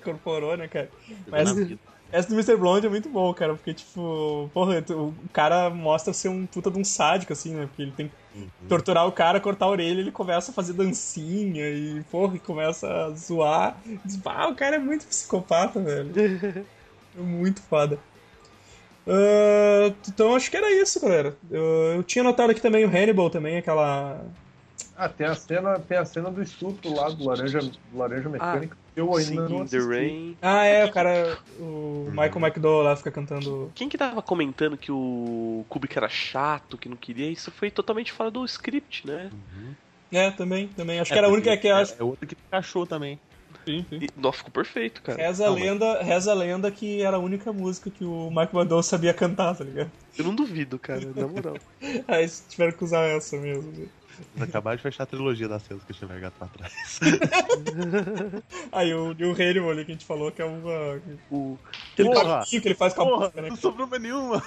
[SPEAKER 3] Incorporou, né, cara?
[SPEAKER 4] Mas...
[SPEAKER 3] Mas- Essa do Mr. Blonde é muito bom, cara, porque, tipo, porra, tu- o cara mostra ser um puta de um sádico, assim, né? Porque ele tem que torturar o cara, cortar a orelha, ele começa a fazer dancinha e, porra, e começa a zoar. Diz, "Pá, o cara é muito psicopata, velho. É muito foda. Ah, então acho que era isso, galera. Eu, eu tinha notado aqui também o Hannibal também, aquela.
[SPEAKER 6] Ah, tem a cena, tem a cena do estupro lá do Laranja, do laranja Mecânica. eu ainda
[SPEAKER 5] Singing
[SPEAKER 6] não
[SPEAKER 5] in the
[SPEAKER 6] assisti.
[SPEAKER 5] Rain.
[SPEAKER 3] Ah, é, o cara. O Michael McDowell lá fica cantando.
[SPEAKER 5] Quem que tava comentando que o Kubrick era chato, que não queria? Isso foi totalmente fora do script, né?
[SPEAKER 3] É, também, também. Acho que era a única que eu acho.
[SPEAKER 4] é, é outra que achou também.
[SPEAKER 7] Sim, sim.
[SPEAKER 5] E, nossa, ficou perfeito, cara.
[SPEAKER 3] Reza a,
[SPEAKER 4] Não, mas-
[SPEAKER 3] lenda, reza a lenda que era a única música que o Mike Mandou sabia cantar, tá ligado?
[SPEAKER 5] Eu não duvido, cara, na moral.
[SPEAKER 3] Aí eles tiveram que usar essa mesmo. né?
[SPEAKER 4] Eles acabaram de fechar a trilogia das cenas que eu tinha largado pra trás.
[SPEAKER 3] Aí o New Hannibal ali que a gente falou que é uma.
[SPEAKER 5] O,
[SPEAKER 3] Aquele
[SPEAKER 4] Porra!
[SPEAKER 3] caminho que ele faz com a boca, né?
[SPEAKER 4] não sobrou mais nenhuma.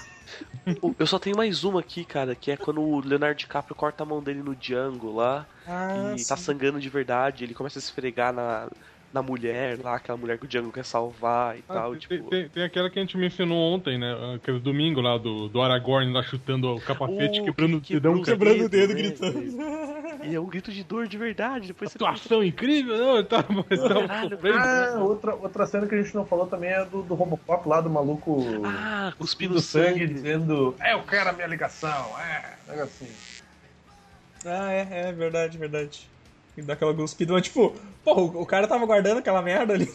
[SPEAKER 5] o- eu só tenho mais uma aqui, cara, que é quando o Leonardo DiCaprio corta a mão dele no Django lá
[SPEAKER 3] Ah,
[SPEAKER 5] e tá sangrando de verdade, ele começa a esfregar na, na mulher lá, aquela mulher que o Django quer salvar e
[SPEAKER 7] Ah,
[SPEAKER 5] tal,
[SPEAKER 7] tem,
[SPEAKER 5] tipo.
[SPEAKER 7] tem- tem aquela que a gente mencionou ontem, né? Aquele domingo lá do, do Aragorn lá chutando o capacete,
[SPEAKER 5] Oh,
[SPEAKER 7] quebrando o
[SPEAKER 5] que- quebrou
[SPEAKER 7] dedão.
[SPEAKER 5] os
[SPEAKER 7] cara.
[SPEAKER 3] quebrando o dedo,
[SPEAKER 5] né,
[SPEAKER 3] gritando.
[SPEAKER 5] E é um grito de dor de verdade, depois você
[SPEAKER 7] Atuação incrível, não? tá, Eu tava, eu tava
[SPEAKER 5] Caralho,
[SPEAKER 7] sofrendo.
[SPEAKER 6] Ah, outra, outra cena que a gente não falou também é do, do Robocop lá, do maluco
[SPEAKER 5] Ah,
[SPEAKER 6] do
[SPEAKER 5] cuspindo
[SPEAKER 6] sangue,
[SPEAKER 5] sangue.
[SPEAKER 6] dizendo É, eu quero a minha ligação, é. Negócio assim.
[SPEAKER 3] Ah, é, é verdade, verdade. E dá aquela guspida, mas tipo, porra, o, o cara tava guardando aquela merda ali.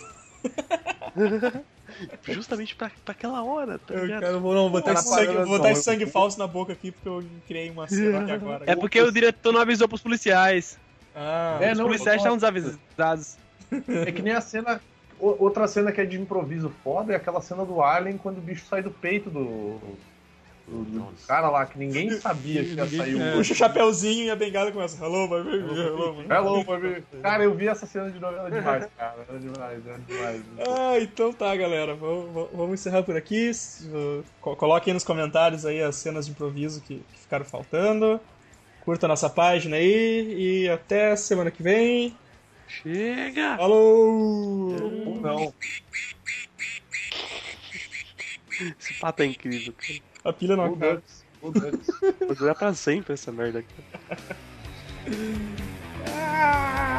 [SPEAKER 5] Justamente pra, pra aquela hora, tá
[SPEAKER 3] Eu
[SPEAKER 5] ligado?
[SPEAKER 3] quero, vou, não, vou botar
[SPEAKER 6] Cara,
[SPEAKER 3] esse sangue, vou
[SPEAKER 6] parando
[SPEAKER 3] botar
[SPEAKER 6] só,
[SPEAKER 3] esse
[SPEAKER 6] eu-
[SPEAKER 3] sangue falso na boca aqui porque eu criei uma cena aqui agora.
[SPEAKER 8] É porque o diretor não avisou pros policiais.
[SPEAKER 3] Ah,
[SPEAKER 6] É,
[SPEAKER 8] Os
[SPEAKER 6] não,
[SPEAKER 8] policiais
[SPEAKER 6] eu tô-
[SPEAKER 8] estavam desavisados.
[SPEAKER 6] É que nem a cena. o- Outra cena que é de improviso foda é aquela cena do Alien quando o bicho sai do peito do. do- do cara lá, que ninguém sabia que ia sair o.
[SPEAKER 3] puxa o chapéuzinho e a bengala começa. Hello, my baby, hello, my
[SPEAKER 6] Hello, baby. Cara, eu vi essa cena de novela demais, cara. Era demais, era demais.
[SPEAKER 3] Ah, então tá, galera. Vamos, vamos- vamos encerrar por aqui. S- uh, co- Coloquem aí nos comentários aí as cenas de improviso que, que ficaram faltando. Curta a nossa página aí e até semana que vem.
[SPEAKER 5] Chega!
[SPEAKER 3] Falou!
[SPEAKER 6] Ou não.
[SPEAKER 5] Esse pato é incrível, cara.
[SPEAKER 3] A pilha não
[SPEAKER 6] Ou
[SPEAKER 3] acaba.
[SPEAKER 6] Ducks. Ou Ducks.
[SPEAKER 5] Vai durar pra sempre essa merda, cara.
[SPEAKER 2] Ah!